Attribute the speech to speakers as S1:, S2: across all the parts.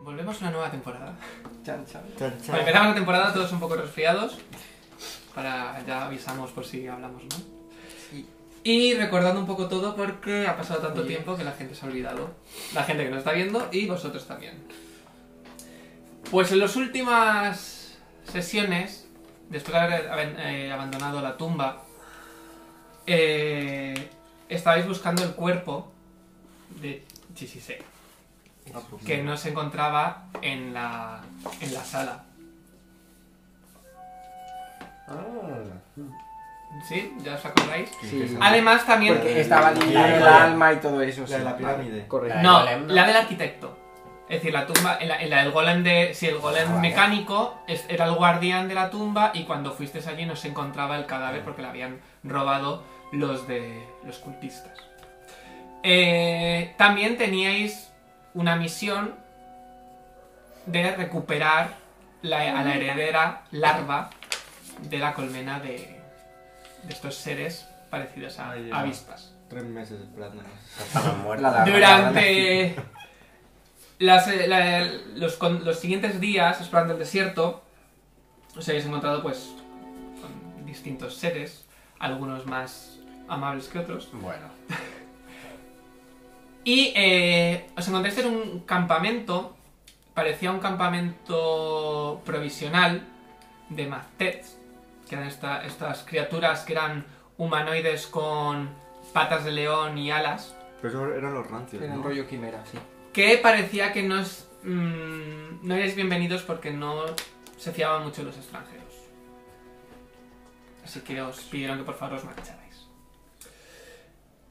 S1: Volvemos a una nueva temporada.
S2: Chan, chan.
S3: Chan, chan.
S1: Para empezar la temporada todos un poco resfriados. Para, ya avisamos por si hablamos, ¿no?
S2: Sí.
S1: Y recordando un poco todo porque ha pasado tanto
S2: Oye.
S1: tiempo que la gente se ha olvidado. La gente que nos está viendo y vosotros también. Pues en las últimas sesiones, después de haber aben- eh, abandonado la tumba, eh, estabais buscando el cuerpo de Chisise
S3: Ah, pues
S1: que
S3: mira.
S1: no se encontraba en la, en la sala.
S3: Ah,
S1: ¿Sí? ¿Ya os acordáis?
S3: qué
S2: Sí.
S3: interesante.
S1: Además también...
S2: Porque estaba
S3: La de-
S2: la del alma y todo eso.
S3: La de
S2: sí.
S3: la pirámide.
S2: Correcto.
S1: No,
S4: del golem, ¿no?
S1: la del arquitecto. Es decir, la tumba, en la, en la del golem de... Si el golem
S2: Ah, vale.
S1: mecánico es- era el guardián de la tumba y cuando fuisteis allí no se encontraba el cadáver porque le habían robado los de los cultistas. Eh, también teníais una misión de recuperar la- a la heredera larva de la colmena de, de estos seres parecidos a,
S3: Ay, ya.
S1: a avispas.
S3: Tres meses esperando.
S4: Estaban muertos.
S2: La de la-
S1: Durante las, eh, la- los, con- los siguientes días explorando el desierto, os habéis encontrado pues con distintos seres, algunos más amables que otros.
S4: Bueno,
S1: Y eh, os encontráis en un campamento, parecía un campamento provisional de Maztets, que eran esta- estas criaturas que eran humanoides con patas de león y alas.
S3: Pero eso eran los rancios,
S2: Era
S3: ¿no?
S2: un rollo quimera, sí.
S1: que parecía que no es mm, no erais bienvenidos porque no se fiaban mucho de los extranjeros. Así que os pidieron que por favor os marcharais.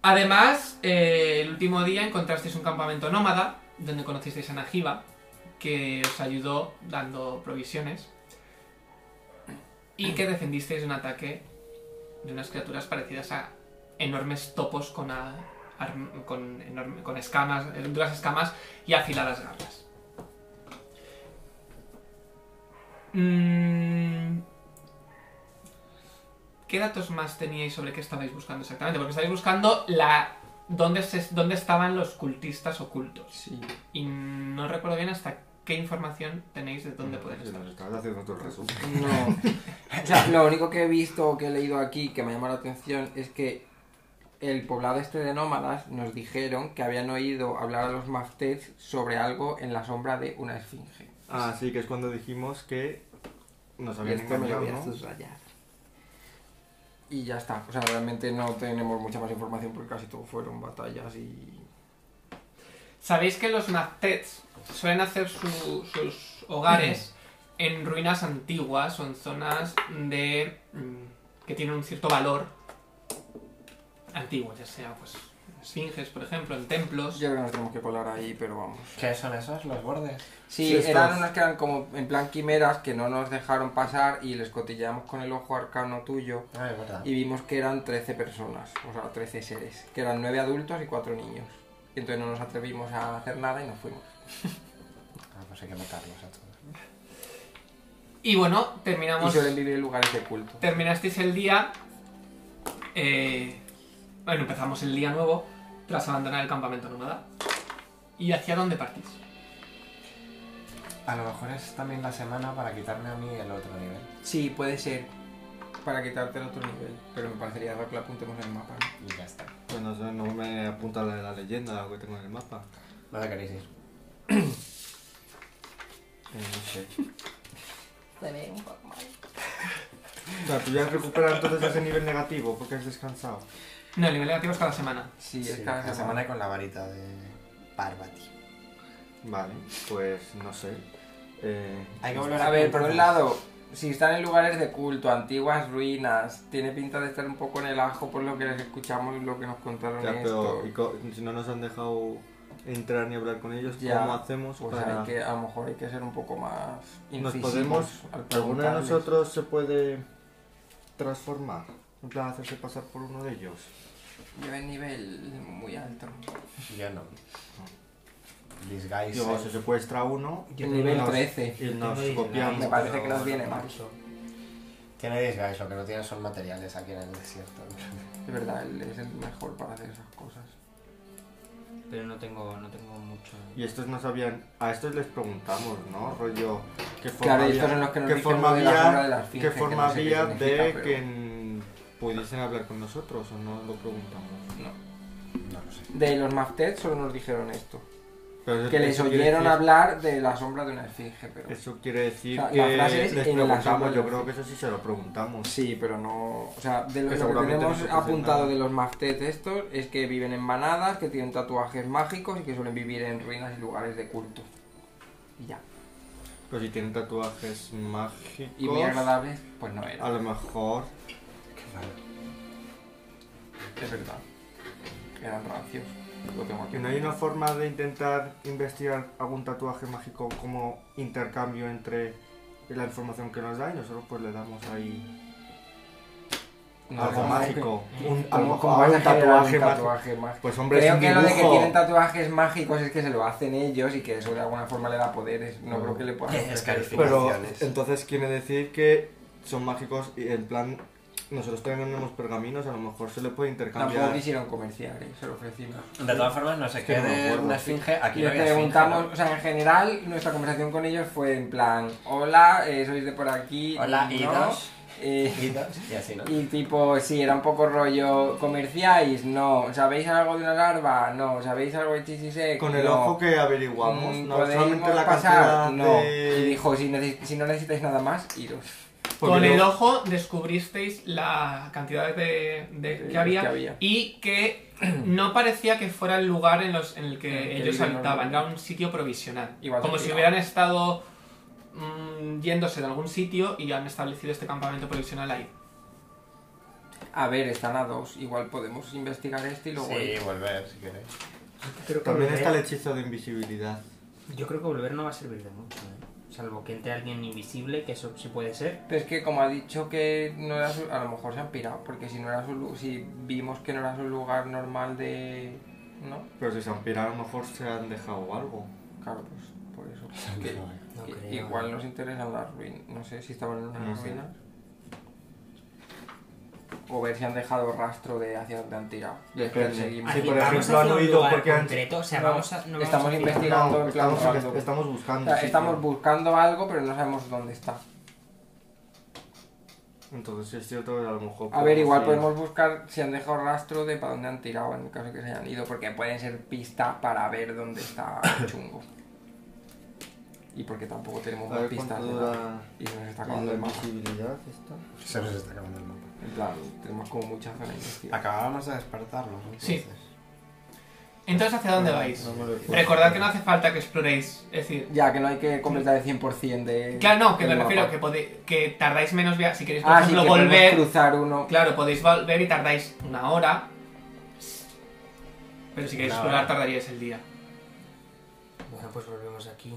S1: Además, eh, el último día encontrasteis un campamento nómada donde conocisteis a Najiba, que os ayudó dando provisiones y que defendisteis de un ataque de unas criaturas parecidas a enormes topos con, a- arm- con, enorme- con escamas, eh, duras escamas y afiladas garras. Mm. ¿Qué datos más teníais sobre qué estabais buscando exactamente? Porque estáis buscando la dónde, se- dónde estaban los cultistas ocultos.
S2: Sí.
S1: Y no recuerdo bien hasta qué información tenéis de dónde pueden
S3: Mm, Sí,
S1: estar.
S3: nos estabas haciendo todo el resumen.
S2: No. O sea, lo único que he visto o que he leído aquí que me ha llamado la atención es que el poblado este de nómadas nos dijeron que habían oído hablar a los maftets sobre algo en la sombra de una esfinge.
S3: Ah, sí, que es cuando dijimos que nos
S2: Y
S3: habían
S2: esto me lo
S3: engañado,
S2: voy a
S3: ¿no?
S2: subrayar. Y ya está. O sea, realmente no tenemos mucha más información porque casi todo fueron batallas y...
S1: Sabéis que los Naztets suelen hacer su- sus hogares en ruinas antiguas o en zonas de mm, que tienen un cierto valor antiguo, ya sea pues esfinges, por ejemplo, en templos.
S2: Yo creo que nos tenemos que colar ahí, pero vamos.
S4: ¿qué son esos? Los bordes.
S2: Sí,
S3: Sí, estos.
S2: eran unas que eran como en plan quimeras que no nos dejaron pasar y les cotilleamos con el ojo arcano tuyo
S4: Ah, es verdad.
S2: y vimos que eran 13 personas, o sea, 13 seres, que eran 9 adultos y 4 niños. Y entonces no nos atrevimos a hacer nada y nos fuimos.
S4: Ah, pues hay que matarlos a todos.
S1: Y bueno,
S2: Y
S1: terminamos.
S2: suelen vivir en lugares de culto.
S1: Terminasteis el día. eh, bueno, empezamos el día nuevo tras abandonar el campamento nómada. ¿Y hacia dónde partís?
S4: A lo mejor es también la semana para quitarme a mí el otro nivel.
S2: Sí, puede ser. Para quitarte el otro nivel. Pero me parecería raro que lo apuntemos en el mapa. ¿no?
S4: Y ya está.
S3: Pues no sé, no me apunta la, la leyenda que tengo en el mapa.
S4: ¿Dónde queréis ir?
S3: Eh, no sé.
S5: Se ve un poco mal.
S3: O sea, tú ya has recuperado entonces ese nivel negativo porque has descansado.
S1: No, el nivel negativo es cada semana.
S2: Sí, es
S4: Sí,
S2: cada
S4: la
S2: semana.
S4: semana con la varita de Parvati.
S3: Vale, pues no sé. Eh,
S4: Hay que volver
S2: A ver, por un lado, si están en lugares de culto, antiguas ruinas, tiene pinta de estar un poco en el ajo por lo que les escuchamos y lo que nos contaron
S3: ya,
S2: esto.
S3: pero ¿y co- si no nos han dejado entrar ni hablar con ellos,
S2: Ya,
S3: ¿cómo hacemos
S2: Pues
S3: para...?
S2: hay que, a lo mejor hay que ser un poco más
S3: Nos
S2: incisivos
S3: podemos-
S2: al
S3: ¿Alguno de
S2: preguntarles.
S3: nosotros se puede transformar? En plan, hacerse pasar por uno de ellos.
S2: Yo en nivel muy alto.
S4: Yo no. Disguise.
S3: Yo se secuestra uno
S2: Yo nivel
S3: nos-
S2: 13.
S3: y nos
S4: Yo tengo
S3: copiamos.
S2: Me parece que nos
S4: no,
S2: viene
S4: no,
S2: mal.
S4: eso. Tiene disguise, lo que no tiene son materiales aquí en el desierto.
S2: Es verdad, él es el mejor para hacer esas cosas.
S6: pero no tengo, no tengo mucho.
S3: Y estos no sabían, a estos les preguntamos, ¿no? Rollo, ¿qué forma
S2: Claro,
S3: había,
S2: estos son los que nos
S3: qué
S2: dijeron
S3: forma
S2: lo de la
S3: había-
S2: obra de las
S3: qué
S2: finges, que no
S3: forma
S2: sé qué
S3: había de
S2: significa, pero-
S3: que n- pudiesen hablar con nosotros o no lo preguntamos?
S4: No lo sé.
S2: De los Maftet solo nos dijeron esto.
S3: Pero
S2: Que les
S3: eso quiere
S2: oyeron
S3: decir-
S2: hablar de la sombra de una esfinge, pero...
S3: Eso quiere decir
S2: O sea, la
S3: que
S2: frase es
S3: les
S2: en la
S3: preguntamos,
S2: sombra.
S3: yo creo que eso sí se lo preguntamos.
S2: Sí, pero no... O sea, de lo,
S3: Que
S2: lo que
S3: seguramente
S2: tenemos
S3: no se puede hacer
S2: apuntado
S3: nada.
S2: de los Maftet estos es que viven en manadas, que tienen tatuajes mágicos y que suelen vivir en ruinas y lugares de culto. Y ya.
S3: Pero si tienen tatuajes mágicos,
S2: Y muy agradables, pues no
S3: a
S2: era.
S3: lo mejor
S4: Qué raro.
S2: Es verdad. Eran rancios. Lo tengo aquí.
S3: ¿Y no hay una forma de intentar investigar algún tatuaje mágico como intercambio entre la información que nos da y nosotros pues le damos ahí
S2: No,
S3: algo
S2: no,
S3: mágico? Un, a lo
S2: ¿Cómo,
S3: mejor
S2: cómo vas a
S3: un
S2: generar
S3: tatuaje
S2: un
S3: mágico.
S2: tatuaje mágico?
S3: Pues hombre, es
S2: Creo
S3: un
S2: que lo de que
S3: dibujo.
S2: tienen tatuajes mágicos es que se lo hacen ellos y que eso de alguna forma le da poderes.
S3: Mm.
S2: No creo que le puedan.
S4: Es
S3: Pero
S4: calificaciones.
S3: entonces quiere decir que son mágicos y en plan nosotros tenemos pergaminos, a lo mejor se le puede
S2: Tampoco
S3: intercambiar.
S2: quisieron comerciar, ¿eh? se lo ofrecimos.
S4: De todas formas, no sé
S3: Es que
S4: qué
S3: no me
S4: de
S3: acuerdo.
S4: una esfinge. Aquí
S2: Les
S4: no había esfinge,
S2: preguntamos, o sea, en general nuestra conversación con ellos fue en plan, hola, eh, sois de por aquí.
S4: ¿no? Hola,
S2: ¿no?
S4: idos.
S2: Eh,
S4: Idos. Y así, ¿no?
S2: Y tipo, sí, era un poco rollo, ¿comerciáis? No. ¿Sabéis algo de una larva? No. ¿Sabéis algo de Chisise?
S3: Con el ojo que averiguamos,
S2: Mm,
S3: no
S2: ¿podemos
S3: solamente la
S2: pasar?
S3: cantidad
S2: No.
S3: de...
S2: Y dijo, si, neces- si no necesitáis nada más, iros.
S3: Porque
S1: Con el
S3: luego-
S1: ojo descubristeis la cantidad de, de-
S2: De-
S1: que, había
S2: que había.
S1: y que no parecía que fuera el lugar en, los, en el que
S2: En el que
S1: ellos
S2: viven
S1: habitaban,
S2: normalmente.
S1: era un sitio provisional.
S2: Igual que
S1: como si
S2: privado.
S1: hubieran estado mm, yéndose de algún sitio y han establecido este campamento provisional ahí.
S2: A ver, están a dos. Igual podemos investigar este y luego...
S4: Sí,
S2: ir.
S4: volver si queréis.
S6: Creo
S3: También está el hechizo de invisibilidad.
S6: Yo creo que volver no va a servir de mucho, ¿eh? Salvo que entre alguien invisible, que eso sí puede ser.
S2: Pero es que como ha dicho que no era su... A lo mejor se han pirado, porque si no era su... lu- Si vimos que no era su lugar normal de... ¿No?
S3: Pero si se han pirado, a lo mejor se han dejado algo.
S2: Claro, pues por eso. Que-
S6: No
S2: que
S6: creo.
S2: igual nos interesan las ruinas. No sé si estaban en unas
S3: No sé.
S2: ruinas. O ver si han dejado rastro de hacia donde han tirado. Les
S3: Depende.
S2: perseguimos.
S3: Sí,
S6: Aquí
S3: por
S6: vamos
S3: ejemplo,
S6: hacia
S3: han
S6: un
S3: huido
S6: lugar
S3: porque han-
S6: concreto, o sea,
S2: No,
S6: vamos a, no vamos
S2: estamos
S6: hacia-
S2: investigando. Tirando
S3: No,
S2: en plan
S3: estamos,
S2: random.
S3: estamos
S2: O
S3: buscando.
S2: sea,
S3: sí,
S2: estamos
S3: pero-
S2: buscando algo, pero no sabemos dónde está.
S3: Entonces, si es cierto, a lo mejor.
S2: A ver, igual
S3: ir.
S2: podemos buscar si han dejado rastro de para dónde han tirado en el caso que se hayan ido, porque pueden ser pistas para ver dónde está el chungo. Y porque tampoco tenemos
S3: A
S2: más
S3: ver
S2: pistas.
S3: cuánto
S2: de nada.
S3: dura
S2: Y se nos está
S3: la
S2: acabando el mapa.
S3: invisibilidad esta.
S4: Se nos está acabando el mapa.
S2: En plan, tenemos como muchas zonas investigadas.
S4: Acabábamos de despertarlo. ¿no?
S1: Sí.
S4: Entonces.
S1: Entonces, ¿hacia dónde vais?
S3: No me lo acuerdo.
S1: Recordad que no hace falta que exploréis, es decir...
S2: Ya, que no hay que completar el 100% de.
S1: Claro, no, que me
S2: del
S1: refiero
S2: mapa.
S1: que, pode- que tardáis menos viajes. Si queréis, por
S2: Ah, sí,
S1: ejemplo,
S2: que podemos
S1: volver
S2: cruzar uno.
S1: Claro, podéis volver y tardáis una hora. Pero si queréis
S4: Una
S1: explorar,
S4: hora.
S1: tardaríais el día.
S6: Bueno, pues volvemos aquí.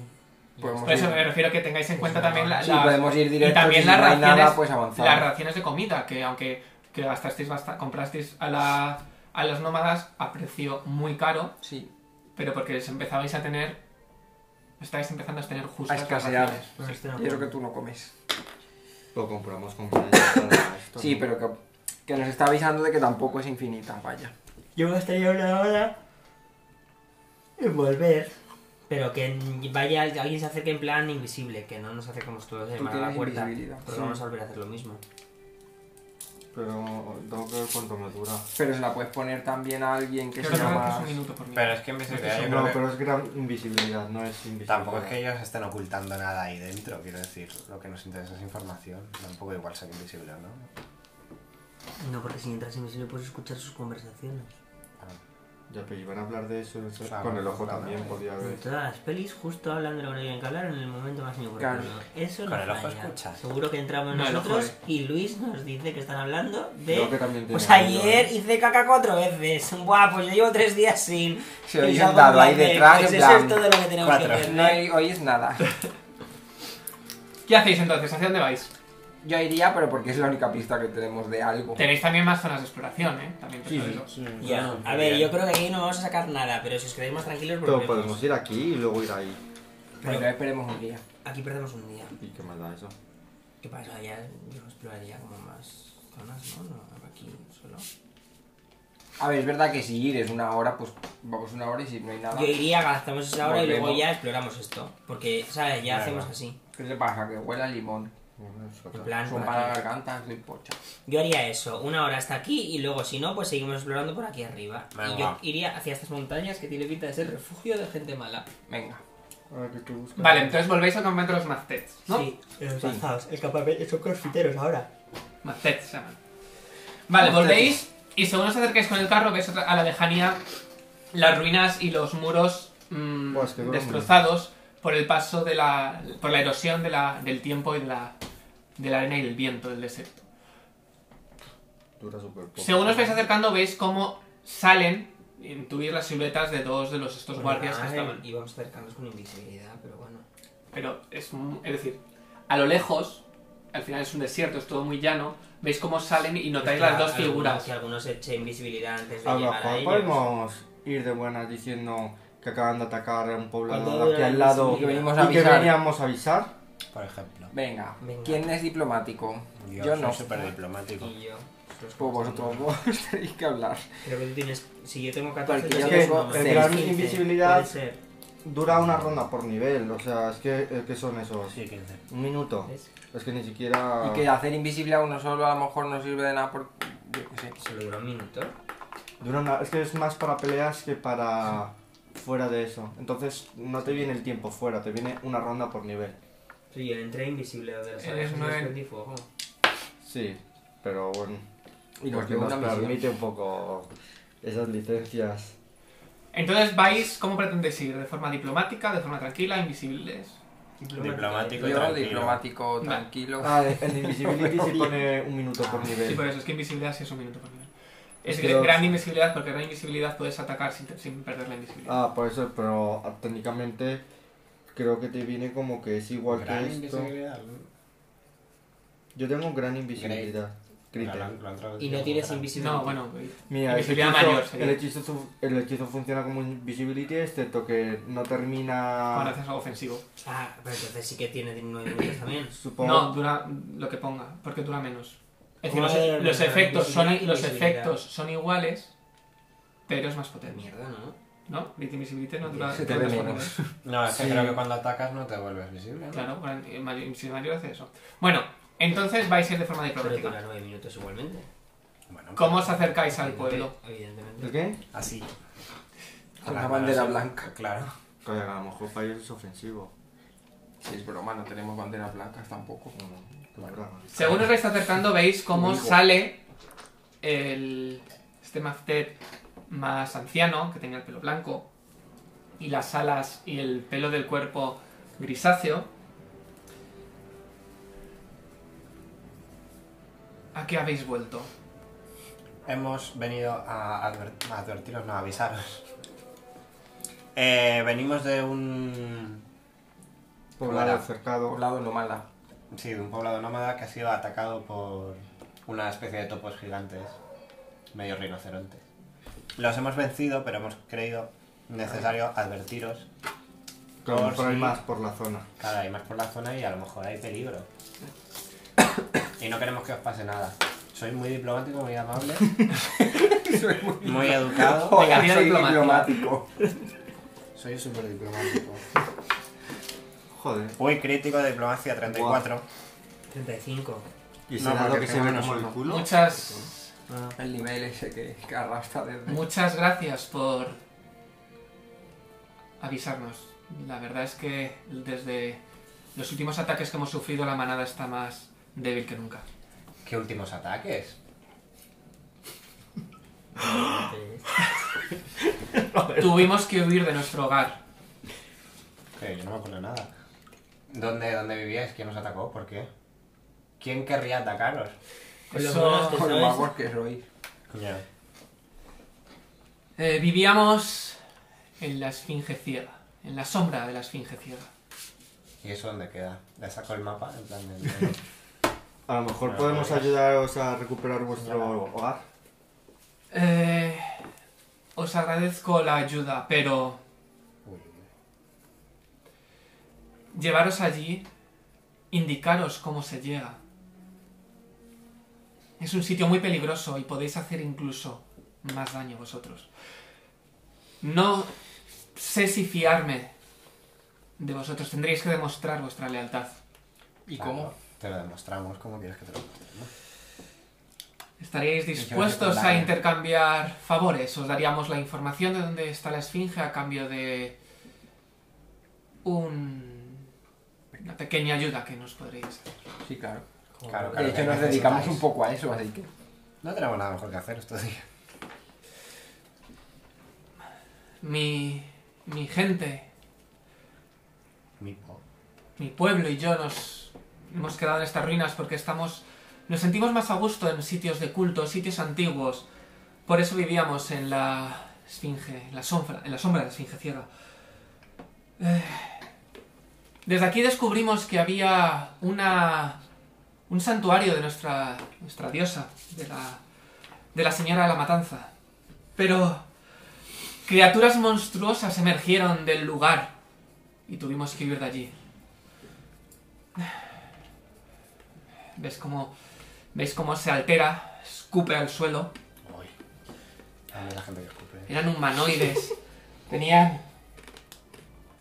S2: Podemos
S1: Por eso
S2: ir-
S1: me refiero a que tengáis en
S6: Es
S1: cuenta
S6: una
S1: también
S6: hora.
S1: la-
S2: Pues sí,
S1: las-
S2: podemos ir directo.
S1: y también
S2: si
S1: las
S2: no hay
S1: raciones-
S2: nada, pues avanzar.
S1: las raciones de comida, que aunque que gastasteis basta- comprasteis a, la- a los nómadas a precio muy caro,
S2: Sí,
S1: pero porque les empezabais a tener. Estáis empezando a tener
S2: a
S1: justas las
S2: escasear.
S1: raciones.
S6: No, este no
S2: Y eso que
S6: puedo.
S2: tú no comes.
S3: Lo compramos con playas para esto,
S2: Sí,
S3: ¿no?
S2: pero que, que nos está avisando de que tampoco es infinita, vaya.
S6: Yo gastaría una hora en volver. Pero que en- vaya alguien se acerque en plan invisible, que no nos acerquemos todos de
S2: Tú
S6: mano a la
S2: tienes
S6: puerta.
S2: invisibilidad.
S6: Porque
S2: Sí.
S6: vamos a volver a hacer lo mismo.
S3: Pero tengo que ver cuánto me dura.
S2: Pero se la puedes poner también a alguien que
S1: Creo
S2: sea
S1: que es
S2: más.
S1: un minuto por mí.
S4: Pero es que invisibilidad, yo
S3: no,
S4: creo que
S3: pero es gran invisibilidad, no es invisibilidad.
S4: Tampoco es que ellos estén ocultando nada ahí dentro, quiero decir. Lo que nos interesa es información. Tampoco igual ser invisible o no.
S6: No, porque si entras invisible puedes escuchar sus conversaciones.
S3: Ya, pero iban a hablar de eso, eso-
S4: Claro,
S3: con el ojo
S4: claro.
S3: también podía
S6: En
S3: haber.
S6: todas las pelis, justo hablan de lo que tenían que hablar en el momento más
S2: Claro.
S6: inoportuno. Eso no
S4: Con el ojo
S6: falla.
S4: escuchas.
S6: Seguro que entramos
S1: No, el ojo,
S6: nosotros
S1: eh.
S6: y Luis nos dice que están hablando
S3: Creo que
S6: de...
S3: también
S6: Pues
S3: tiene algo,
S6: ayer
S3: ¿eh?
S6: hice caca cuatro veces. Buah, pues yo llevo tres días sin...
S2: Se oye
S6: pensar
S2: un dado
S6: cuánto
S2: ahí
S6: hacer.
S2: detrás,
S6: Pues
S2: en
S6: eso es
S2: plan,
S6: todo lo que tenemos
S4: cuatro.
S6: que hacer.
S2: No hay, hoy es nada.
S1: ¿Qué hacéis entonces? ¿Hacia dónde vais?
S2: Yo iría, pero porque es la única pista que tenemos de algo.
S1: Tenéis también más zonas de exploración, ¿eh? También te lo digo.
S6: Ya,
S4: Bueno,
S6: a ver,
S4: bien.
S6: yo creo que aquí no vamos a sacar nada, pero si os quedáis más tranquilos,
S3: Pero
S6: volvemos.
S3: podemos ir aquí y luego ir ahí.
S2: Pero
S6: Pero
S2: esperemos un día.
S6: aquí perdemos un día.
S3: ¿Y qué me da eso?
S6: ¿Qué pasa? Ya yo exploraría como más zonas, ¿no? No, Aquí solo.
S2: A ver, es verdad que si ir es una hora, pues vamos una hora y si no hay nada.
S6: Yo iría, gastamos esa hora y luego
S2: Volvemos.
S6: ya exploramos esto. Porque, ¿sabes? Ya
S4: Claro.
S6: hacemos así.
S2: ¿Qué te pasa? Que huele a limón.
S4: Bueno, es otra.
S6: En plan,
S2: Son
S6: por
S2: para la
S6: aquí.
S2: garganta, soy pocha.
S6: yo haría eso. Una hora hasta aquí y luego, si no, pues seguimos explorando por aquí arriba.
S4: Venga.
S6: Y yo iría hacia estas montañas que tiene pinta de ser refugio de gente mala.
S2: Venga.
S3: A ver qué tú buscas.
S1: Vale, entonces volvéis al campamento de los Maztets, ¿no?
S6: Sí, los bazaos, el campamento, son crossfiteros ahora.
S1: Maztets se llaman. Vale,
S2: Maztetes.
S1: volvéis y según os acercáis con el carro veis otra- a la lejanía las ruinas y los muros mm,
S3: Buah, es que duermen.
S1: destrozados por el paso de la, por la erosión de la- del tiempo y de la, de la arena y del viento del desierto.
S3: Dura súper poco.
S1: Según os vais acercando veis cómo salen intuir las siluetas de dos de los estos guardias que estaban.
S6: Y vamos cercanos con invisibilidad, pero bueno.
S1: Pero es, un- es decir, a lo lejos, al final es un desierto, es todo muy llano, veis cómo salen y notáis
S6: Espera,
S1: las dos
S6: algunos-
S1: figuras.
S6: Que algunos eche invisibilidad antes de
S3: A lo
S6: llegar a
S3: mejor
S6: ellos.
S3: podemos ir de buenas diciendo que acaban de atacar a un
S6: ¿Cuánto
S3: poblado de
S6: dura
S3: aquí
S6: la
S3: al lado
S2: Y que
S6: invisibilidad?
S3: y
S2: venimos a
S3: que
S2: avisar.
S3: veníamos a avisar.
S4: Por ejemplo.
S2: Venga.
S6: Venga.
S2: ¿Quién es diplomático?
S4: Yo,
S2: Yo
S4: soy
S2: no.
S4: súper diplomático.
S6: Y yo. los
S2: Pues vosotros
S6: cuatro.
S2: vos tenéis que hablar.
S6: Creo que tú tienes. Si yo tengo 14,
S2: Porque
S6: tú
S2: yo
S6: tienes
S2: tengo
S6: como
S2: seis.
S6: 15,
S3: Gran invisibilidad.
S6: puede ser.
S3: Dura una ronda por nivel, o sea, es que eh, ¿qué son esos?
S4: Sí, 15.
S3: Un minuto.
S6: ¿Ves?
S3: Es que ni
S6: Ah.
S3: siquiera...
S2: Y que hacer invisible a uno solo a lo mejor no sirve de nada porque... Yo qué sé.
S6: Solo dura un minuto.
S3: Dura una- Es que es más para peleas que para fuera de eso. Entonces no te viene el tiempo fuera, te viene una ronda por nivel.
S6: Sí, yo entré invisible de las
S1: Eres
S6: orejas y
S1: nueve.
S6: prendí fuego.
S3: Sí, pero bueno.
S2: Y nos
S3: porque
S2: dio
S3: nos
S2: una misión.
S3: permite un poco esas licencias.
S1: Entonces vais, ¿cómo pretendéis ir? ¿De forma diplomática, de forma tranquila, invisibles?
S4: Diplomático,
S2: Yo,
S4: tranquilo.
S2: diplomático,
S1: Vale.
S2: tranquilo.
S3: Ah, en Invisibility se pone un minuto por
S1: Sí, por
S3: nivel.
S1: eso es que invisibilidad sí es un minuto por nivel.
S3: Es
S1: Es
S3: que
S1: gr-
S3: dos.
S1: gran invisibilidad porque gran invisibilidad puedes atacar sin, te- sin perder la invisibilidad.
S3: Ah, por eso, pero ah, técnicamente creo que te viene como que es igual
S4: Gran
S3: que esto.
S4: invisibilidad.
S3: Yo tengo gran invisibilidad. Crite.
S4: Gran- gran traducción.
S6: Y no tienes
S4: Gran.
S6: invisibilidad.
S1: No, bueno,
S3: Mira, el
S1: Invisibilidad
S3: hechizo,
S1: mayor sería.
S3: el, hechizo, su- el hechizo funciona como invisibility, excepto que no
S1: ahora
S3: termina.
S1: haces algo ofensivo.
S6: Ah, pero entonces sí que tiene 9 minutos también.
S3: Supongo.
S1: No, dura lo que ponga, porque dura menos. Es decir, los, e-
S6: Joder,
S1: los
S6: gran
S1: efectos son,
S6: invisibilidad,
S1: los
S6: invisibilidad.
S1: efectos son iguales, pero es más
S6: De
S1: potente.
S6: mierda, ¿no?
S1: ¿No? Grit Invisibility no dura
S2: Se te
S1: dura
S2: ve
S1: más
S2: menos.
S1: potente.
S4: No, es que
S3: Sí.
S4: creo que cuando atacas no te vuelves visible. ¿no?
S1: Claro, gran- eh, mayor- si mayor hace eso. Bueno, entonces vais a ir de forma
S6: Pero
S1: diplomática.
S6: dura 9 minutos igualmente.
S4: Bueno, pues,
S1: ¿Cómo os acercáis al pueblo?
S6: Evidentemente.
S3: ¿El qué?
S4: Así.
S2: Con
S4: la
S2: la bandera blanca.
S4: Claro.
S3: Calla, a lo mejor para ellos es ofensivo.
S2: Si es broma, no tenemos banderas blancas tampoco.
S3: la verdad.
S1: Según os vais acercando, veis cómo
S2: Amigo.
S1: sale el, este Maftet más anciano, que tenía el pelo blanco, y las alas y el pelo del cuerpo grisáceo. ¿A qué habéis vuelto?
S4: Hemos venido a, adver- a advertiros, no a avisaros. Eh, venimos de un.
S3: Poblado
S4: Claro.
S3: cercado.
S2: Poblado no mala.
S4: Sí, de un poblado nómada que ha sido atacado por una especie de topos gigantes, medio rinocerontes. Los hemos vencido, pero hemos creído necesario advertiros.
S3: Que a lo mejor hay
S4: Sí.
S3: más por la zona.
S4: Claro, hay más por la zona y a lo mejor hay peligro. Y no queremos que os pase nada. Soy muy diplomático, muy amable, muy educado.
S1: Venga, tira
S2: soy
S1: diplomático.
S2: diplomático.
S4: Soy súper diplomático.
S3: Joder.
S4: Uy, crítico de diplomacia 34.
S6: 35.
S3: Y
S4: No,
S3: se dado
S4: porque
S3: que se
S4: tengo
S3: ve
S4: menos
S3: como el
S4: uno.
S3: culo.
S1: Muchas,
S2: El nivel ese que, que arrastra desde...
S1: muchas gracias por avisarnos. La verdad es que desde los últimos ataques que hemos sufrido, la manada está más débil que nunca.
S4: ¿Qué últimos ataques?
S1: Tuvimos que huir de nuestro hogar.
S4: Que yo no me acuerdo nada. ¿Dónde, ¿Dónde vivíais? ¿Quién os atacó? ¿Por qué? ¿Quién querría atacaros?
S6: Con los
S1: Eso-
S6: monos que
S2: Con los
S6: sabes.
S2: magos que sois.
S4: Ya.
S1: Eh, vivíamos en la esfinge ciega, en la sombra de la esfinge ciega.
S4: ¿Y eso dónde queda? Le saco el mapa en plan de...
S3: A lo mejor
S4: Bueno,
S3: podemos
S4: vale.
S3: ayudaros a recuperar vuestro hogar.
S1: Eh, os agradezco la ayuda, pero
S4: Uy.
S1: llevaros allí, indicaros cómo se llega. Es un sitio muy peligroso y podéis hacer incluso más daño vosotros. No sé si fiarme de vosotros. Tendréis que demostrar vuestra lealtad.
S7: ¿Y
S4: Claro,
S7: cómo?
S4: Te lo demostramos, ¿cómo quieres que te lo demostremos?
S1: ¿Estaríais dispuestos a intercambiar favores? Os daríamos la información de dónde está la esfinge a cambio de un... una pequeña ayuda que nos podréis hacer.
S2: Sí, claro.
S4: Claro,
S2: De
S4: claro.
S2: hecho,
S4: que
S2: nos dedicamos
S4: necesitáis.
S2: un poco a eso, así que.
S4: No tenemos nada mejor que hacer estos días.
S1: Mi, mi gente,
S4: Mismo.
S1: mi pueblo y yo nos hemos quedado en estas ruinas porque estamos nos sentimos más a gusto en sitios de culto, sitios antiguos. Por eso vivíamos en la esfinge, en la sombra, en la sombra de la esfinge ciega. Eh, Desde aquí descubrimos que había una un santuario de nuestra nuestra diosa, de la de la señora de la matanza. Pero criaturas monstruosas emergieron del lugar y tuvimos que huir de allí. ¿Ves cómo, ¿Veis cómo se altera? Escupe al suelo.
S4: Uy. A mí la gente que escupe.
S1: Eran humanoides. Tenían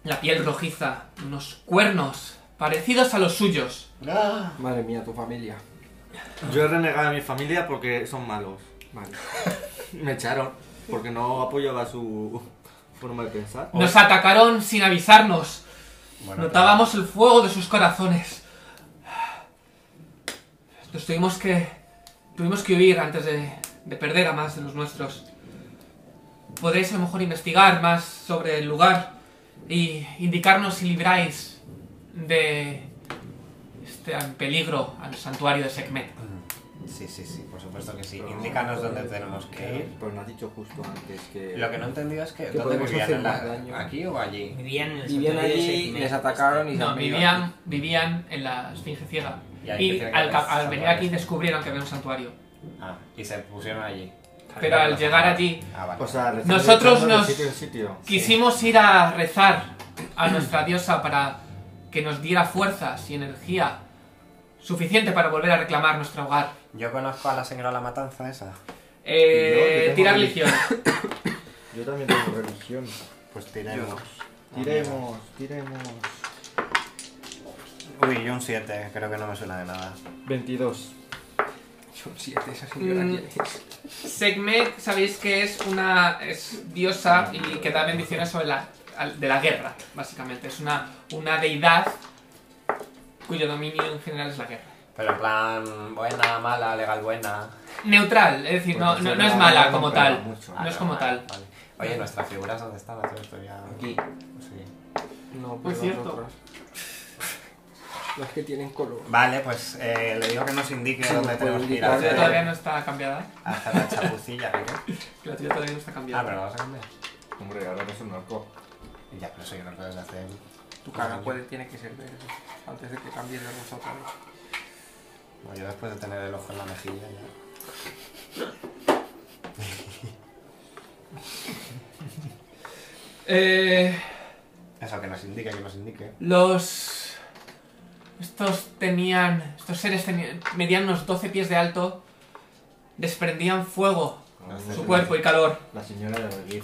S1: la piel rojiza, unos cuernos parecidos a los suyos.
S4: ¡Ah!
S2: Madre mía, tu familia.
S3: Yo he renegado a mi familia porque son malos.
S2: Vale.
S3: Me echaron porque no apoyaba su forma de pensar.
S1: Nos atacaron sin avisarnos.
S4: Bueno,
S1: Notábamos el fuego de sus corazones. Nos tuvimos que. Tuvimos que huir antes de, de perder a más de los nuestros. Podréis a lo mejor investigar más sobre el lugar y indicarnos si libráis de este peligro al santuario de Sekhmet.
S4: pero- Sí, sí, sí, por supuesto que sí. Indícanos dónde tenemos que ir.
S2: Pero no has dicho justo antes que.
S4: Lo que no he entendido es que.
S2: Que
S4: ¿Dónde
S2: podemos
S4: vivían?
S2: hacer
S4: ¿En
S2: más daño.
S4: la... ¿Aquí o allí?
S6: Vivían en el
S2: Vivían
S6: santuario de
S2: allí,
S6: Sekhmet.
S2: les atacaron y se
S1: este- No,
S2: han venido
S1: vivían, vivían en la Esfinge Ciega.
S4: Y ahí
S1: Y
S4: tiene que
S1: al,
S4: haber
S1: ca- al venir aquí
S4: santuarios.
S1: descubrieron que había un santuario.
S4: Ah, y se pusieron allí.
S1: Pero al llegar allí
S4: Ah, vale.
S3: O sea, le están
S1: Nosotros
S3: echando de
S1: nos-
S3: sitio en sitio.
S1: Quisimos ir a rezar a nuestra diosa para que nos diera fuerzas y energía suficiente para volver a reclamar nuestro hogar.
S4: Yo conozco a la señora La Matanza esa.
S1: Eh,
S3: Y yo, yo tengo
S1: tira
S3: ahí.
S1: religión.
S3: Yo también tengo religión.
S4: Pues tiremos.
S3: Tiremos, tiremos.
S4: Uy, yo un 7, creo que no me suena de nada.
S3: 22.
S2: Son siete, esa señora
S1: Mm.
S2: quién es.
S1: Sekhmet, sabéis que es una es diosa y que da bendiciones sobre la, al- de la guerra, básicamente. Es una, una deidad cuyo dominio en general es la guerra.
S4: Pero en plan, buena, mala, legal, buena.
S1: Neutral, es decir, no,
S3: Porque
S1: no-
S3: se
S1: no es
S3: la-
S1: mala
S3: no
S1: como
S3: pega
S1: tal.
S3: mucho.
S1: No es como
S4: Ah, vale,
S1: tal.
S4: vale. Oye, ¿nuestras figuras dónde están? Las tengo todavía-
S2: Aquí.
S4: Sí.
S2: No,
S1: Pues
S2: pero
S1: cierto.
S2: las otras. Las que tienen color.
S4: Vale, pues eh, le digo que nos indique
S2: Sí,
S4: dónde
S2: nos
S4: tenemos
S2: puede
S4: que ir a
S2: indicar.
S1: La tuya
S4: hacer,
S1: todavía no está cambiada.
S4: a hacer la chapucilla. ¿qué?
S1: La tuya todavía no está
S4: Ah,
S1: cambiada.
S4: pero la vas a cambiar.
S3: Hombre, ahora que es un arco.
S4: Ya, pero soy una cosa desde hace...
S2: Tu cara puede, tiene que ser verde. Antes de que cambies de rosa otra vez.
S4: Bueno, yo después de tener el ojo en la mejilla ya...
S1: Eh,
S4: Eso, que nos indique, que nos indique.
S1: los... Estos tenían... Estos seres tenían, medían unos 12 pies de alto. Desprendían fuego, su cuerpo y calor.
S3: La señora de Madrid.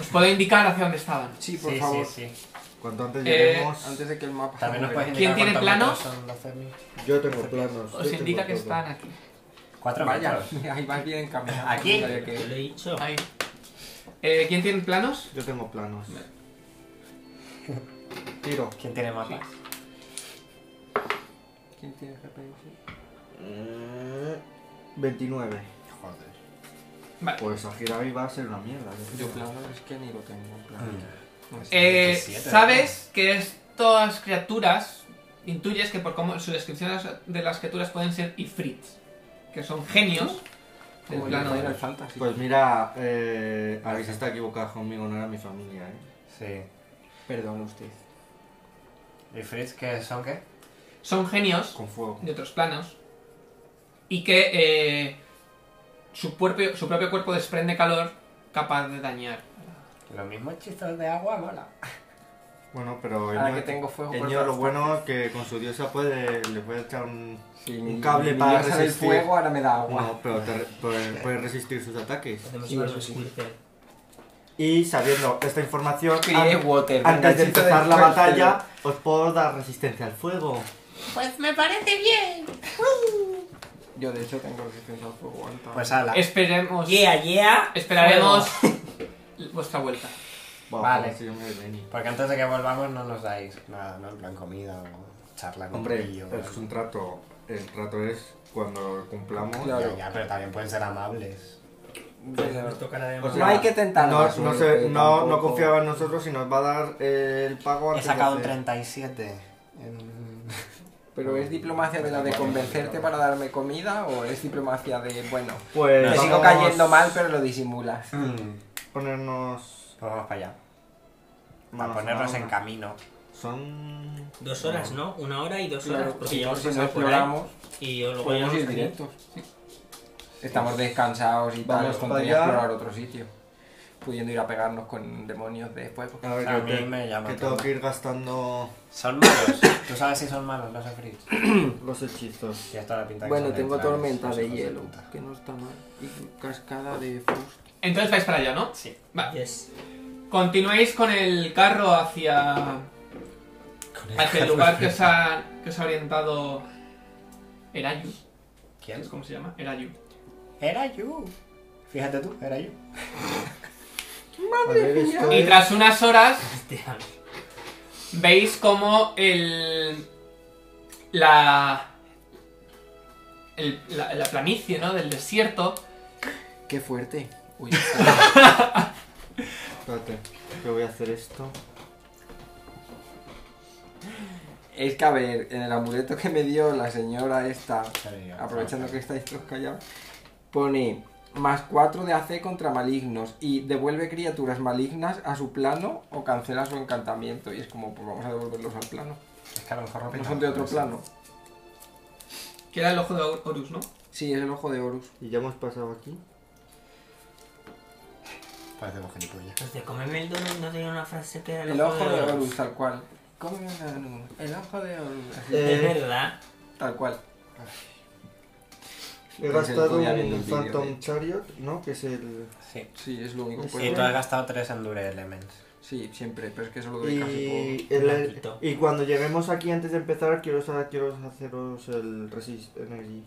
S1: Os puedo indicar hacia dónde estaban.
S2: Sí, por favor.
S4: sí, sí.
S3: Cuanto antes
S1: Eh,
S3: lleguemos.
S2: Antes de que el mapa.
S4: También nos
S2: se
S4: puedes
S2: mueva.
S1: ¿Quién
S4: indicar
S1: tiene plano?
S4: cuántos metros son los semis.
S3: Yo tengo planos. yo
S1: Os
S3: tengo
S1: indica que
S3: todo.
S1: están aquí.
S4: Cuatro
S2: Vaya,
S4: metros.
S2: ahí vas bien encaminado.
S4: Aquí.
S2: No sabía que-
S6: Yo lo he dicho.
S1: Ahí. Eh, ¿Quién tiene planos?
S3: Yo tengo planos. Tiro.
S4: ¿Quién tiene mapas?
S2: ¿Quién tiene GPS?
S3: 29.
S4: Joder.
S1: Vale.
S3: Mm. Pues a Girabi va a ser una mierda. yo
S2: Yo
S3: creo.
S2: plano es que ni lo tengo en plan.
S4: Mm.
S2: No
S1: Eh,
S2: sé.
S4: 17,
S1: Sabes que estas criaturas... Intuyes que por cómo su descripción de las criaturas pueden ser ifrits. Que son genios del
S2: Como el
S1: plano de
S2: del fantasy.
S3: Pues mira, eh, Alex está equivocada conmigo, no era mi familia, ¿eh?
S4: Sí.
S2: Perdón usted.
S4: ¿Y Fritz qué son qué?
S1: Son genios
S3: Con fuego.
S1: de otros planos y que eh, su, propio, su propio cuerpo desprende calor capaz de dañar.
S4: Los mismos hechizos de agua, mola.
S3: Bueno, pero
S2: Ahora
S3: Ño-
S2: que tengo fuego por
S3: Ño
S2: todas
S3: lo bueno que con su diosa puede, le puede echar un...
S2: Si
S3: Un cable para
S2: diosa del
S3: resistir.
S2: fuego ahora me da agua.
S3: No, pero te re- puede, puede resistir sus ataques.
S6: Hacemos
S2: Sí,
S6: un
S2: eso sí.
S6: sculptor.
S3: Y sabiendo esta información,
S2: Create
S3: an-
S2: water,
S3: antes de
S2: bendito del
S3: empezar la
S2: fuego.
S3: batalla, os puedo dar resistencia al fuego.
S5: Pues me parece bien.
S2: Yo de hecho tengo resistencia al fuego alta.
S4: Pues ala.
S1: Esperemos.
S6: Yeah, yeah.
S1: Esperaremos vuestra vuelta.
S2: Vale.
S3: sí, hombre, Lenny.
S4: Porque antes de que volvamos no nos dais nada, ¿no? En plan comida o charla con
S3: Hombre,
S4: brillo,
S3: es un trato. El trato es cuando cumplamos.
S2: Claro.
S4: Ya, ya, pero también pueden ser amables.
S6: Nos tocará de
S3: O sea,
S2: no hay que tentar
S3: No,
S2: más,
S3: no,
S2: hombre,
S3: sé,
S2: que
S3: no, no
S2: tampoco-
S3: confiaba en nosotros y nos va a dar eh, el pago
S4: He
S3: antes de
S4: sacado un
S3: hacer.
S4: 37 en...
S2: Pero es diplomacia de la de convencerte para darme comida o es diplomacia de, bueno,
S3: Pues
S2: te sigo
S3: vamos
S2: cayendo mal pero lo disimulas.
S4: Mm,
S3: Ponernos.
S4: pues vamos para allá. A
S3: manos
S4: ponernos
S3: la
S4: en
S3: obra.
S4: camino.
S3: Son.
S6: Dos horas, ¿no? Una hora y dos horas.
S2: Claro,
S6: porque
S2: si
S6: llevamos
S2: no
S6: dos horas por ahí.
S2: exploramos,
S6: Y yo luego
S2: podemos
S6: ya
S2: ir
S6: nos-
S2: directos. Estamos descansados y tal,
S3: Vamos
S2: nos
S3: para
S2: contaría
S3: allá.
S2: explorar otro sitio. Pudiendo ir a pegarnos con demonios después. porque-
S3: A ver,
S4: A
S3: yo
S4: mí
S3: te-
S4: me llama
S3: que tengo
S4: todo.
S3: que ir gastando
S4: Son malos. Tú sabes si son malos los Efrits.
S3: los hechizos.
S4: Ya está la pinta que
S2: Bueno,
S4: son
S2: tengo
S4: neutrales,
S2: tormenta
S4: los
S2: de
S4: hijos
S2: hielo,
S4: puta.
S2: que no está mal. Y cascada de Faust.
S1: Entonces vais para allá, ¿no?
S4: Sí.
S1: Vale.
S6: Ah, Yes.
S1: Continuáis con el carro hacia, hacia el lugar que os ha, que os ha orientado Erayu.
S4: ¿Quién?
S1: ¿Es cómo se llama? Erayu.
S4: Era yo. Fíjate tú, era yo.
S3: Haber visto
S1: Y tras unas horas
S6: Hostia.
S1: veis como el la, el- la la planicie no del desierto
S2: Qué fuerte. Uy,
S3: Espérate, que voy a hacer esto.
S2: es que a ver, en el amuleto que me dio la señora esta, aprovechando que estáis todos callados, pone más 4 de AC contra malignos y devuelve criaturas malignas a su plano o cancela su encantamiento. Y es como, pues vamos a devolverlos al plano.
S4: Es que a lo mejor no
S2: No son de otro plano.
S1: que era el ojo de Horus no
S2: Sí, es el ojo de Horus.
S3: Y ya hemos pasado aquí.
S4: Parecemos gilipollas.
S6: Hostia, cómeme pues el donut no tenía una frase que era
S2: El ojo de
S6: Horus.
S2: Horus, tal cual. Come un donut. El ojo de Horus. Así,
S6: Es
S3: Eh,
S6: verdad.
S2: Tal cual.
S3: He
S2: Pues
S3: gastado
S2: el collar en el
S3: un
S2: vídeo,
S3: Phantom
S2: de hecho. pues,
S3: Chariot, ¿no? Que es el.
S4: Sí.
S2: Sí, es lo único que
S3: Sí,
S2: puedo
S4: Y tú has
S2: ver.
S4: gastado tres Endure Elements.
S2: Sí, siempre, pero es que eso lo doy casi por...
S3: Y, el-
S6: Blanquito.
S3: y cuando lleguemos aquí antes de empezar, quiero, sa- quiero haceros el Resist Energy.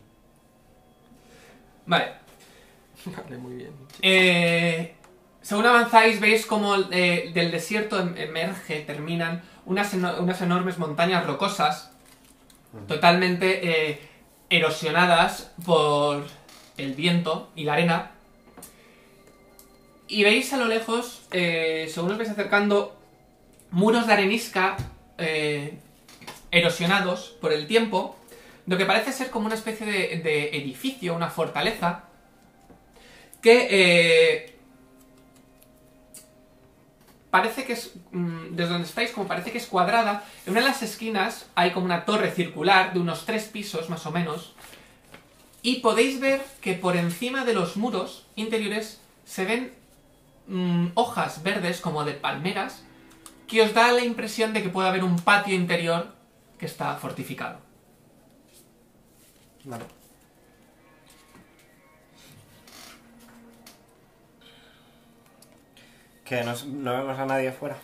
S1: vale
S2: Vale, muy bien.
S1: Eh, según avanzáis, veis como eh, del desierto em- emerge, terminan unas, eno- unas enormes montañas rocosas, totalmente eh, erosionadas por el viento y la arena. Y veis a lo lejos, eh, según os vais acercando, muros de arenisca eh, erosionados por el tiempo, lo que parece ser como una especie de- de edificio, una fortaleza que eh, parece que es mm, desde donde estáis como parece que es cuadrada en una de las esquinas hay como una torre circular de unos tres pisos más o menos y podéis ver que por encima de los muros interiores se ven mm, hojas verdes como de palmeras que os da la impresión de que puede haber un patio interior que está fortificado
S4: Vale. Que no, no vemos a nadie afuera.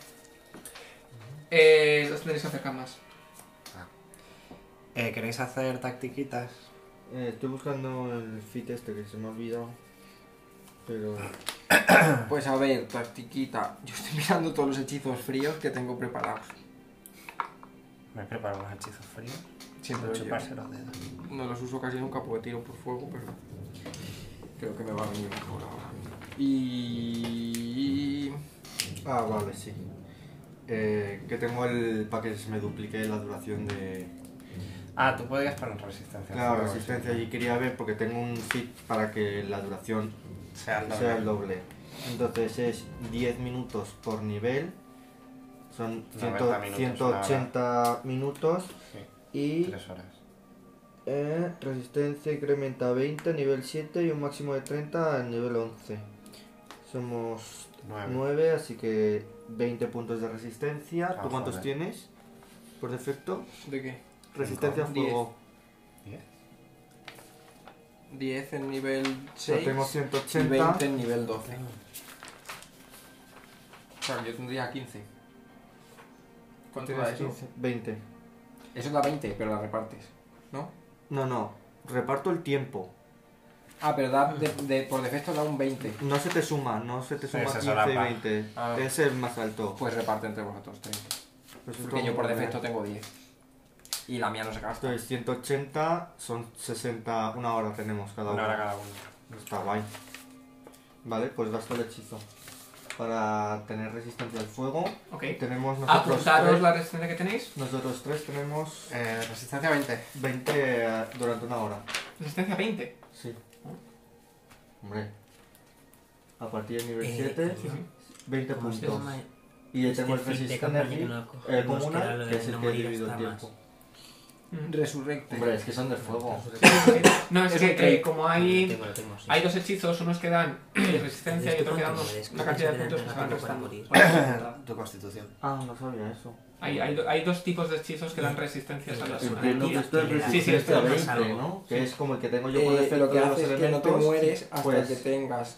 S1: eh, os tenéis que acercar más
S4: Eh, ¿Queréis hacer tactiquitas?
S3: Eh, estoy buscando el fit este que se me ha olvidado. Pero.
S4: Ah.
S2: Pues a ver, tactiquita. Yo estoy mirando todos los hechizos fríos que tengo preparados.
S4: Me preparo unos hechizos fríos.
S2: Siempre
S4: Para
S2: los llevo.
S4: chuparse los dedos.
S2: No los uso casi nunca porque tiro por fuego, pero creo que me va a venir mejor ahora. Y...
S3: Ah, vale, sí. Eh, que tengo el. para que se me duplique la duración de.
S4: Ah, tú podías poner resistencia.
S3: Claro, resistencia. Y quería ver, porque tengo un fit para que la duración
S4: Sea el
S3: sea el
S4: doble.
S3: doble. Entonces es 10 minutos por nivel. Son 100
S4: 90 minutos,
S3: 180 minutos.
S4: Sí,
S3: Y
S4: tres horas.
S3: eh, resistencia incrementa a 20 a nivel 7 y un máximo de 30 a nivel 11. Somos
S4: Nueve.
S3: 9, así que 20 puntos de resistencia.
S4: Ah,
S3: ¿Tú cuántos
S4: joder.
S3: tienes? Por defecto.
S2: ¿De qué?
S3: Resistencia a
S2: Diez.
S3: fuego.
S4: Diez.
S2: 10 en nivel
S3: Yo
S2: 6
S3: tengo
S2: y
S3: 180.
S2: 20 en nivel 12. O sea, yo tendría 15. ¿Cuánto
S3: Tienes
S2: da eso?
S3: 15, 20.
S2: Eso da 20, pero la repartes, ¿no?
S3: No, no. Reparto el tiempo.
S2: Ah, pero da de- de- por defecto da un 20.
S3: No se te suma, no se te
S4: Sí,
S3: suma
S4: se
S3: 15 y
S4: solapa.
S3: 20.
S2: Ah.
S3: Es el más alto.
S2: Pues reparte entre vosotros tres.
S3: Pues
S2: Porque
S3: esto-
S2: yo por defecto tengo 10. Y la mía no se gasta.
S3: Entonces, 180 son 60, una hora tenemos cada uno.
S4: Una hora cada uno.
S3: Está guay. Vale, pues gasto el hechizo. Para tener resistencia al fuego.
S1: Ok.
S3: Tenemos nosotros
S1: Apuntaros
S3: tres,
S1: la resistencia que tenéis.
S3: nosotros tres tenemos
S4: Eh, resistencia 20.
S3: 20 eh, durante una hora.
S1: Resistencia 20.
S3: Sí. Hombre. A partir del nivel
S6: Eh,
S3: 7,
S6: sí, sí.
S3: 20
S6: ¿Cómo se
S3: puntos.
S6: llama?
S3: Y
S6: este
S3: tenemos
S6: feed de
S3: Resist
S6: campaña
S3: Energy
S6: que no cogemos,
S3: eh,
S6: que era lo
S3: comunal,
S6: de
S3: que es
S6: no
S3: el que he
S6: morir
S3: dividido en
S6: hasta más.
S3: tiempo.
S2: Resurrecte.
S3: Hombre, es que son de fuego.
S1: Eh, No, es,
S2: Mm. Es
S1: que
S2: un trade.
S1: eh, como
S6: Lo
S1: hay,
S6: tengo, lo tengo, sí.
S1: hay dos hechizos, unos que dan resistencia y otros que dan unos-
S6: Es que
S1: una cantidad de
S6: te
S1: puntos que
S6: dan
S1: se van
S6: para
S1: restando.
S6: morir.
S4: Tu constitución.
S3: Ah, no sabía eso.
S1: Hay, hay, hay dos tipos de hechizos que dan resistencias a las
S6: Sí,
S1: a las
S3: Entiendo que
S1: tiras.
S3: esto es
S1: Sí, sí, esto
S3: resistencia
S1: es más
S3: 20,
S6: algo.
S3: ¿no? Que es como el que tengo yo por
S2: Eh,
S3: defecto
S2: lo que
S3: de los
S2: hace es que no te
S3: elementos,
S2: mueres hasta
S3: pues-
S2: que tengas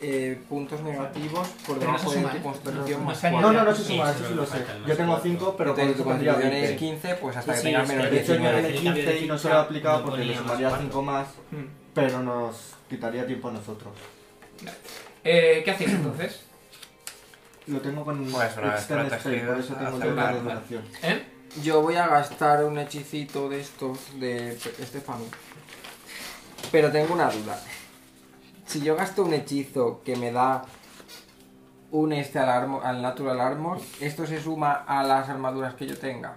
S2: eh, puntos negativos por
S1: Pero no
S2: debajo
S1: se
S2: de
S1: suma,
S2: tu
S1: ¿eh?
S2: construcción
S1: No
S2: más
S1: se añade.
S3: No, no, no se
S6: Sí,
S3: suma,
S6: sí,
S3: eso sí
S6: me
S3: lo sé.
S6: falta el más
S3: Yo tengo
S6: cuatro.
S3: 5, pero
S2: Entonces,
S3: por eso
S2: tu
S3: tendría
S2: constitución es
S3: 20.
S2: 15, pues hasta
S6: Sí,
S2: que
S6: sí,
S2: tengas
S6: es que
S2: menos
S3: De hecho, yo
S6: el
S3: era
S2: 19.
S6: de
S3: el
S6: cambio de
S3: 15 y no se
S6: ficha,
S3: lo he aplicado
S6: no
S3: porque le
S6: ponía más
S3: sumaría
S6: cuatro.
S3: 5 más,
S1: Mm.
S3: pero nos quitaría tiempo a nosotros.
S1: Eh, ¿Qué hacéis entonces?
S3: Lo tengo con
S4: Pues una vez
S3: Extend Stay,
S4: protegido,
S3: por eso tengo
S4: aceptar,
S3: yo la
S1: vale.
S3: duración.
S1: ¿Eh?
S2: Yo voy a gastar un hechicito de estos de Estefano. Pero tengo una duda. Si yo gasto un hechizo que me da un este al, armo- al Natural Armor, ¿esto se suma a las armaduras que yo tenga?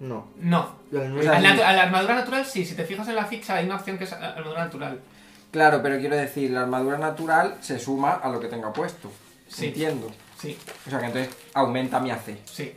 S3: No.
S1: No.
S3: O
S1: A
S3: sea,
S1: la, a la armadura natural sí, si te fijas en la ficha hay una opción que es a- armadura natural.
S2: Claro, pero quiero decir, la armadura natural se suma a lo que tenga puesto.
S1: Sí.
S2: Entiendo.
S1: Sí,
S2: O sea que entonces aumenta mi AC.
S1: sí.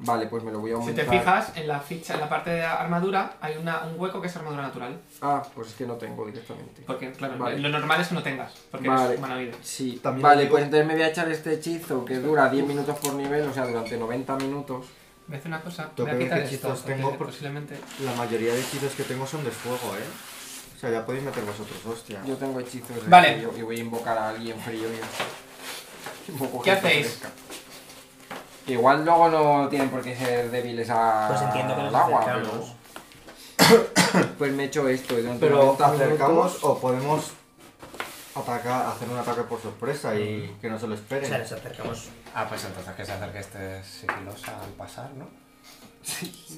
S2: Vale, pues me lo voy a
S1: Si
S2: aumentar.
S1: te fijas en la ficha, en la parte de armadura hay una, un hueco que es armadura natural.
S2: Ah, pues es que no tengo directamente.
S1: Porque, claro,
S2: Vale.
S1: lo normal es que no tengas, porque
S2: Vale.
S1: eres humanoide.
S2: Sí,
S3: También
S2: vale,
S3: digo-
S2: pues entonces me voy a echar este hechizo que dura 10 minutos por nivel, o sea, durante 90 minutos.
S1: Voy a hacer una cosa,
S3: Tengo
S1: voy a
S3: que ver
S1: quitar
S3: qué
S1: esto,
S3: hechizos
S1: porque
S3: tengo, porque-
S1: posiblemente...
S3: La mayoría de hechizos que tengo son de fuego, ¿eh? O sea, ya podéis meter vosotros, hostia.
S2: Yo tengo hechizos de
S1: Vale.
S2: frío y voy a invocar a alguien frío. y- Invoco
S1: ¿Qué
S2: gente
S1: hacéis?
S2: fresca. Que igual luego no tienen por qué ser débiles a...
S6: Pues entiendo que
S2: al
S6: nos
S2: Ah, agua,
S6: acercamos.
S2: pero- Pues me echo esto. y durante
S3: Pero
S2: 90
S3: acercamos
S2: minutos-
S3: o podemos atacar, hacer un ataque por sorpresa y que no se lo
S6: O sea,
S3: esperen.
S6: nos acercamos.
S4: Ah, pues entonces que se acerque este sigilosa al pasar, ¿no?
S6: Sí,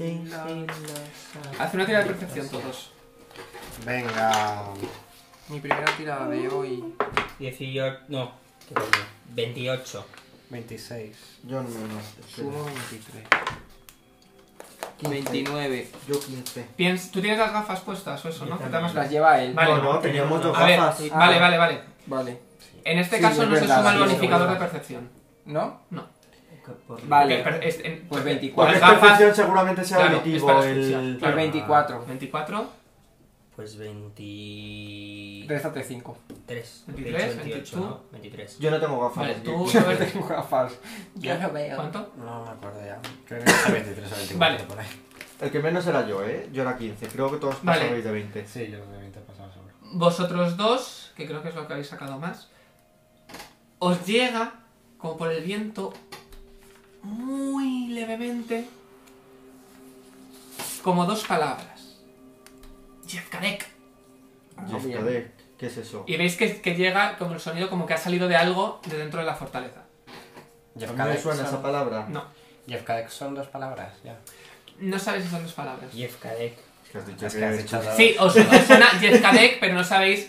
S1: Haz una tira de percepción todos.
S4: Venga.
S2: Mi primera tirada de hoy...
S6: 18. No, qué coño, 28.
S4: 26.
S3: Yo no, no.
S2: Sumo 23. 29.
S3: Yo 15.
S1: Piens- ¿Tú tienes las gafas puestas o eso, no?
S6: Yo
S1: Que te da más-
S2: Las lleva él.
S1: Vale.
S3: No, no, teníamos dos
S1: A ver,
S3: gafas.
S6: sí.
S1: vale, vale, vale.
S2: Vale.
S1: En este
S2: Ah. Sí,
S1: caso
S2: es
S1: no
S2: verdad,
S1: se suma
S2: sí,
S1: el
S2: es
S1: bonificador de
S2: verdad.
S1: percepción.
S2: ¿no?
S1: No.
S2: Vale.
S1: Porque per- es- en-
S2: Pues
S1: porque
S2: 24.
S3: Porque
S1: Las
S3: esta
S1: gafas...
S3: función seguramente sea
S1: Claro,
S3: auditivo
S1: es para escuchar,
S3: el...
S2: Pues 24.
S1: eh, 24,
S6: Pues 23.
S2: Rézate 5.
S1: 23,
S6: 28, ¿no? 23.
S3: Yo no tengo gafas.
S1: Vale,
S3: porque-
S1: tú...
S2: tengo gafas.
S1: Yo
S2: lo veo.
S1: ¿Cuánto?
S4: No me acuerdo ya. Creo que es 23 o 24
S1: Vale.
S4: por ahí.
S3: El que menos era yo, ¿eh? Yo era 15. Creo que todos
S1: Vale.
S3: pasabais de 20.
S4: Sí, yo de 20 he pasado seguro.
S1: Vosotros dos, que creo que es lo que habéis sacado más, os llega, como por el viento, muy levemente, como dos palabras. Yezkarek.
S3: Joder, ¿Qué es eso?
S1: Y veis que, que llega como el sonido como que ha salido de algo de dentro de la fortaleza.
S4: Jeff
S3: ¿A mí me
S4: Kadek
S3: suena
S4: son-
S3: esa palabra?
S1: No,
S4: Jeff Kadek son dos palabras, ya.
S1: no sabéis si son las palabras.
S6: Jeff Kadek.
S3: Es que has dicho
S4: Es que has
S3: que-
S4: dicho dos.
S1: Sí, os, os suena Yezkarek, pero no sabéis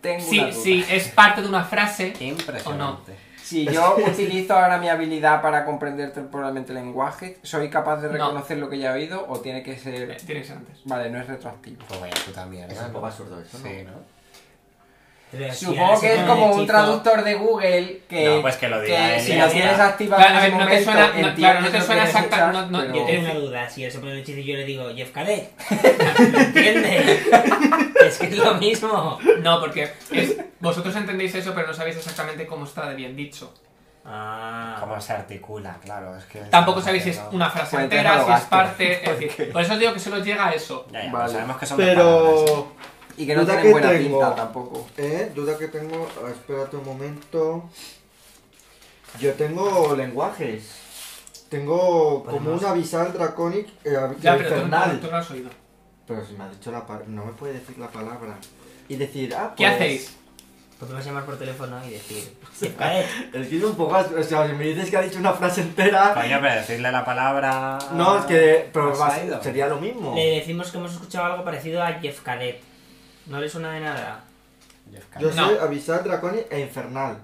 S2: Tengo una
S1: si,
S2: duda.
S1: si es parte de una frase
S4: Impresionante.
S2: Si yo utilizo ahora mi habilidad para comprender temporalmente el lenguaje, ¿soy capaz de
S1: No.
S2: reconocer lo que ya he oído o tiene que ser...
S1: Eh, Tiene que ser antes.
S2: Vale, no es retroactivo.
S4: Pues vaya puta mierda.
S3: Es un
S4: ¿no?
S3: poco absurdo eso, ¿no?
S4: Sí, ¿no?
S6: Pero si ahora
S2: Supongo que
S6: se
S2: es
S6: pone
S2: como
S6: el
S2: un
S6: hechizo-
S2: traductor de Google que...
S4: No, pues que lo diga él y
S2: si
S4: ya
S2: lo
S4: está.
S2: tienes activado
S1: Claro, a
S2: en
S1: ver, no
S2: ese
S1: te
S2: momento,
S1: suena- no,
S2: entiendes
S1: claro, no te
S2: lo que
S1: suena
S2: quieres
S1: exacta-
S2: escuchar,
S1: no, no,
S6: Yo
S2: pero-
S6: tengo una duda, si él se pone el hechizo y yo le digo, Jeff Kadek. ¿Entiendes? es que es lo mismo.
S1: No, porque es- vosotros entendéis eso, pero no sabéis exactamente cómo está de bien dicho.
S6: Ah.
S4: ¿Cómo se articula? Claro, es que...
S1: Tampoco
S4: estamos
S1: sabéis si es
S4: haciendo-
S1: una frase
S2: Pues entonces
S1: entera,
S2: no lo
S1: si es
S2: gasto.
S1: parte. Es decir, por eso os digo que solo llega a eso.
S4: Ya, ya,
S2: Vale.
S4: sabemos que son dos palabras.
S3: Pero.
S2: Y que no
S3: Duda
S2: tienen
S3: que
S2: buena
S3: tengo.
S2: pinta tampoco.
S3: Eh, duda que tengo. ah, Espérate un momento. Yo tengo lenguajes. Tengo
S4: Pues
S3: como
S6: Podemos-
S3: un avisal draconic eh, avisal
S1: Ya, pero tú,
S3: infernal.
S1: no- tú no has oído.
S3: Pero si me ha dicho la palabra. No me puede decir la palabra. Y decir, ah,
S1: ¿Qué
S3: pues,
S1: hacéis?
S6: Podemos llamar por teléfono y decir. "Se cae".
S3: Es que es un poco. as- O sea, si me dices que ha dicho una frase entera.
S4: Coño, pero decirle la palabra...
S3: No, es que. Pero
S4: ¿Has
S3: va-
S4: oído?
S3: sería lo mismo.
S6: Le decimos que hemos escuchado algo parecido a Jeff Cadet. ¿No le suena de nada?
S4: Jeff
S3: Yo
S4: Cameron.
S1: No.
S3: soy avisal draconic e infernal.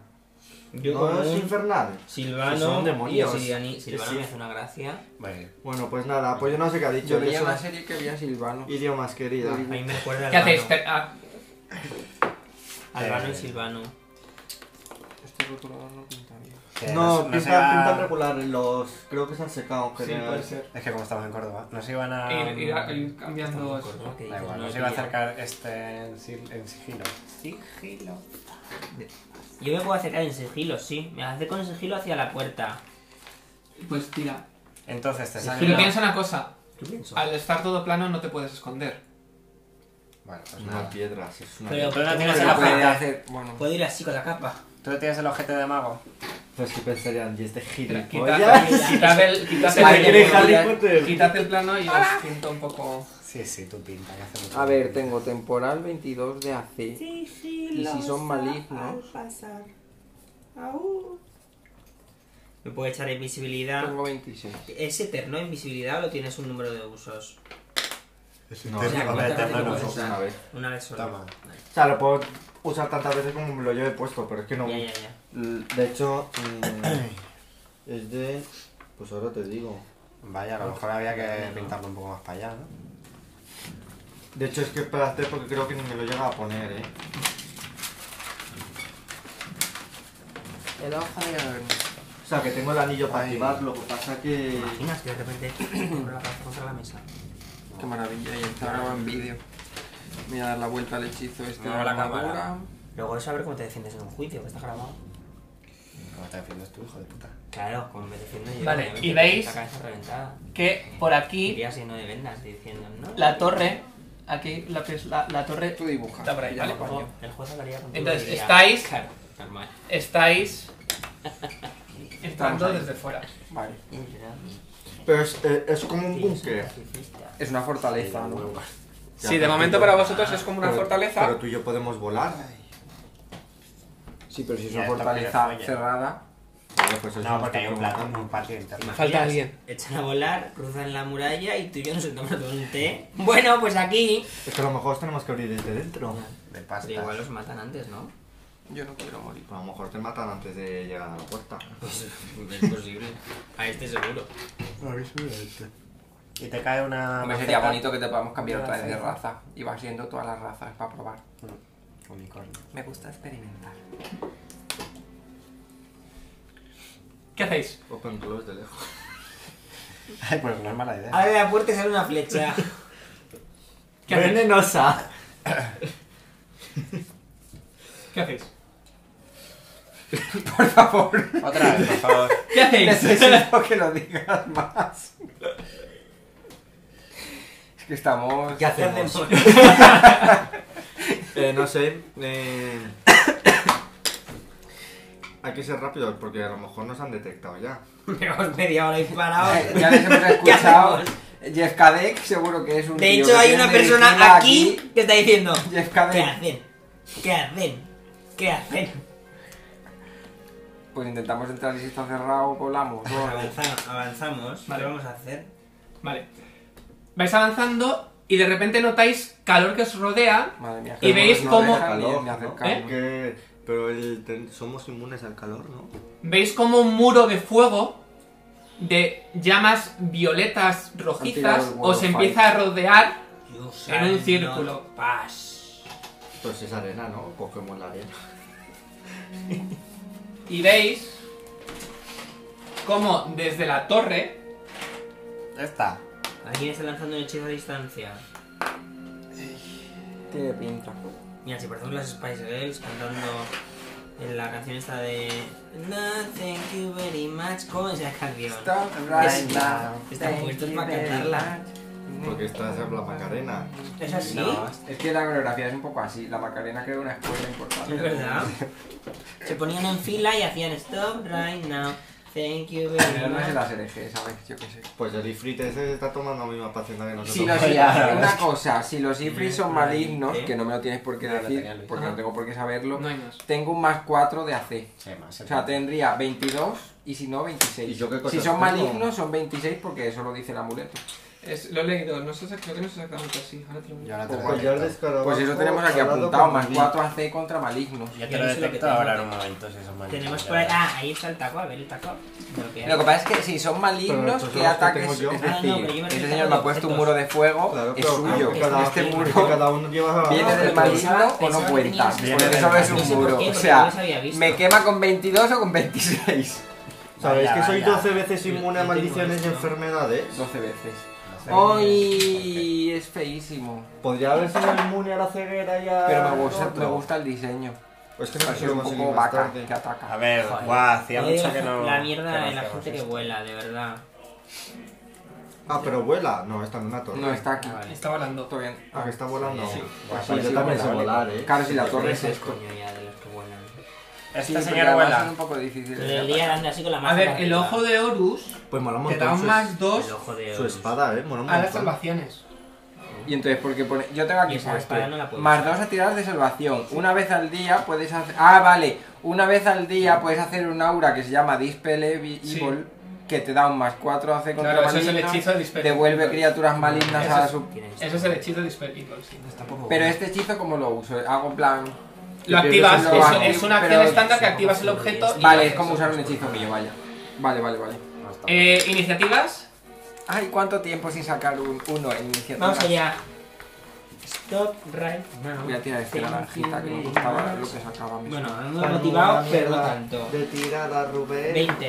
S6: Yo
S3: no
S6: como
S3: es
S6: un
S3: infernal.
S6: Silvano
S3: Si son demonios.
S6: y Obsidiani- Silvano
S3: Sí.
S6: me hace una gracia.
S4: Bueno,
S3: Bueno, pues nada, pues yo no sé qué ha dicho.
S2: Yo
S3: Yo
S2: veía
S3: soy
S2: una serie que veía Silvano.
S3: idiomas, querida.
S6: A mí me recuerda
S1: ¿Qué
S6: al
S1: hacéis?
S6: Albano.
S1: Te- ah,
S6: Albano
S4: Eh,
S6: y Silvano.
S2: Este rotulador no pinta bien.
S4: que
S3: No,
S4: se-
S3: pintan,
S4: se iba-
S3: pintan regular. Los creo que se han secado en
S1: sí,
S3: general.
S1: puede ser.
S4: Es que como estamos en Córdoba, nos iban a...
S1: Ir, ir a- ir cambiando
S6: Tampoco,
S1: eso.
S6: ¿no? Que
S4: Da
S6: dices,
S4: igual,
S6: no,
S4: nos iba a
S6: tío.
S4: acercar este en, sil- en sigilo. Sigilo.
S6: Yo me puedo acercar en sigilo, sí. Me acerco en sigilo hacia la puerta.
S1: Pues tira.
S4: Entonces te sale...
S1: Pero
S4: una-
S1: piensa una cosa:
S6: ¿Qué pienso?
S1: al estar todo plano no te puedes esconder.
S4: Bueno, pues
S3: Una
S4: nada.
S3: piedra, sí, es una
S6: Pero
S4: Tú no tienes
S6: Se
S4: el
S2: Pero puede
S4: ojete.
S2: hacer. Bueno.
S6: Puedo ir así con la capa.
S4: Tú tienes el ojete de mago.
S3: Pues que pensarían, y este
S1: Quita-
S3: gilipollas.
S1: Quitad quitad el, quitad
S3: Se le cree
S1: el,
S3: Harry Potter.
S1: quitad el plano y os siento un poco.
S4: Sí, sí, tú pinta, que hace mucho
S2: A ver,
S4: tiempo.
S2: tengo temporal 22 de AC. Y si son malignos,
S6: Me puedo echar invisibilidad.
S2: tengo 26.
S6: ¿Es eterno invisibilidad o lo tienes un número de usos?
S3: este No,
S4: Te
S3: o sea,
S4: digo,
S6: cuenta
S4: vete,
S6: que
S4: no,
S6: tengo
S4: no,
S6: eso.
S4: no.
S3: usas una vez.
S6: Una vez solo.
S4: Toma.
S3: O sea, lo puedo usar tantas veces como lo yo he puesto, pero es que no.
S6: Ya, ya, ya.
S3: L- De hecho, mm, es de. Pues ahora te digo.
S4: Vaya, a lo mejor había que pintarlo un poco más para allá, ¿no?
S3: De hecho, es que esperaste porque creo que ni me lo llega a poner, eh.
S2: El ojo de Averno.
S3: O sea, que tengo el anillo para
S4: Ay.
S3: activar, lo que pasa que.
S6: ¿Te imaginas que de repente corro la cabeza contra la mesa?
S2: Qué maravilla, y está grabado en vídeo. Voy a dar la vuelta al hechizo este
S4: No,
S2: de
S4: la
S2: armadura.
S4: cámara.
S6: Luego eso a ver cómo te defiendes en un juicio, que está grabado.
S4: ¿Cómo te defiendes tú, hijo de puta?
S6: Claro, como me defiendo yo.
S1: Vale,
S6: obviamente,
S1: ¿y veis?
S6: La cabeza reventada.
S1: Que por aquí,
S6: Iría lleno de vendas diciendo, ¿no?
S1: la torre. Aquí, la, que es la, la torre.
S2: Tú dibujas.
S1: Está por ahí,
S2: que ya
S1: vale,
S2: lo
S1: por
S2: baño.
S1: favor.
S6: El juez hablaría contigo.
S1: Entonces,
S6: y diría,
S1: estáis-
S6: Claro, normal.
S1: Estáis.
S2: Estamos
S1: entrando
S2: ahí.
S1: desde fuera.
S2: Vale.
S3: Pero es, eh, es como un
S6: Sí,
S3: búnker.
S6: es un pacifista.
S2: Es una fortaleza, ¿no?
S3: Ya,
S1: Sí, de
S3: pero
S1: momento
S3: yo-
S1: para vosotros es como una
S3: pero-
S1: fortaleza.
S3: Pero tú y yo podemos volar.
S2: Sí, pero si es
S4: Ya,
S2: una
S4: esto
S2: fortaleza
S4: que folle.
S2: cerrada.
S3: Vale, pues eso
S4: No, porque hay
S3: tengo
S4: un platón, un patio interno.
S6: Imaginas,
S1: Falta alguien.
S6: Echan a volar, cruzan la muralla y tú y yo nos sentamos a tomar un té. Bueno, pues aquí.
S3: Es que a lo mejor os tenemos que abrir desde dentro.
S4: De
S6: Pero
S4: pasta.
S6: igual los matan antes, ¿no?
S2: Yo no quiero morir.
S3: A lo mejor te matan antes de llegar a la puerta.
S6: Pues es posible. A este seguro.
S4: Y te cae una...
S2: Hombre, sería
S4: maceta-
S2: bonito que te podamos cambiar otra vez de
S4: Gracias.
S2: raza. Y vas yendo todas las razas para probar.
S4: Unicornio.
S2: Me gusta experimentar.
S1: ¿Qué hacéis?
S3: Open close de lejos.
S4: Ay, pues no es mala idea.
S6: Abre la puerta y sale una flecha.
S1: ¿Qué hacéis?
S3: Venenosa.
S1: ¿Qué hacéis?
S2: Por favor,
S4: Otra vez, por favor.
S1: ¿Qué hacéis?
S2: necesito que lo digas más. Es que estamos.
S3: ¿Qué hacemos? Eh, no sé. eh, Hay que ser rápido porque a lo mejor nos han detectado ya.
S6: Llevamos media hora ahí parados.
S2: Ya les hemos escuchado.
S6: hacemos?
S2: Jeff Kadek seguro que es un.
S6: De
S2: tío
S6: hecho,
S2: que
S6: hay
S2: tiene
S6: una persona
S2: medicina
S6: aquí que está diciendo:
S2: Jeff
S6: ¿Qué
S2: Kadek.
S6: hacen? ¿Qué hacen? ¿Qué hacen?
S2: Pues intentamos entrar y si está cerrado, volamos. ¿no?
S6: Avanzamos, avanzamos.
S1: Vale.
S6: ¿Qué vamos a hacer?
S1: Vale. Vais avanzando y de repente notáis calor que os rodea.
S2: Madre mía.
S1: Y veis
S2: no
S1: cómo-
S2: deja ni-
S3: Calor,
S2: ni
S3: ¿no?
S2: acercarme.
S1: ¿Eh?
S3: Que- Pero el ten- somos inmunes al calor, ¿no?
S1: Veis como un muro de fuego de llamas violetas
S2: tirado el
S1: rojizas
S2: World
S1: os
S2: of
S1: empieza a rodear.
S6: Dios,
S1: En un círculo.
S6: no, Paz.
S3: Pues es arena, ¿no? Cogemos la arena.
S1: Y veis como desde la torre
S4: Esta.
S6: Alguien está lanzando un hechizo a distancia.
S2: Tiene pinta.
S6: Mira, si por ejemplo las Spice Girls cantando en la canción esta de No, thank you very much. ¿Cómo es esa canción?
S2: Stop
S6: Es-
S2: right now.
S6: están puestos para cantarla.
S7: Porque esta es la Macarena.
S6: ¿Es así?
S4: No,
S2: Es que la coreografía es un poco así. La Macarena creó una escuela
S6: Es
S2: importante.
S6: verdad. Se ponían en fila y hacían Stop right now. Thank you very
S2: Pero no es de
S6: much.
S2: las herejes, ¿sabes? Yo qué sé.
S7: Pues el Ifrit ese se está tomando la misma paciencia que nosotros.
S2: Si los,
S4: ya,
S2: una cosa, si los Ifris son malignos,
S6: ¿Eh?
S2: que no me lo tienes por qué
S4: No, lo
S2: decir,
S4: tenía Luis.
S2: porque no tengo por qué saberlo,
S1: No hay más.
S2: tengo un más 4 de AC.
S4: Sí, más.
S2: O sea, tendría 22 y si no, 26.
S7: ¿Y yo qué
S2: si
S7: cosas
S2: son
S7: tengo?
S2: malignos, son 26 porque eso lo dice el amuleto.
S1: Es- lo he leído, no sé, si- creo que no es exactamente así. Ahora te lo
S7: Y
S1: miro.
S7: ahora te
S3: O
S7: la
S3: collar de
S7: conecto.
S3: escarabajo
S2: Pues eso tenemos aquí
S3: calado
S2: apuntado,
S3: oh, con
S2: más
S3: mi-
S2: 4 AC contra malignos.
S4: Yo
S6: Yo
S4: te lo
S6: no sé lo que
S4: detecto
S6: tengo.
S4: ahora en un momento si son malignos.
S6: Tenemos por ahí. Ah, ahí está el taco. A ver el taco. Lo que
S2: Lo que pasa es que si son
S3: Pero
S2: malignos,
S3: estos son
S2: ¿qué
S3: los que
S2: ataques?
S3: tengo yo.
S2: Es
S6: Ah, no,
S2: decir,
S6: pero yo me
S2: este
S6: refiero
S2: señor
S6: a
S2: me ha
S6: los
S2: puesto un
S6: objetos.
S2: muro de fuego,
S7: Claro,
S2: es
S7: pero
S2: suyo.
S7: que
S6: cada-
S2: este
S6: que
S2: muro
S3: Cada uno lleva...
S2: viene del maligno o no
S6: Pensaba que
S2: cuenta.
S6: tenías-
S2: Porque
S4: Viene
S2: eso
S4: del
S2: es
S4: maligno.
S2: un
S6: No sé por
S2: muro.
S6: qué,
S2: O
S6: porque no
S2: sea,
S6: los había visto.
S2: me quema con 22 o con 26.
S3: ¿Sabéis
S4: Vaya,
S3: que soy
S4: vaya.
S3: 12 veces inmune a
S6: Yo tengo
S3: maldiciones y
S6: esto.
S3: enfermedades?
S2: 12 veces.
S4: No sé.
S2: Hoy es feísimo.
S3: Podría haber sido inmune a la ceguera y a...
S2: Pero
S4: Ah,
S2: me gusta,
S3: otro.
S2: me gusta el diseño.
S3: Pues que
S2: Me
S3: no
S2: parece un
S3: conseguimos
S2: poco
S3: ir más
S2: vaca
S3: tarde.
S2: que ataca.
S4: A ver,
S6: Joder.
S4: guau, hacía
S6: Odio
S4: mucho
S6: la-
S4: que no.
S6: La
S4: que no
S6: mierda de la
S4: hacíamos
S6: gente que
S4: esto.
S6: vuela, de verdad.
S3: Ah, pero vuela. No, está en una torre.
S2: No está aquí.
S6: Ah, vale.
S1: Está volando.
S2: Todo bien.
S3: Ah, que está volando.
S2: Sí.
S3: Pues
S2: Sí,
S3: yo
S2: sí,
S3: también sé
S2: vuela.
S3: volar, eh.
S2: Claro, si la
S6: Pero
S2: torre es
S6: ese es
S2: esto.
S6: coño ya de los que vuelan.
S2: Sí,
S4: Esta
S2: pero
S4: señora
S2: además Son
S4: vuela.
S2: un poco
S6: Pero el
S2: difíciles.
S6: día grande así con la mano.
S1: A ver, el ojo de Horus
S3: Pues mola un
S1: te
S3: montón
S1: da un
S3: su-
S1: más
S6: El
S1: 2
S6: ojo de
S3: Su espada, eh. Mola un
S1: a las
S3: montón.
S1: salvaciones.
S2: Y entonces, porque pone... Yo tengo
S6: Y
S2: aquí
S6: esa
S2: puesto.
S6: espada no la puedes
S2: Más
S6: usar.
S2: dos a tirar de salvación. Una vez al día puedes hacer... Ah, vale. Una vez al día puedes hacer un aura que se llama Dispel Evi-
S1: Sí.
S2: Evil. Que te da un más 4 AC contra
S1: Claro, eso es el
S2: malignos,
S1: hechizo de Dispel
S2: Devuelve
S1: Evil.
S2: criaturas malignas
S1: Eso
S2: a
S1: es-
S2: su...
S1: Ese es el hechizo de Dispel Evil, sí.
S6: Pues
S2: Pero este hechizo, ¿cómo lo uso? Hago en plan...
S1: Lo activas,
S2: Lo
S1: es,
S2: activo,
S1: es una acción
S2: pero-
S1: estándar que
S6: sí,
S1: activas
S6: sí,
S1: el
S6: sí,
S1: objeto. y
S2: Vale,
S1: haces
S2: es como
S1: eso.
S2: usar un hechizo mío, vaya. Vale, vale, vale.
S1: Eh, Iniciativas.
S2: Ay, ¿cuánto tiempo sin sacar un uno en iniciativa?
S6: Vamos allá. Stop right now.
S2: Voy a tirar este esta
S6: Thank
S2: naranjita
S6: you
S2: que me
S6: very
S2: gustaba
S6: much.
S2: lo que sacaba. mi-
S6: Bueno, ando
S3: Tan
S6: motivado,
S3: una
S6: pero no
S3: mierda
S6: tanto.
S3: De tirada, Rubén.
S6: 20.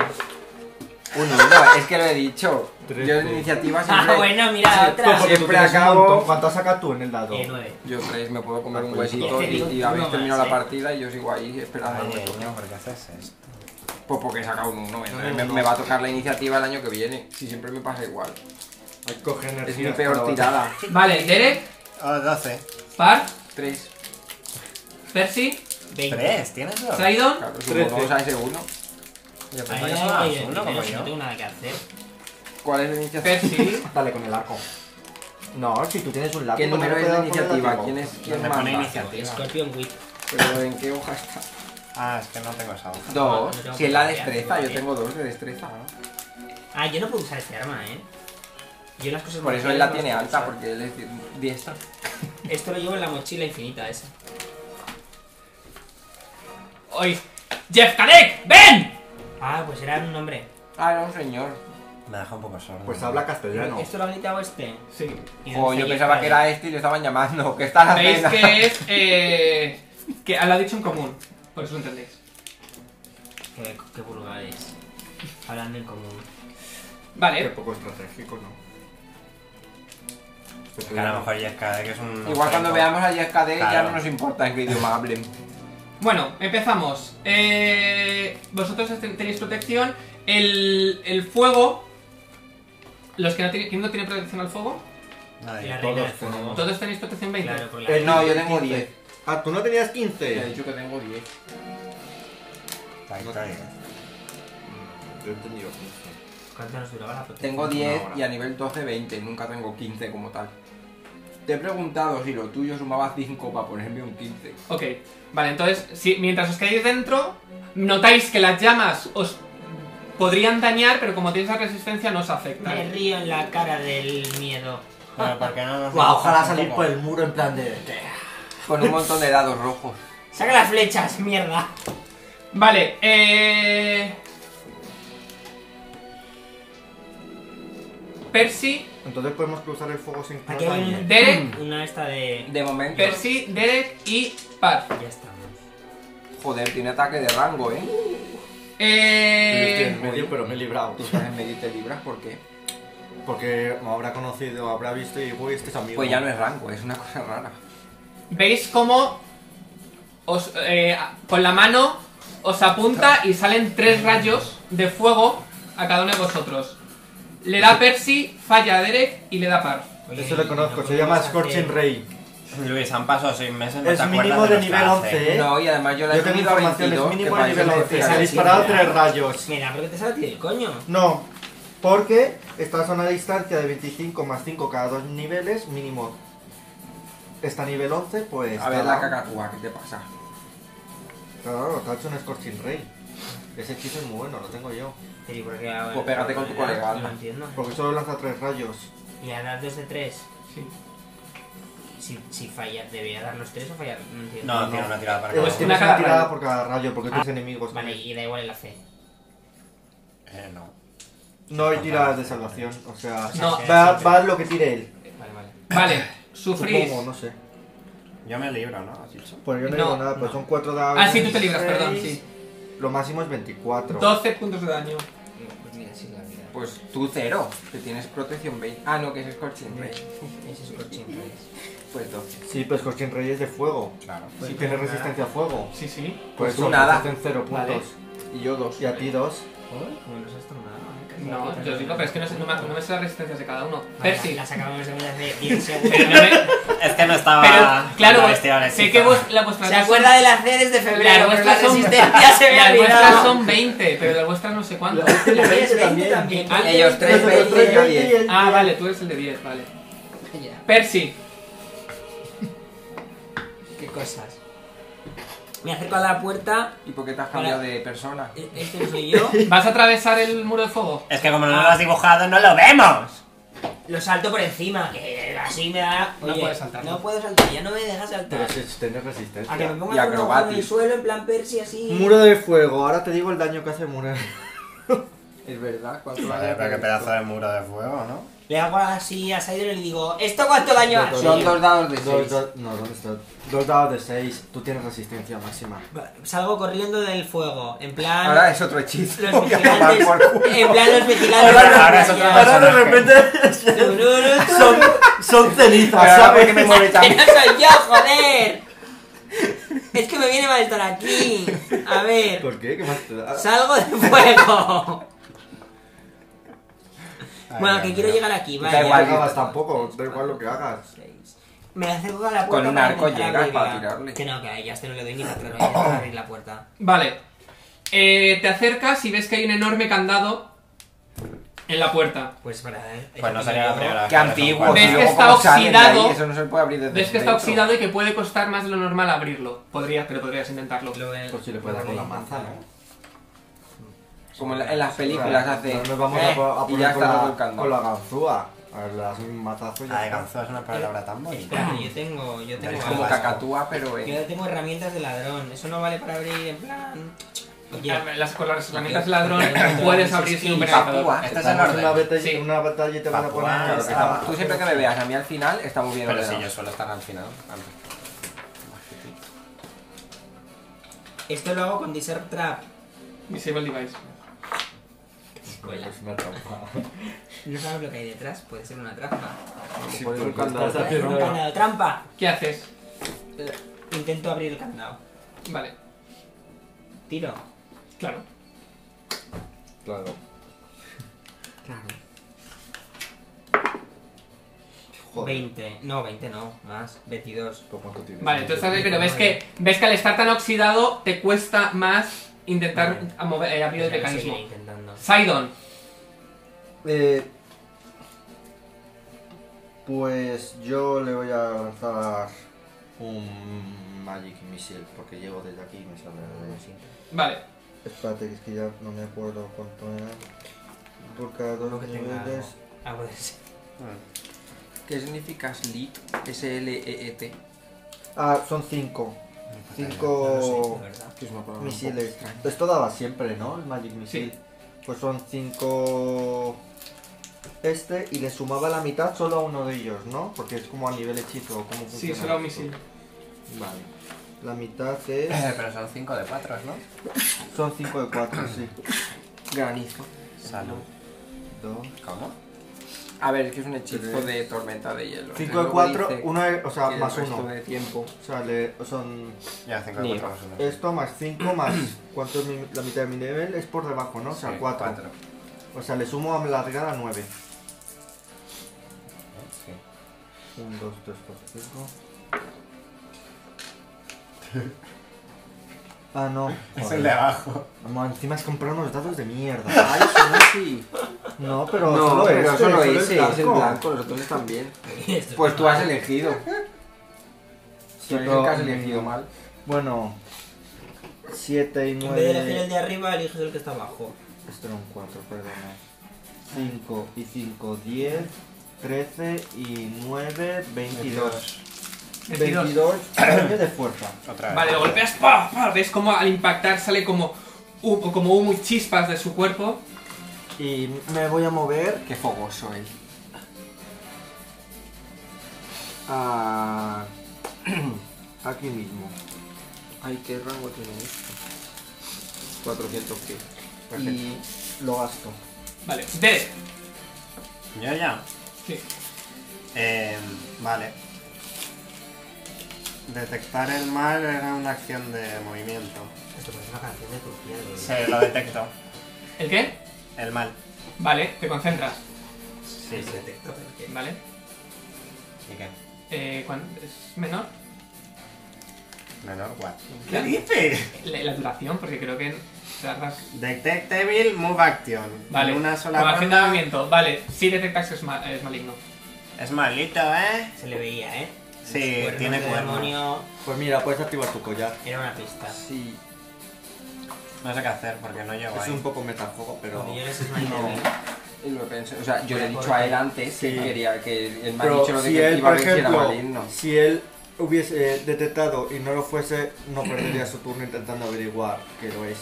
S2: Uno, no, es que lo he dicho.
S3: Tres,
S2: Yo en
S3: tres.
S2: iniciativa siempre...
S6: Ah, bueno, mira, otra.
S2: Siempre
S3: Tú tienes un
S2: acabo-
S3: montón. ¿Cuánto sacas tú en el dado?
S6: Eh, 9.
S2: Yo tres, me puedo comer
S3: Ah,
S2: un
S7: Pues
S2: huesito
S6: te
S2: y,
S6: digo
S2: y
S6: uno
S2: habéis
S6: más,
S2: terminado
S6: eh.
S2: la partida y yo sigo ahí esperando.
S4: Madre mía, ¿por qué haces esto?
S2: Pues porque he sacado un uno, entonces me,
S3: no.
S2: me va a tocar la iniciativa el año que viene. Si siempre me pasa igual.
S3: Ay, Coge
S2: Es
S3: energía.
S2: mi
S3: hasta
S2: peor
S3: la
S2: tirada.
S1: Vale, Derek,
S6: Ah,
S4: Oh, 12.
S1: Par,
S2: Tres.
S1: Percy,
S6: 20.
S4: 3, ¿tienes dos?
S1: Sidon.
S2: Claro, sumo
S3: Trece.
S2: dos a ese uno.
S4: Yo
S6: Ahí
S4: pensaba que
S6: no
S4: solo
S6: hay
S4: eras uno como
S6: dinero, si
S4: yo.
S6: no tengo nada que hacer.
S2: ¿Cuál es la iniciativa?
S1: Percy.
S3: bota. Dale con el arco. No, si tú tienes un lápiz.
S2: ¿Qué
S3: ¿por
S2: número
S3: no
S2: es
S3: te
S2: la
S3: das con el
S2: iniciativa?
S3: látigo?
S2: ¿Quién es quién
S4: Me pone
S2: manda?
S4: iniciativa.
S6: Scorpion Wit.
S2: ¿Pero en qué hoja está?
S4: Ah, es que no tengo esa hoja.
S2: Dos.
S6: no tengo
S2: Si es la
S6: que
S2: destreza,
S6: copiar.
S2: yo tengo dos de destreza.
S6: Ah, yo no puedo usar este arma, eh. Yo las cosas
S2: Por eso
S6: marciales
S2: él la
S6: no
S2: tiene
S6: las puedo
S2: alta,
S6: usar.
S2: porque él es di- diestra.
S6: Esto lo llevo en la mochila infinita esa.
S1: Hoy. Jeff Kadek, ven.
S6: Ah, pues era un nombre.
S2: Ah, era un señor.
S4: Me deja un poco sordo.
S3: Pues habla castellano.
S6: ¿Esto lo habilitaba este?
S1: Sí.
S6: Y
S2: O
S6: entonces
S2: yo
S6: ahí
S2: pensaba
S6: está
S2: que
S6: el-
S2: era este y lo estaban llamando. ¿Qué están
S1: Veis
S2: haciendo?
S1: que es. Eh, que lo ha dicho en común. Por eso lo entendéis.
S6: Qué, qué vulgares. Hablando en común.
S3: Qué
S1: Vale.
S3: poco estratégico, ¿no?
S4: Que a lo mejor ya es cada vez que es un.
S2: Igual cuando veamos a YSKD ya
S4: Claro.
S2: no nos importa en qué idioma hablen.
S1: Bueno, empezamos. Eh, vosotros ten- tenéis protección. El, el fuego. Los que no tienen, ¿quién no tiene protección al fuego?
S6: Y la
S4: Nadie.
S6: reina
S3: todos
S6: del fuego.
S3: tenemos.
S1: Todos tenéis protección 20.
S6: Claro, por la
S3: Eh,
S2: No, yo tengo
S3: 15.
S2: 10.
S3: Ah, tú no tenías
S2: Te he
S3: 15.
S2: dicho que tengo 10.
S4: Ahí está, ahí está.
S3: Mm, Yo he entendido 15.
S6: ¿Cuánto nos duraba la protección?
S2: Tengo
S3: Una
S2: 10
S3: hora.
S2: y a nivel 12, 20. Nunca tengo 15 como tal. Te he preguntado si lo tuyo sumaba 5 para ponerme un 15.
S1: Ok, vale, entonces, si, mientras os quedáis dentro, notáis que las llamas os podrían dañar, pero como tenéis la resistencia, no os afecta.
S6: Me río en la cara del miedo.
S4: Bueno, ¿por qué no nos
S3: Guau, ojalá
S4: dibujamos un
S3: salir
S4: poco?
S3: por el muro en plan de.
S2: Con un montón de dados rojos.
S6: ¡Saca las flechas, mierda!
S1: Vale, eh. Percy,
S3: Entonces podemos cruzar el fuego sin que
S6: ¿A
S3: nos
S6: qué hay
S3: dañe.
S6: un-
S1: Derek,
S6: Una esta de...
S2: De momento.
S1: Percy, Derek y Par.
S6: Ya estamos.
S2: Joder, tiene ataque de rango, ¿eh?
S7: Yo estoy en
S1: Eh.
S7: medio, pero me he librado.
S2: Tú estás en medio y te libras, ¿por qué?
S3: Porque me habrá conocido, habrá visto y uy, este es amigo.
S2: Pues ya no es rango, es una cosa rara.
S1: Veis cómo os, eh, con la mano os apunta y salen tres rayos de fuego a cada uno de vosotros. Le da Percy, falla a Derek y le da Par.
S3: Eso lo conozco, Este se llama Scorching Ray.
S4: Luis, han pasado seis meses, no
S3: Es
S4: te acuerdas
S3: mínimo de
S4: los
S3: nivel
S4: trajes.
S3: 11, ¿eh?
S2: No, y además yo la he
S3: Yo tengo
S2: subido a
S3: información,
S2: 22,
S3: es
S2: que
S3: mínimo de
S2: para
S3: nivel
S2: eso me
S3: 11. Se
S2: decía
S3: ha
S2: la
S3: disparado
S2: chica.
S3: tres rayos.
S6: Mira, pero que te sale a ti del coño.
S3: No, porque estás a una distancia de 25 más 5 cada dos niveles, mínimo. Está nivel 11, pues.
S2: A ver
S3: cada-
S2: la cacatúa, ¿qué te pasa?
S3: Claro, te ha hecho un Scorching Ray. Ese hechizo es muy bueno, lo tengo yo.
S6: Sí, porque, a ver,
S2: Pues pégate con tu colega,
S6: No
S2: anda.
S6: entiendo.
S3: Porque solo lanza tres rayos.
S6: Y a dar dos de tres.
S1: Sí.
S6: Si, si falla, ¿debería dar los tres o fallar? No entiendo.
S4: No, tiene una tirada para Eh,
S3: Pues
S4: cada
S1: Ah, que
S4: uno.
S3: tienes
S1: cada
S3: una tirada
S1: rayo.
S3: por cada rayo, porque
S1: Ah,
S3: tienes enemigos.
S6: Vale, y da igual el AC.
S4: Eh, no.
S3: No hay tiradas de salvación, o sea,
S1: No.
S3: va, va lo que tire él.
S6: Vale, vale.
S1: Vale, sufrís.
S3: Supongo, no sé.
S4: Yo me libro, ¿no? ¿Has dicho?
S3: Pues yo no,
S1: No,
S3: digo nada, pues
S6: no.
S3: son 4 dados.
S1: Ah, sí, tú te libras,
S3: seis,
S1: perdón, sí.
S3: Lo máximo es 24.
S1: 12 puntos de daño.
S6: Pues mira, sí, la vida.
S2: Pues tú cero, que tienes protección 20. Ah, no, que es Scorching Ray.
S6: Ese es cochín, pues.
S2: Pues 12.
S3: Sí, pues Costin Rey es de fuego.
S4: Claro.
S3: Si tienes resistencia a fuego.
S1: Sí, sí.
S3: Pues
S2: Pues tú
S3: eso,
S2: nada.
S3: nada. hacen 0 puntos.
S2: Vale. Y yo dos.
S3: Y a ti 2.
S6: Joder, como no has tomado nada.
S1: No, yo os digo, pero es que no, sé- no me, no me sé las resistencias de cada uno. Percy.
S6: Las acabamos de ver hace 10 segundos.
S1: Pero, no me-
S4: Es que no estaba.
S1: pero, claro,
S4: no
S1: vos-
S4: vestida la
S1: sé
S4: chica.
S1: que vos, la vuestra
S6: Se acuerda de las C desde febrero, pero la resistencia se me ha
S1: las vuestras
S6: olvidado.
S1: son 20, pero las vuestras no sé cuánto.
S6: Las mías 20 también.
S1: Ah,
S2: Ellos tres,
S3: Nosotros
S2: 20 y yo
S3: tres,
S2: 10.
S3: él
S1: Ah,
S3: diez.
S1: vale, tú eres el de 10, vale.
S6: Vaya,
S1: Percy,
S6: Qué cosas. Me acerco a la puerta.
S2: ¿Y por qué te has cambiado de persona?
S6: e- Este no soy yo.
S1: ¿vas a atravesar el muro de fuego?
S4: Es que como no lo has dibujado, no lo vemos.
S6: Lo salto por encima. Que así me da.
S1: No puedes saltar,
S6: No
S1: ¿no?
S6: puedo saltar. Ya no me dejas saltar.
S7: Pero si tienes resistencia.
S6: A que me pongo
S2: Y
S6: a hacer un agujero en el
S2: acrobatis.
S6: suelo en plan Percy así.
S3: Muro de fuego, ahora te digo el daño que hace el muro.
S2: Es verdad, cuatro
S4: Vale, pero qué pedazo de muro de fuego, ¿no?
S6: Le hago así a Sidon y le digo, ¿esto cuánto daño hace?
S2: Son dos dados de
S3: Dos,
S2: 6.
S3: dos- no, ¿dónde está? Dos dados de 6, tú tienes resistencia máxima.
S6: Salgo corriendo del fuego, en plan...
S2: Ahora es otro hechizo.
S6: los vigilantes... En plan los vigilantes...
S4: Ahora- ahora es otro
S6: Ya.
S4: personaje.
S6: Tururú, tururú.
S3: Son, son cenizas,
S2: Pero ahora
S3: ¿sabes?
S2: porque me mueve
S6: ¡Que
S2: también.
S6: no soy yo, joder! Es que me viene mal estar aquí. A ver,
S7: ¿Por qué? ¿Qué más te da?
S6: salgo del fuego.
S4: Ay,
S6: Bueno,
S4: Dios
S6: que quiero
S4: mío.
S6: llegar aquí,
S2: Da
S6: vaya.
S3: No
S2: igual.
S3: hagas tampoco, da igual lo que hagas.
S6: Me acerco a la puerta.
S2: Con un
S6: para
S2: arco
S6: intentar
S2: llegas para
S6: abrirla.
S2: tirarle.
S6: Que no, que a ella este no le doy ni la prueba ya para abrir la puerta.
S1: Vale. Eh, te acercas y ves que hay un enorme candado en la puerta.
S6: Pues para... eh,
S4: Pues no sería la primera vez.
S2: Qué antiguo,
S1: Ves
S2: tío,
S4: Pues
S1: que
S2: ¿cómo
S1: está
S2: salen de
S1: oxidado.
S2: ahí? Eso no se puede abrir desde
S1: Ves que está
S2: dentro.
S1: oxidado y que puede costar más de lo normal abrirlo. Podrías, pero podrías intentarlo.
S6: Lo de-
S3: Por Pues si le puedes dar con la manza, ¿no?
S2: Como en, la- en las
S3: Claro,
S2: películas hace.
S3: No nos vamos
S2: eh,
S3: a, po- a
S2: y
S3: poner
S2: ya
S3: con
S2: está
S3: la,
S2: volcando.
S3: con la ganzúa. A ver, le das un matazo y ya
S4: La de
S3: está.
S4: ganzúa es una palabra tan bonita.
S6: Espera, yo tengo, yo tengo,
S4: Es
S2: Es como
S6: armas.
S2: cacatúa, pero eh,
S6: yo tengo herramientas de ladrón. Eso no vale para abrir en plan. Oye,
S1: Ah, Las, con las herramientas de ladrón
S6: Oye.
S1: puedes abrir sin un penetrador.
S2: Papúa.
S4: Este es el
S3: Damos una
S4: orden.
S3: batalla,
S1: Sí.
S3: una batalla y te van a poner.
S4: Papua,
S3: Claro,
S4: está-
S3: estamos-
S2: Tú siempre que me veas a mí al final está muy bien
S4: Pero si yo
S2: ordenado.
S4: suelo estar al final.
S6: esto lo hago con Desert Trap.
S1: Disable device.
S6: Escuela. No sabes lo que hay detrás, puede ser una trampa.
S3: Sí,
S2: Por
S3: porque
S2: un candado.
S3: estás
S6: Puede ser un
S3: haciendo-
S6: candado, trampa.
S1: ¿Qué haces?
S6: Intento abrir el candado.
S1: Vale,
S6: Tiro.
S1: claro.
S7: Claro.
S3: Joder.
S6: 20. No, 20 no, más. 22.
S7: ¿Por cuánto tienes?
S1: Vale, tú estás ahí, pero ves que, ves que al estar tan oxidado te cuesta más intentar
S6: Vale.
S1: a mover- eh, abrir el
S6: Ya lo seguiré
S1: mecanismo.
S6: intentando.
S1: Sidon,
S3: Eh, pues yo le voy a lanzar un Magic Missile, porque llego desde aquí y me sale de así.
S1: vale.
S3: Espérate, que es que ya no me acuerdo cuánto era. Por cada
S6: Todo lo
S3: dos
S6: que tenga. algo.
S3: niveles.
S6: Ah, puede ser.
S4: Mm.
S2: ¿Qué significa SLEET? S-L-E-E-T.
S3: Ah, son cinco.
S6: No lo sé,
S3: Cinco
S6: de verdad.
S2: Que es una palabra un poco
S3: misiles.
S2: extraña.
S3: Esto daba pues siempre, ¿no? El Magic Missile. Pues son cinco. Este, y le sumaba la mitad solo a uno de ellos, ¿no? Porque es como a nivel hechizo. ¿cómo
S1: Sí,
S3: funciona
S1: solo un
S3: esto?
S1: misil.
S3: Vale. La mitad es.
S2: Eh,
S4: Pero son 5 de 4, ¿no?
S3: Son 5 de 4, sí.
S2: Granizo.
S4: Salud.
S3: Dos.
S4: ¿Cómo?
S2: A ver, es que es un hechizo de tormenta de hielo.
S3: 5 de
S2: Luego
S3: 4,
S2: dice
S3: 1 o sea,
S2: que el
S3: más
S2: resto
S3: 1.
S2: de tiempo.
S3: O sea, le, son
S4: Ya, 5 de
S2: Ni-
S4: 4 más 1.
S3: esto más 5 más. ¿Cuánto es mi- la mitad de mi nivel? Es por debajo, ¿no? O sea, 4. O sea, le sumo a la regada 9.
S4: Sí.
S3: 1, 2, 3, 4, 5. Ah, no.
S4: Es el de abajo.
S3: Mamá, encima has comprado unos dados de mierda.
S2: Ay, son así.
S3: No, pero
S2: No,
S3: solo
S2: pero
S3: este,
S2: solo
S3: solo el
S2: ese, es el
S3: blanco.
S2: blanco, los otros están bien.
S6: Esto
S2: Pues
S6: es
S2: tú has elegido. Tú eres el que has
S3: pero,
S2: elegido
S3: mm,
S2: mal.
S3: Bueno, 7 y
S6: En vez de elegir el
S3: 9.
S6: de arriba, eliges el que está abajo.
S3: Esto era un 4, perdona. 5 y 5, 10. 13 y 9, 22.
S1: 22.
S3: 22 daño de fuerza.
S4: Otra vez. Pues
S1: Vale, lo golpeas, ¡pa! ¡pa! ves como al impactar sale como humo, como humo y chispas de su cuerpo.
S3: Y me voy a mover
S2: Qué fogoso eh. es. Ah,
S3: aquí mismo.
S2: ay, qué rango tiene esto. 400 pies.
S3: Y lo gasto.
S1: Vale, D.
S4: Yo ya.
S1: Sí.
S4: Eh, vale. Detectar el mal era una acción de movimiento.
S6: Esto parece una canción de Turquía. ¿no?
S4: Se lo detecto.
S1: ¿El qué?
S4: El mal.
S1: Vale, te concentras.
S4: Sí,
S6: Se detecta, pero que-
S1: Vale.
S4: ¿Y qué?
S1: Eh, ¿cuán- ¿Es menor?
S4: Menor what?
S1: ¿Qué
S4: dices?
S1: La, la duración, porque creo que tardas.
S4: Detect evil, move action.
S1: Vale,
S4: En una sola
S1: con acción de
S4: ronda.
S1: movimiento. Vale, si detectas que es, ma- es maligno.
S4: Es malito, ¿eh?
S6: Se le veía, ¿eh?
S4: Sí,
S6: Los cuernos
S4: tiene
S6: de
S4: cuernos.
S6: demonio.
S3: Pues mira, puedes activar tu collar.
S6: Era una pista.
S2: Sí,
S4: No sé qué hacer porque no llego
S3: Es
S4: ahí.
S3: un poco metajuego, pero.
S6: Cuando yo eres sniper,
S2: No. y lo pensé. O sea, yo le he dicho a él antes que quería que él me ha
S3: Pero
S2: dicho lo de
S3: si
S2: que
S3: él,
S2: iba a
S3: por
S2: ver si era
S3: ejemplo,
S2: maligno.
S3: si él hubiese eh, detectado y no lo fuese, no perdería su turno intentando averiguar que lo es.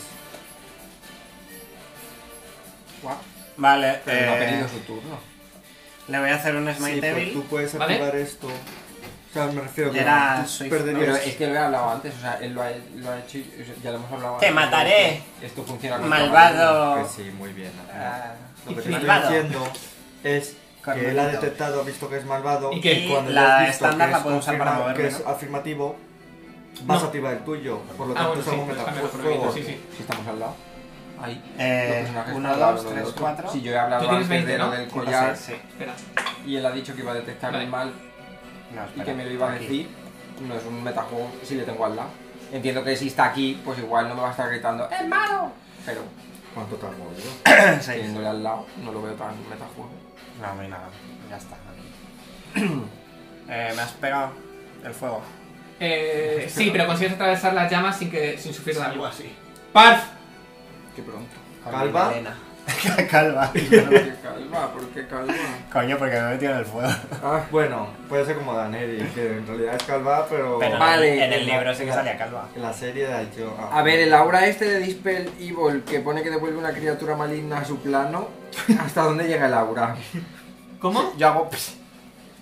S4: Vale,
S2: Pero no ha perdido
S4: eh,
S2: su turno.
S4: le voy a hacer un smite
S3: Sí, pero
S4: evil.
S3: tú puedes
S1: ¿Vale?
S3: activar esto. O sea, me refiero que
S4: Era
S3: tú
S4: Swift,
S3: perderías.
S2: Pero es que lo he hablado antes, o sea, él lo ha, lo ha hecho, y- o sea, ya lo hemos hablado
S4: Te
S2: antes.
S4: mataré.
S2: Esto funciona contra malignos.
S4: Ah, Malvado.
S7: Que sí, muy bien.
S4: Ah,
S3: Lo que te estoy
S4: malvado.
S3: diciendo es que él ha
S4: Cornelito.
S3: detectado, ha visto que es malvado
S1: Y que
S4: la
S3: ya has visto
S4: estándar
S3: que
S4: la
S3: es
S4: puedo usar para
S3: confirma-
S4: moverme,
S3: que es
S4: ¿no?
S3: afirmativo, vas
S1: No.
S3: a activar el tuyo. Por lo
S1: Ah,
S3: tanto,
S1: bueno,
S3: es
S1: sí,
S3: algo
S1: pues está mejor
S3: metajuego.
S1: prohibido, sí, sí.
S2: Si estamos al lado. Ahí. los
S4: Eh,
S2: personajes
S4: 1,
S2: están al lado
S4: 2,
S2: uno del
S4: 3,
S2: otro.
S4: 4.
S2: Sí, yo he hablado
S1: Tú tienes
S2: antes
S1: 20,
S2: de lo
S1: ¿no?
S2: del collar
S4: Sí,
S1: Espera.
S2: y él ha dicho que iba a detectar
S1: Vale.
S2: el mal
S4: No,
S2: y
S4: espera.
S2: que me lo iba a
S4: Aquí.
S2: decir. No es un metajuego si le tengo al lado. Entiendo que si está aquí, pues igual no me va a estar gritando ¡Es malo! Pero
S3: ¿Cuánto te has movido?
S4: Seis.
S2: teniéndole al lado no lo veo tan metajuego.
S4: No, no hay nada. Ya está. eh, me has pegado el fuego.
S1: Eh, sí, pero consigues atravesar las llamas sin, que, sin sufrir
S6: ¿eh?
S1: daño.
S4: así.
S1: ¡Parf!
S2: Qué pronto.
S4: Con
S3: Calva.
S4: mi melena. Calva.
S2: Qué calma, ¿por qué calma?
S4: Coño, porque me he metido en el fuego.
S3: Ah, bueno, puede ser como Daneri, que en realidad es calva, pero.
S4: Pero
S2: Vale.
S4: en el libro sí que
S3: Ya.
S4: salía calva.
S3: En la serie de hecho. ah.
S2: A ver, el aura este de Dispel Evil que pone que devuelve una criatura maligna a su plano, ¿hasta dónde llega el aura?
S1: ¿Cómo?
S2: Yo hago... pss.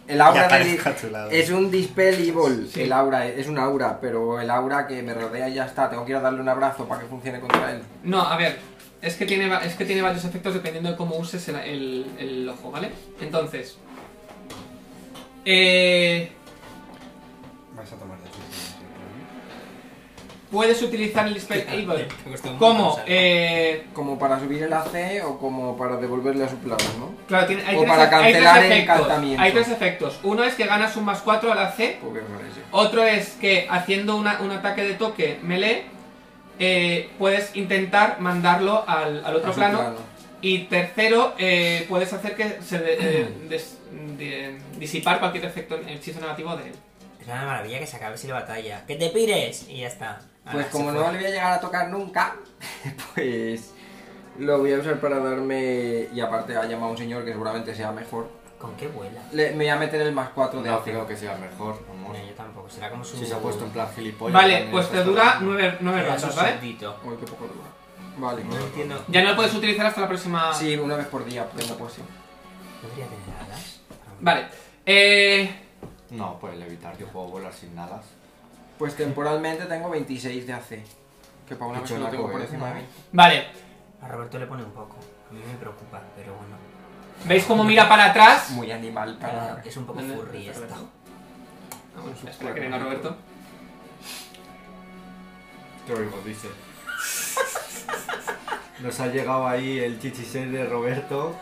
S2: El
S4: Ya
S2: aura de di-
S4: aparezco a tu lado.
S2: Es un Dispel Evil,
S1: Sí.
S2: el aura, es un aura, pero el aura que me rodea y ya está, tengo que ir a darle un abrazo para que funcione contra él.
S1: No, a ver. Es que tiene, va- es que tiene varios efectos dependiendo de cómo uses el, el- el ojo, ¿vale? Entonces. Eh,
S4: Vas a tomar decisiones.
S1: puedes utilizar el Dispel Evil
S6: Te ha costado un
S1: como.
S6: montón,
S1: eh,
S2: Como para subir el AC o como para devolverle a su plano, ¿no?
S1: claro, tiene, hay,
S2: O
S1: tres, efe-
S2: para
S1: hay tres
S2: cancelar el
S1: efectos.
S2: encantamiento.
S1: Hay tres efectos. Uno es que ganas un más 4 a la C
S2: Porque no es eso.
S1: Otro es que haciendo una- un ataque de toque melee, eh, puedes intentar mandarlo al, al otro
S2: A su
S1: plano.
S2: plano.
S1: Y tercero, eh, puedes hacer que se de- eh, des- de- disipar cualquier efecto hechizo negativo de él.
S6: Es una maravilla que se acabe sin la batalla. ¡Que te pires! Y ya está.
S7: Ah,
S2: Pues
S6: Ahora,
S2: como
S6: se
S2: no
S6: fue.
S2: le voy a llegar a tocar nunca, pues lo voy a usar para darme... Y aparte ha llamado a un señor que seguramente sea mejor.
S6: ¿Con qué vuela?
S2: Le- me voy a meter el más 4 de
S7: No
S2: AC.
S7: creo que sea mejor, amor.
S6: No, yo tampoco. Será como su...
S7: Si se ha puesto en plan gilipollas.
S1: Vale,
S7: también
S1: pues
S7: está
S1: te dura
S7: bien.
S1: nueve, nueve
S6: Era su
S1: rondas, ¿vale?
S6: súbdito.
S2: Uy, qué poco dura. Vale.
S6: No entiendo...
S1: Ya no lo puedes utilizar hasta la próxima...
S2: Sí, una vez por día, pues no puedo sí.
S6: ¿Podría tener alas?
S1: Vale. Eh,
S7: No, pues el evitar que puedo volar sin alas.
S2: Pues temporalmente tengo 26 de AC. Que para una
S7: Qué
S2: vez lo
S7: chorraco
S2: tengo por
S7: eres,
S2: encima de
S7: ¿no?
S2: mí.
S1: vale.
S6: A Roberto le pone un poco. A mí me preocupa, pero bueno.
S1: ¿Veis cómo mira para atrás?
S2: Muy animal para...
S6: Es un poco
S1: ¿Dónde?
S6: furry
S1: Está
S6: esto.
S1: Roberto. Vamos, Ah, espera que venga Roberto.
S7: Te oigo, dice. Nos ha llegado ahí el chichisé de Roberto.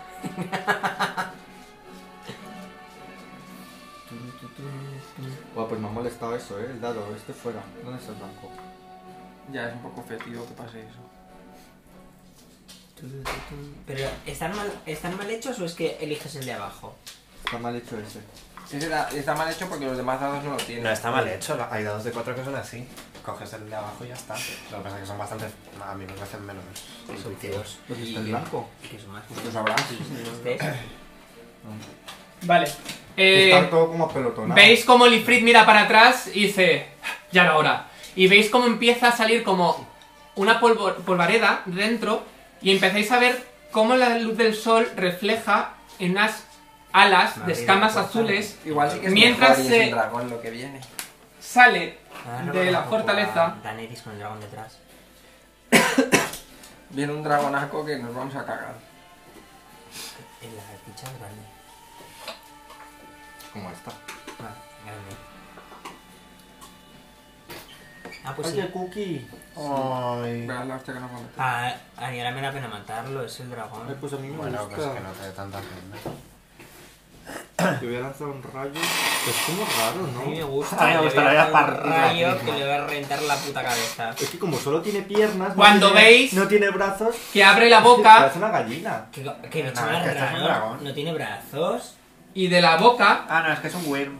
S7: Buah, pues me ha molestado eso, eh, el dado, este fuera. ¿Dónde está el blanco?
S2: Ya es un poco fetido que pase eso.
S6: Pero, ¿están mal, ¿están mal hechos o es que eliges el de abajo?
S7: Está mal hecho ese.
S2: Ese da- está mal hecho porque los demás dados no lo tienen.
S4: No está mal hecho, lo- hay dados de 4 que son así. Coges el de abajo y ya está. Lo que pasa es que son bastante. A mí me parecen menos intuitivos.
S7: Pues está el blanco.
S6: Que son más
S2: Pues tú sabrás.
S6: Este es-
S1: Vale. Eh,
S7: Está todo como pelotón.
S1: Veis como Lifrit mira para atrás y dice, ya era hora. Y veis cómo empieza a salir como una polvo- polvareda de dentro y empezáis a ver cómo la luz del sol refleja en unas alas de
S6: Madre
S1: escamas
S6: mía, cosa.
S1: azules.
S2: Igual sí que es
S1: Mientras
S2: mejor y
S1: se-
S2: es un dragón lo que viene.
S1: Sale
S6: Ah, no,
S1: de la
S6: tampoco
S1: fortaleza.
S6: a Daenerys con el dragón detrás.
S2: Viene un dragonaco que nos vamos a cagar.
S6: En la ficha grande.
S7: Como esta.
S6: Vale, grande. Ah, pues sí.
S3: Oye, Cookie.
S4: Ay.
S2: Verás la hostia que nos va a meter.
S6: Ah, a mí ahora me da pena matarlo, es el dragón.
S3: Ay, pues a mí me
S4: Bueno, pues
S3: gusta.
S4: que no te dé tanta pena.
S7: Te voy a lanzar un rayo. Es como raro,
S6: A mí me
S7: ¿no?
S6: gusta.
S4: A mí me
S6: le voy
S4: gustaría
S6: dar un
S4: partirla
S6: rayo que
S4: misma.
S6: le va a reventar la puta cabeza.
S7: Es que como solo tiene piernas. no
S1: Cuando
S7: tiene-
S1: veis-
S7: No tiene brazos.
S1: que abre la
S7: Parece
S1: boca
S7: una gallina.
S6: Que, que bicho
S4: No,
S6: más
S4: es que este es un
S6: raro,
S4: dragón.
S6: No tiene brazos.
S1: y de la boca
S4: Ah, no, es que es un worm.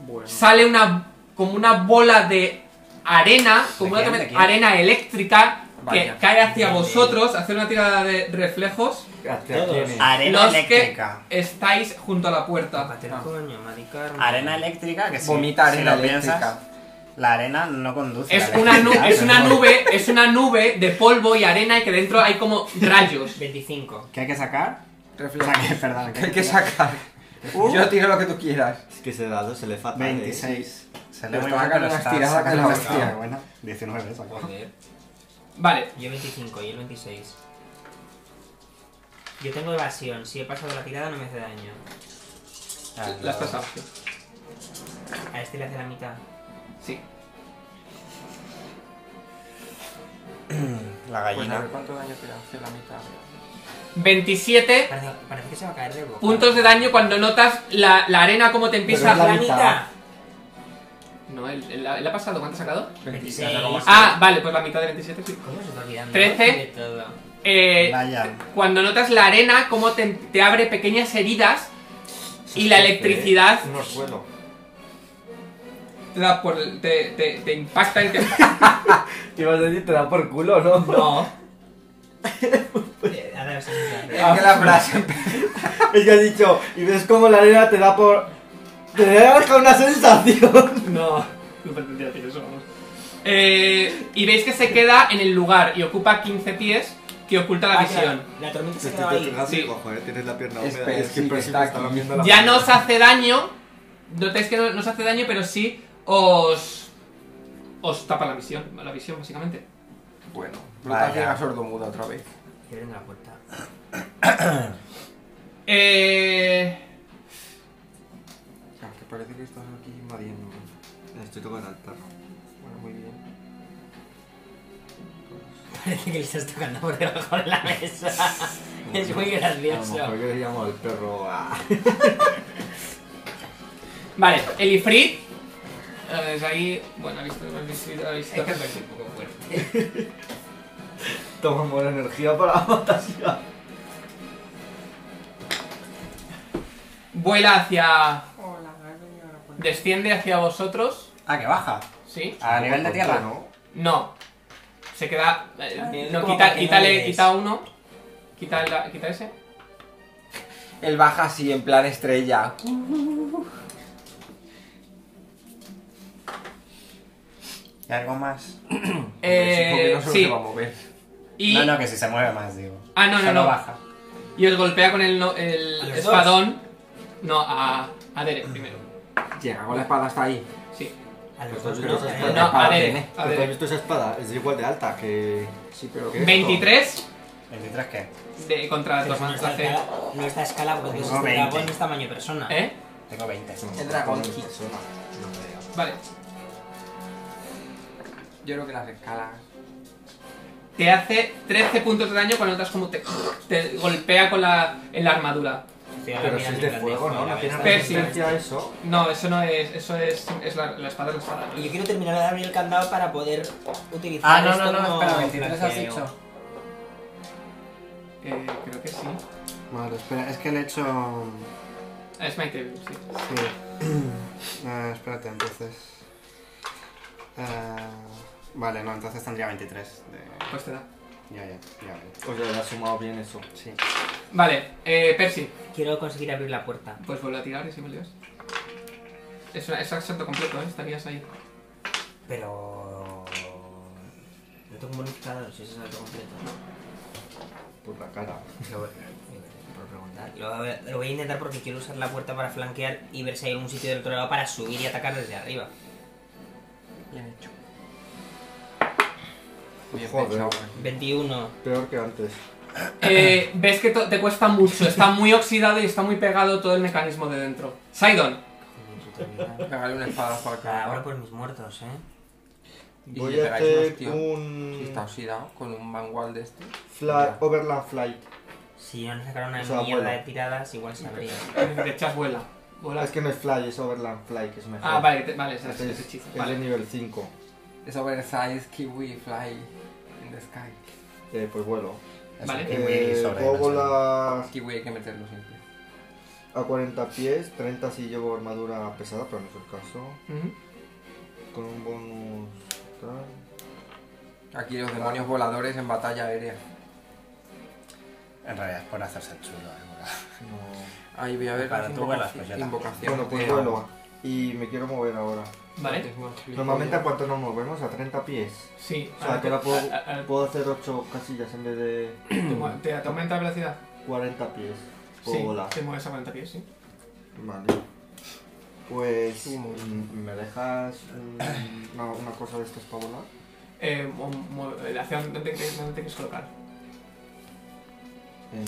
S2: Bueno.
S1: sale una como una bola de arena, como
S4: quién?
S1: una
S4: ¿De quién?
S1: arena eléctrica que
S2: Vaya.
S1: cae hacia
S6: Bien, bien.
S1: vosotros, hace una tirada de reflejos.
S7: Hasta
S6: Todos.
S7: tiene.
S4: Arena
S1: los
S4: eléctrica.
S1: que estáis junto a la puerta.
S6: Tócate el coño, maricarme.
S4: Arena eléctrica que si,
S2: Vomita
S4: si
S2: arena
S4: lo
S2: eléctrica.
S4: piensas, la arena no conduce.
S1: Es
S4: a la
S1: una, nu-
S4: electricidad,
S1: es una
S4: pero-
S1: nube, es una nube de polvo y arena y que dentro hay como rayos.
S6: 25.
S4: ¿Qué hay que sacar? O
S2: Reflejo.
S4: sea, que, perdón,
S2: Que hay que sacar. Yo tiro lo que tú quieras.
S7: Es que ese dado se le fatal. ¿eh?
S4: 26. Se
S2: Pero
S4: muy
S2: estaba
S4: bien,
S2: con
S4: pero
S2: una
S4: está
S2: estirada que la
S4: sacando-
S2: hostia.
S4: Ah, Bueno, 19 sacó.
S6: Joder.
S1: Vale,
S6: Yo 25 y él 26. Yo tengo evasión. Si he pasado la tirada no me hace daño.
S1: las pasado.
S6: A este le hace la mitad.
S1: Sí.
S4: La
S2: Pues a
S4: gallina.
S2: ver cuánto daño te hace la mitad.
S1: 27
S6: Parece, parece que se va a caer de boca.
S1: puntos de daño cuando notas la, la arena como te empieza
S7: Pero
S1: a...
S7: es la
S6: ¡La
S7: mitad.
S6: mitad!
S1: No, el, el- el ha pasado, ¿cuánto ha sacado?
S6: 26.
S1: Ah, vale, pues la mitad de 27, sí.
S6: ¿Cómo se está olvidando?
S1: 13.
S6: De todo.
S1: Eh,
S4: Vaya.
S1: cuando notas la arena como te, te abre pequeñas heridas y la electricidad
S7: Un orzuelo.
S1: te, da por, te, te- te impacta en que...
S2: Te ibas a decir, te da por culo, ¿no?
S1: No.
S6: Eh, ahora se me olvida.
S4: Ah,
S2: Es que la frase.
S7: Es que has dicho, y ves como la arena te da por. Te deja una sensación.
S1: No, no pretendía decir eso, vamos. Eh, y veis que se queda en el lugar y ocupa 15 pies que oculta la
S6: Ah,
S1: visión.
S6: claro, La tormenta se quedó ahí.
S1: Sí.
S7: joder, tienes la pierna
S2: Espera,
S7: húmeda. Es
S2: sí,
S7: que
S2: que
S7: impresivo,
S2: está
S7: está
S2: aquí.
S7: lamiendo la
S1: Ya
S7: pierna.
S1: no os hace daño, notáis que no, no os hace daño, pero sí os. os tapa la visión, la visión básicamente.
S2: Bueno,
S4: Vaya.
S2: brutal llega sordomuda otra vez.
S6: Y abriendo la puerta.
S1: Eh.
S2: Claro, que parece que estás aquí invadiendo.
S7: Estoy tocando al perro.
S2: Bueno, muy bien.
S6: Parece que le estás tocando por debajo de la mesa. es muy
S7: A lo
S6: gracioso.
S7: mejor yo le llamo al perro a.
S1: Vale, el Ifrit. eh, Desde ahí. Bueno, ha visto. Ha visto, ha visto-
S7: Tomamos la energía para la fantasía.
S1: Vuela hacia. Desciende hacia vosotros.
S4: Ah, que baja.
S1: ¿Sí?
S4: A nivel de tierra.
S7: ¿no?
S1: No. Se queda. eh,
S6: Ah, es
S1: no,
S6: como
S1: quita,
S6: porque no
S1: quítale,
S6: ves.
S1: quita uno. Quita, el- quita ese.
S2: Él baja así, en plan estrella.
S4: ¿Y algo más?
S1: Eh,
S2: Porque supongo que no se
S1: sí.
S2: va a mover.
S1: Y,
S4: No, no, que si se mueve más, digo.
S1: Ah, no, no,
S4: Solo
S1: no.
S4: baja.
S1: y os golpea con el, no-
S6: ¿A
S1: el
S6: los
S1: espadón. No, a, a Derek primero.
S2: Llega con la espada hasta ahí.
S1: Sí.
S6: A los
S7: Pues
S6: dos,
S7: yo
S6: ¿no?
S7: creo que
S6: Eh,
S7: está
S1: No, a
S2: espada
S1: Derek.
S2: tiene.
S1: A
S7: ¿Pero ¿Tú has
S1: Derek.
S7: visto esa espada? Es igual de alta que.
S2: Sí, pero
S7: ¿Qué?
S1: 23
S4: ¿23 qué?
S1: de, contra
S6: Pero
S1: los
S6: si no, está
S1: monstruos AC.
S6: escala, no está escala porque entonces
S4: Tengo
S6: este
S4: 20.
S6: dragón es tamaño persona.
S1: ¿Eh?
S4: Tengo 20.
S2: El dragón.
S1: Vale.
S2: Yo creo que las escalas.
S1: Te hace 13 puntos de daño cuando notas como te, te golpea con la, en la armadura.
S6: Estoy ahora
S3: Pero si es de
S6: mirando en plan
S3: fuego, ¿no?
S6: joder,
S3: No
S6: a ver,
S3: tiene
S6: esta-
S1: Percy.
S3: resistencia a eso.
S1: No, eso no es. Eso es, es la, la espada es la espada.
S6: Y yo quiero terminar de abrir el candado para poder utilizar
S4: Ah, no,
S6: esto
S4: no, no,
S6: como
S4: espera, 23 has
S6: flanqueo.
S4: dicho.
S1: Eh, creo que sí.
S8: Vale, espera, es que le he hecho.
S1: Ah, Es my table, sí.
S8: Sí. Eh, espérate, entonces. Eh, Vale, no, entonces tendría 23. de-
S1: Pues te da.
S8: Ya, ya, ya. vale.
S3: O sea, le ha sumado bien eso.
S8: Sí.
S1: Vale, eh, Percy.
S6: Quiero conseguir abrir la puerta.
S1: Pues vuelve a tirar y si me lías. Es, una, es un asalto completo, ¿eh? Estarías ahí.
S6: Pero. No tengo bonificador, si es salto completo.
S3: Por la cara.
S6: Lo voy a- por preguntar. Lo, voy a- lo voy a intentar porque quiero usar la puerta para flanquear y ver si hay algún sitio del otro lado para subir y atacar desde arriba.
S2: Bien hecho.
S3: Pues Joder,
S2: pues,
S6: 21.
S3: peor que antes.
S1: Eh, ves que to- te cuesta mucho, está muy oxidado y está muy pegado todo el mecanismo de dentro. Sidon,
S2: Pegarle una espada por acá.
S6: Ahora por mis muertos, ¿eh?
S2: Y
S3: pues, Voy
S2: le
S3: a
S2: pegáis unos,
S3: hacer
S2: tío. Si está
S3: un.
S2: oxidado con un mangual de este.
S3: fly-
S2: Ya.
S3: Overland flight.
S6: Si no nos sacaron una
S3: O sea,
S6: mierda
S3: vuelo.
S6: de tiradas, igual sabría.
S1: te echas Eh, vuela. Vuela.
S3: Es que no es fly, es overland flight, que es mejor.
S1: Ah, vale, te- vale, ese es
S3: Es,
S1: el
S3: es,
S1: hechizo.
S3: de
S1: Vale.
S3: nivel 5.
S2: Es oversized kiwi fly in the sky.
S3: Eh, pues vuelo.
S1: Vale.
S4: Es un kiwi
S3: Eh, puedo
S4: sobredimensionado.
S3: volar
S2: Kiwi hay que meterlo siempre.
S3: a 40 pies, 30 si llevo armadura pesada, pero no es el caso.
S1: Ujú.
S3: Con un bonus. tal.
S2: Aquí los demonios voladores en batalla aérea.
S4: En realidad es por hacerse el chulo. eh, mola.
S2: Ahí voy a ver
S4: Para
S2: las
S4: tú vuelas, pues ya está.
S2: invocaciones
S3: Bueno, pues
S2: de-
S3: vuelo. Y me quiero mover ahora.
S1: Vale.
S3: Normalmente a cuánto nos movemos? A 30 pies.
S1: Sí.
S3: O sea, que ahora puedo,
S1: a- a-
S3: puedo hacer 8 casillas en vez de
S1: te mue- ¿Te te aumenta la velocidad?
S3: 40 pies. Puedo
S1: Sí,
S3: volar.
S1: te mueves a 40 pies, sí.
S3: Vale. Pues.
S2: Sumo.
S3: mm, ¿Me dejas mm, una, una cosa de estas para volar?
S1: Eh, mu- mu- eh, hacia dónde te, dónde te quieres colocar.
S3: Eh,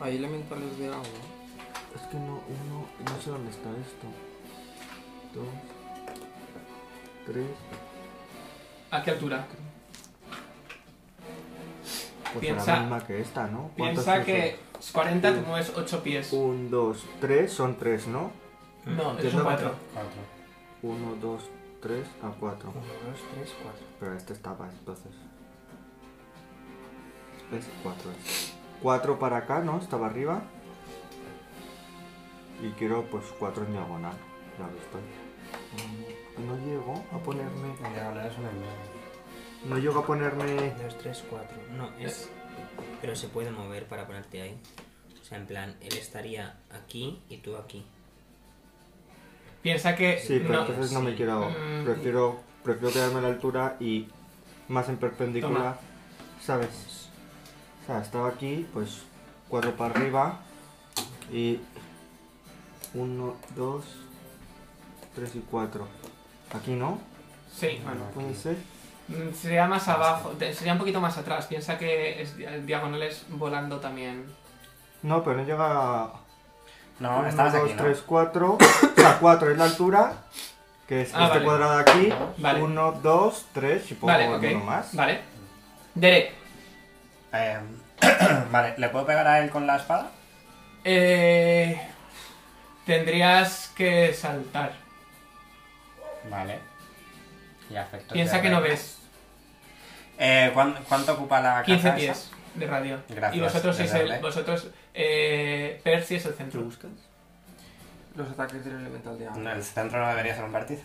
S2: Hay elementales de agua.
S3: es que no, uno, no sé dónde está esto. Dos. Tres.
S1: ¿A qué altura?
S3: Pues será
S1: Piensa-
S3: la misma que esta, ¿no? ¿Cuántos
S1: Piensa
S3: pies Uh.
S1: que 40 te mueves 8 pies.
S3: son? Un, dos, tres, son tres, ¿no?
S1: No, es
S3: entiendo.
S1: un 4.
S4: Cuatro.
S3: Uno, dos, tres, a cuatro.
S6: 1, 2, 3, 4.
S3: Pero este está para entonces. Es 4. 4 para acá, ¿no? Estaba arriba. Y quiero pues 4 en diagonal. Ya lo estoy. Mm, No llego a ponerme.
S4: En diagonal es una y media.
S3: No llego a ponerme.
S6: 2, 3, 4. No, es. Pero se puede mover para ponerte ahí. O sea, en plan, él estaría aquí y tú aquí.
S1: Piensa que.
S3: Sí, pero
S1: no.
S3: entonces no me quiero.
S1: Mm.
S3: Prefiero, prefiero quedarme a la altura y más en perpendicular. ¿Sabes? O sea, estaba aquí, pues 4 para arriba. Y 1, 2, 3 y 4. Aquí no, Ah,
S1: Sí, bueno.
S3: puede ser.
S1: Mm, Sería
S3: Ah,
S1: más abajo, te- sería un poquito más atrás. Piensa que es di- diagonales volando también.
S3: No, pero no llega a
S4: No,
S3: 1,
S4: estabas aquí,
S3: 2,
S4: ¿no?
S3: 3, 4. O sea, 4 es la altura, que es
S1: Ah,
S3: este
S1: vale.
S3: cuadrado aquí.
S1: Vale.
S3: 1, 2, 3 y pongo
S1: Vale,
S3: uno
S1: ok.
S3: más.
S1: Vale. Derek,
S4: Eh, vale, ¿le puedo pegar a él con la espada?
S1: eh, tendrías que saltar.
S4: Vale. Y afecto.
S1: Piensa
S4: de
S1: que no
S4: rayo.
S1: ves.
S4: Eh, ¿cuán- ¿Cuánto ocupa la
S1: 15
S4: caja esa?
S1: pies de radio.
S4: Gracias,
S1: y vosotros
S4: de
S1: es el,
S4: verdad.
S1: vosotros eh, Percy es el
S3: ¿Te
S1: centro.
S3: buscas?
S2: Los ataques del elemental de agua.
S4: No, ¿El centro no debería ser un vértice?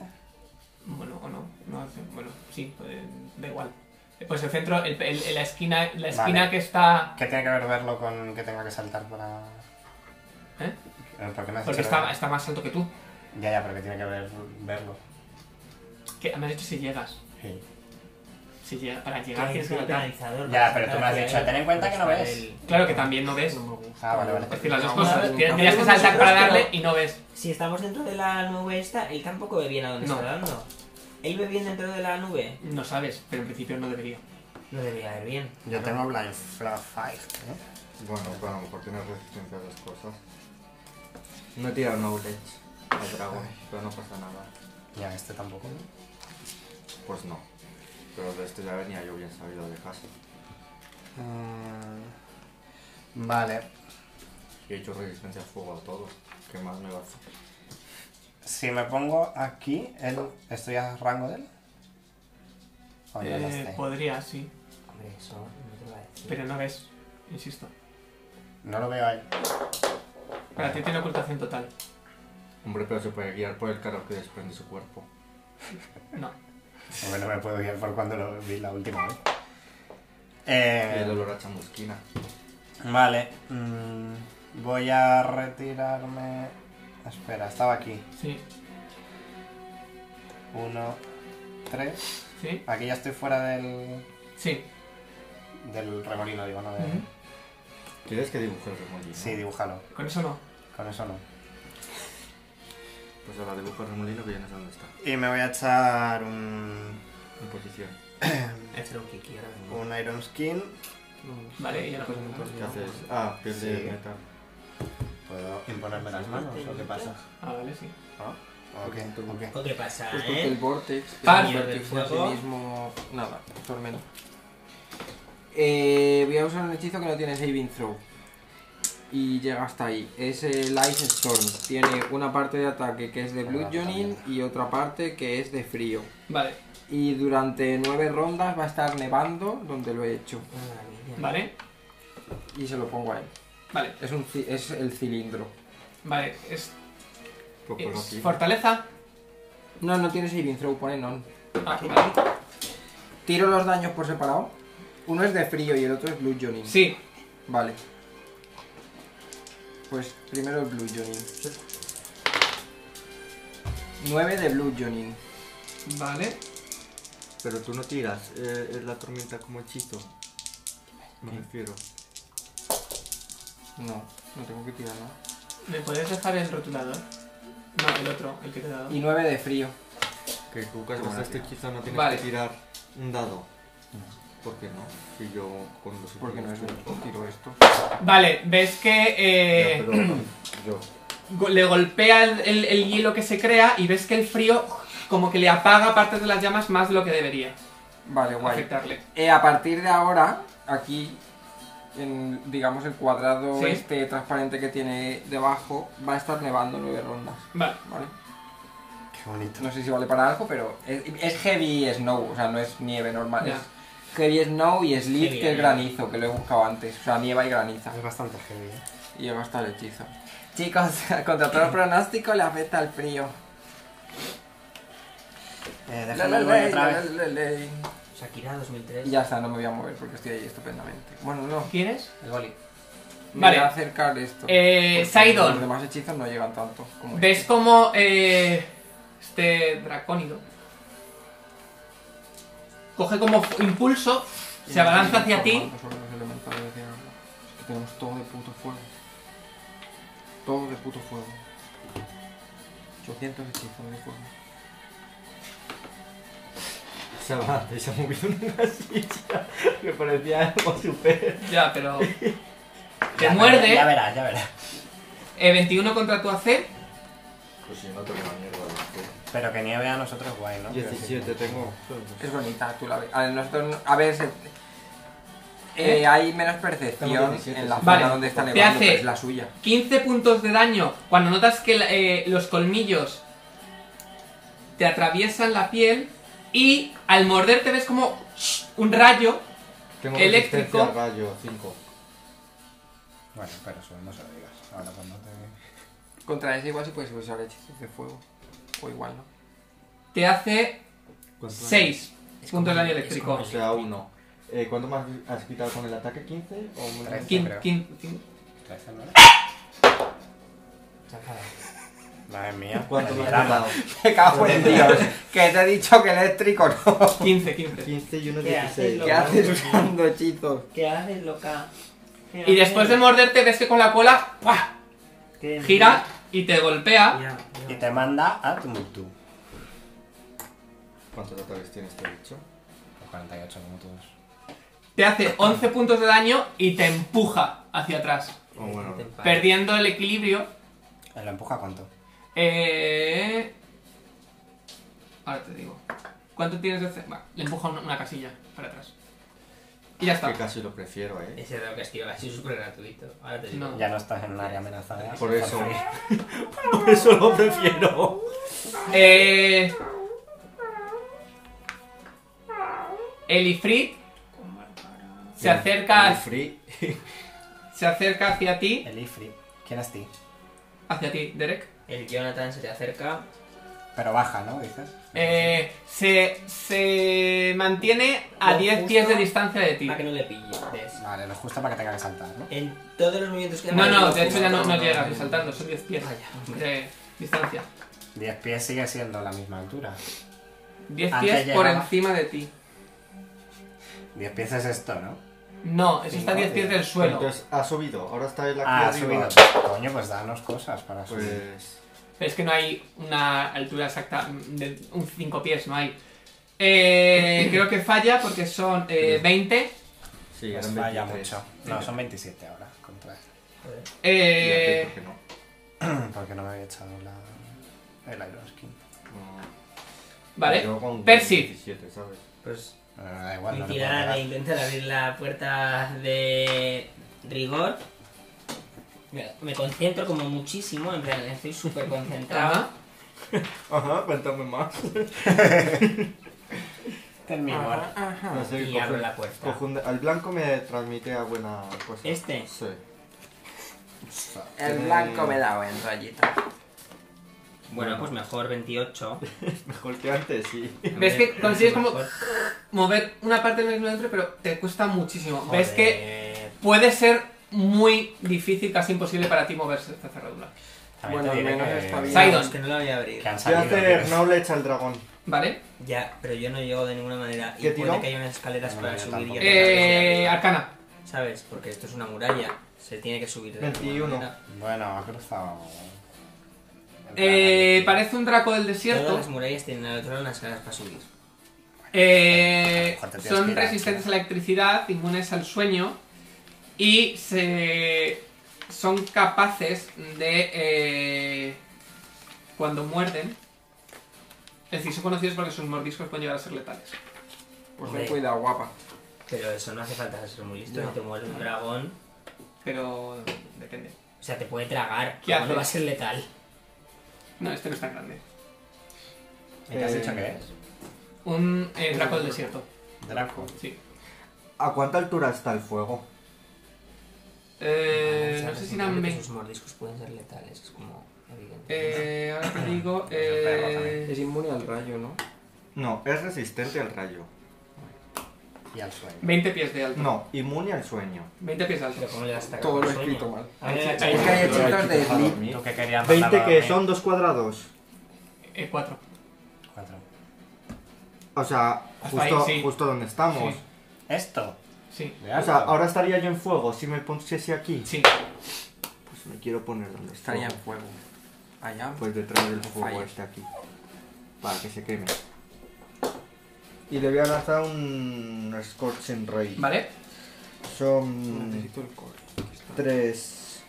S1: Bueno, o no, no hace- bueno, sí, eh, da igual. Pues el centro, el- el- la esquina, la esquina
S4: Vale.
S1: que está
S4: ¿Qué tiene que ver verlo con que tenga que saltar para...?
S1: ¿Eh?
S4: Eh, ¿Por qué me has
S1: porque
S4: dicho
S1: está,
S4: verlo?
S1: está más alto que tú.
S4: Ya, ya, pero que tiene que ver verlo.
S1: Que me has dicho si llegas.
S4: Sí.
S1: Si llega- para llegar
S6: Claro,
S1: tienes
S6: es
S1: que
S6: el
S1: saltar.
S6: penalizador.
S4: Ya, pero tú me has dicho, ten en cuenta que no ves.
S1: Claro que también no ves.
S4: Ah, vale, vale.
S1: Es decir, las dos
S2: Vamos a
S1: cosas.
S2: ver,
S1: Tendrías que
S2: vamos a
S1: saltar
S2: ver.
S1: para darle y no ves.
S6: Si estamos dentro de la nube esta, él tampoco ve bien a dónde
S1: No.
S6: está dando. Él ve bien dentro de la nube.
S1: No sabes, pero en principio no debería.
S6: No debería ir bien.
S4: Yo tengo Blind Flag 5, ¿no?
S9: Bueno, pero a lo mejor tienes resistencia a las cosas. No he tirado knowledge al dragón, pero no pasa nada.
S4: Ya, este tampoco, ¿no?
S9: Pues no. Pero de esto ya venía yo bien sabido de casa.
S4: Mm, vale.
S9: Y he hecho resistencia a fuego a todo. ¿Qué más me va a hacer?
S4: Si me pongo aquí, él, ¿estoy a rango de él? O Oh, ya no
S1: Eh,
S4: estoy.
S1: podría, sí.
S6: Hombre, eso no te lo va a decir.
S1: Pero no ves, insisto.
S4: No lo veo ahí.
S1: Para ti tiene ocultación total.
S9: Hombre, pero se puede guiar por el carro que desprende su cuerpo.
S1: No.
S4: Hombre, no me puedo guiar por cuando lo vi la última vez.
S9: Y
S4: Eh,
S9: el olor a chamusquina.
S4: Vale. mm, voy a retirarme. Espera, estaba aquí.
S1: Sí,
S4: Uno, tres.
S1: sí,
S4: Aquí ya estoy fuera del,
S1: sí.
S4: del remolino, digo, ¿no? De...
S1: Ujú.
S9: ¿Quieres que dibuje el remolino?
S4: Sí, dibújalo.
S1: Con eso no.
S4: Con eso no.
S9: Pues ahora dibujo el remolino que ya no sé dónde está.
S4: Y me voy a echar un,
S9: En posición.
S6: Hacer un kiki ahora mismo.
S4: un Iron Skin.
S1: Vale,
S2: Pues
S1: ya no puedo
S9: ¿Qué haces? Ah, pierde
S4: Sí.
S9: el metal.
S4: ¿Puedo imponerme las manos o qué pasa?
S1: Ah, vale, sí.
S4: ¿Ah? ¿O qué? ¿O qué?
S6: ¿O qué pasa,
S2: Pues porque el
S6: eh?
S2: Vortex, que
S1: Par.
S2: es un vértice en sí
S6: Fuego.
S2: mismo. Nada, tormenta. Eh, voy a usar un hechizo que no tiene saving throw. Y llega hasta ahí. Es el Ice Storm. Tiene una parte de ataque que es de
S6: pues
S2: Blood Jonin y otra parte que es de frío.
S1: Vale,
S2: Y durante nueve rondas va a estar nevando donde lo he hecho.
S6: Ah, mira.
S1: vale,
S2: Y se lo pongo a él.
S1: vale,
S2: Es, un, ci- es el cilindro.
S1: vale. Es,
S9: Pues
S1: es
S9: ponlo aquí.
S1: fortaleza.
S2: No, no tiene saving throw, pone non.
S1: Ah, vale.
S2: Tiro los daños por separado. Uno es de frío y el otro es Blue Jonin.
S1: Sí,
S2: Vale. Pues primero el Blue Jonin. 9 de Blue Jonin.
S1: vale.
S9: Pero tú no tiras, eh, es la tormenta como hechizo. Me refiero.
S2: No, no tengo que tirar nada.
S1: ¿Me puedes dejar el rotulador? No, el otro, el que te he dado.
S2: Y 9 de frío.
S9: Que tú que has gastado este hechizo no tienes
S1: Vale.
S9: que tirar un dado. ¿Por qué no? Si yo con los
S2: Porque no es
S9: hechizos-
S2: un tiro esto.
S1: Vale, ves que eh,
S9: Ya, pero yo.
S1: go- le golpea el, el- el hielo que se crea y ves que el frío como que le apaga partes de las llamas más de lo que debería
S2: Vale, guay.
S1: afectarle.
S2: Eh, a partir de ahora, aquí, en digamos el cuadrado
S1: Sí.
S2: este transparente que tiene debajo, va a estar nevando 9 rondas.
S1: Vale,
S2: Vale.
S4: Qué bonito.
S2: No sé si vale para algo, pero es, es heavy snow, o sea, no es nieve normal.
S1: Ya.
S2: Es heavy snow y sleet,
S6: Heavy,
S2: que es
S6: ¿no?
S2: granizo, que lo he buscado antes. O sea, nieva y graniza.
S4: Es bastante heavy. ¿eh?
S2: Y llega hasta el hechizo. Chicos, contra todo pronóstico le afecta el frío.
S4: Eh,
S2: La,
S4: déjame
S2: la,
S4: el
S2: la,
S4: boli otra
S2: la,
S4: vez.
S2: la, la, la.
S6: Shakira 2003.
S2: Y ya está, no me voy a mover porque estoy ahí estupendamente. Bueno, no.
S1: ¿quieres?
S6: El boli.
S2: Me
S1: Vale.
S2: voy a acercar esto.
S1: Eh,
S2: Porque
S1: Sidon.
S2: Los demás hechizos no llegan tanto. Como
S1: ¿Ves
S2: este.
S1: como eh, este dracónido coge como fu- impulso,
S2: Y
S1: se
S2: no
S1: abalanza
S2: estoy
S1: hacia ti?
S2: informando sobre los elementales de tierra. Es que tenemos todo de puto fuego. Todo de puto fuego. 800 hechizos de fuego.
S10: Se va, se ha movido una silla que parecía algo super.
S1: Ya, pero te
S4: Ya,
S1: muerde.
S4: Ya verás, ya verás.
S1: eh, 21 contra tu AC.
S9: Pues si no tengo la mierda de esto.
S4: Pero que nieve a nosotros guay, ¿no? Quiero decir,
S9: 17 tengo.
S2: Es bonita, tú la ves. A ver, nosotros no- a ver, se- eh, hay menos percepción
S9: Estamos 17,
S2: en la
S9: sí.
S2: zona
S1: Vale.
S2: donde está
S1: Te
S2: nevando,
S1: hace-
S2: pero es la suya.
S1: 15 puntos de daño cuando notas que eh, los colmillos te atraviesan la piel y al morder te ves como un rayo.
S9: Tengo
S1: Eléctrico.
S9: resistencia al rayo 5.
S4: Bueno, pero eso no se lo digas. Ahora cuando te...
S2: Contra ese igual sí puedes usar hechizos de fuego. O igual no.
S1: Te hace
S9: ¿Cuánto?
S1: 6 puntos
S6: Es
S1: de
S6: como-
S1: daño
S6: es
S1: eléctrico.
S9: O sea, 1. Eh, ¿Cuánto más has quitado con el ataque? ¿15? ¿O menos?
S4: Trece.
S1: Quin-
S4: creo.
S1: quin- quin-
S4: ¿Trece, no?
S6: Sacada.
S4: Madre mía.
S9: ¿Cuánto
S4: el
S9: más has
S4: drama.
S9: quitado?
S2: Me cago en Dios. Eh, Que te he dicho que eléctrico no.
S1: 15, 15.
S9: 15 y 1
S6: ¿Qué haces,
S9: 16.
S2: ¿Qué haces usando hechizos?
S6: ¿Qué haces, loca? ¿Qué
S1: Y después de
S6: haces?
S1: morderte ves que con la cola ¡pua!
S6: ¿Qué
S1: gira y te golpea.
S6: mierda?
S4: Y
S6: Ya, ya.
S4: te manda a Tumultu.
S9: ¿Cuántos ataques tienes, te he dicho?
S4: 48 como todos.
S1: te hace 11 puntos de daño y te empuja hacia atrás,
S3: Oh, bueno.
S1: perdiendo el equilibrio.
S8: ¿La empuja cuánto?
S1: Eh... Ahora te digo. ¿Cuánto tienes de C? Bueno, le empuja una, una casilla para atrás. Y ya está.
S3: Que casi lo prefiero, eh.
S6: Ese era el castigo, ha sido súper gratuito. Ahora te digo.
S1: No.
S8: Ya no estás en un área
S4: ¿eh?
S8: amenazada.
S3: Por eso.
S7: Por eso lo prefiero.
S1: Eh... Elifrit se
S3: El
S1: acerca,
S3: free.
S1: se acerca hacia ti,
S8: El Ifri. ¿Quién es ti?
S1: hacia ti, Derek.
S6: El Jonathan se te acerca.
S8: Pero baja, ¿no? Dices.
S1: Eh, se, se mantiene a
S6: Lo
S1: 10
S6: justo
S1: pies de distancia de ti.
S6: Para que no le pille. ¿ves?
S8: Vale, lo justo para que tenga que saltar, ¿no?
S6: En todos los movimientos que
S1: No,
S6: haga,
S1: no,
S6: lo
S1: de hecho ya no,
S6: justo.
S1: no llega, estoy saltando, son 10 pies
S6: Vaya.
S1: de distancia.
S8: 10 pies sigue siendo la misma altura.
S1: 10
S6: Ah,
S8: Antes
S1: pies por
S8: llegaba.
S1: encima de ti.
S8: 10 pies es esto, ¿no?
S1: No, eso está a 10 pies del suelo.
S3: Entonces ha subido, ahora está él aquí
S8: Ah, ha
S3: arriba.
S8: subido. Coño, pues danos cosas para subir.
S3: Pues.
S1: Es que no hay una altura exacta mm, de un 5 pies, no hay. Eh, creo que falla porque son eh, 20.
S3: Sí,
S8: Pues
S3: eran
S8: falla
S3: 23.
S8: mucho. No, son 27 ahora. Contra
S3: Ya,
S1: Eh,
S3: ¿por qué no?
S8: Mm, Porque no me había echado la... el Iron Skin.
S1: vale.
S3: Yo con
S1: Percy.
S3: 17, ¿sabes?
S6: Pues
S8: Pero da igual, no
S6: mi
S8: le puedo pegar.
S6: tirada de intentar abrir la puerta de rigor. Mira, Me concentro como muchísimo, en plan, estoy súper concentrado.
S1: Traba.
S7: Ajá, cuéntame más.
S8: Del mismo arco.
S3: No sé,
S6: Ah, y
S3: cojo-
S6: abro la puerta.
S3: cojo un- el blanco me transmite a buena cosa.
S6: ¿Este?
S3: Sí.
S2: El blanco me da buen rayito.
S6: Bueno, pues mejor 28.
S3: Mejor que antes, sí.
S1: ¿Ves que consigues como
S6: Mejor.
S1: mover una parte del mismo dentro, pero te cuesta muchísimo? ¿Ves que
S6: Joder.
S1: puede ser muy difícil, casi imposible para ti moverse esta cerradura?
S8: También
S2: Bueno,
S8: te
S2: al
S8: diré
S2: menos
S8: que-
S2: está bien.
S1: Sidon.
S6: Es que no la voy a abrir.
S8: que han
S3: Voy a
S8: salido.
S3: hacer
S8: tíos.
S3: Knowledge al dragón.
S1: ¿Vale?
S6: Ya, pero yo no llego de ninguna manera. Y
S3: ¿Qué
S6: puede
S3: tiró?
S6: que haya unas escaleras
S8: No,
S6: para
S8: yo
S6: subir y
S8: tampoco.
S1: Eh,
S6: arriba.
S1: Arcana.
S6: ¿Sabes? Porque esto es una muralla. Se tiene que subir de alguna
S3: 21.
S6: manera.
S8: Bueno, ha cruzado.
S1: Eh, parece un draco del desierto.
S6: Todas las murallas tienen al otro lado unas escaleras para subir.
S1: Eh,
S8: Mejor te tienes que
S1: son
S8: ir a-
S1: resistentes a la electricidad, inmunes al sueño y se son capaces de eh, cuando muerden. Es decir, son conocidos porque sus mordiscos pueden llegar a ser letales.
S2: Pues
S6: Hombre.
S2: ten cuidado, guapa.
S6: Pero eso no hace falta ser muy listo.
S2: Ya.
S6: Si te muere un dragón,
S1: Pero depende.
S6: o sea, te puede tragar.
S1: ¿Qué
S6: ¿Qué no
S1: haces?
S6: va a ser letal.
S1: No, este no es tan grande.
S8: ¿Y qué has dicho que es?
S1: Un eh, draco del desierto.
S8: Draco.
S1: Sí.
S3: ¿A cuánta altura está el fuego?
S1: Eh,
S6: O sea,
S1: no sé si
S6: simplemente
S1: eran
S6: que
S1: 20.
S6: Sus mordiscos pueden ser letales. Es como evidente.
S1: Eh, ahora te digo.
S8: perro también.
S1: eh,
S2: Es inmune al rayo, ¿no?
S3: No, es resistente al rayo.
S8: Y al sueño.
S1: 20 pies de alto.
S3: No, inmune al sueño.
S1: 20 pies de alto.
S6: Pero ¿cómo le das ataque
S2: Todo
S6: por
S2: lo he
S6: sueño?
S2: escrito mal.
S6: A ver,
S2: Es que hay hechizos de sleep.
S8: Tú que querías
S3: 20
S8: mandarlo a
S3: que
S8: mí.
S3: son dos cuadrados.
S1: Eh, 4.
S8: Cuatro.
S3: O sea,
S1: Hasta
S3: justo,
S1: ahí, sí.
S3: justo donde estamos.
S1: Sí.
S8: Esto.
S1: Sí.
S8: De
S3: O
S8: alto.
S3: sea, ahora estaría yo en fuego si me pusiese aquí.
S1: Sí.
S3: Pues me quiero poner donde está.
S2: Estaría en fuego. Allá.
S3: Pues detrás del fuego
S2: Falla.
S3: este aquí. Para que se queme. Y le voy a lanzar un Scorching Ray.
S1: ¿Vale?
S3: Son
S2: Necesito el core.
S3: tres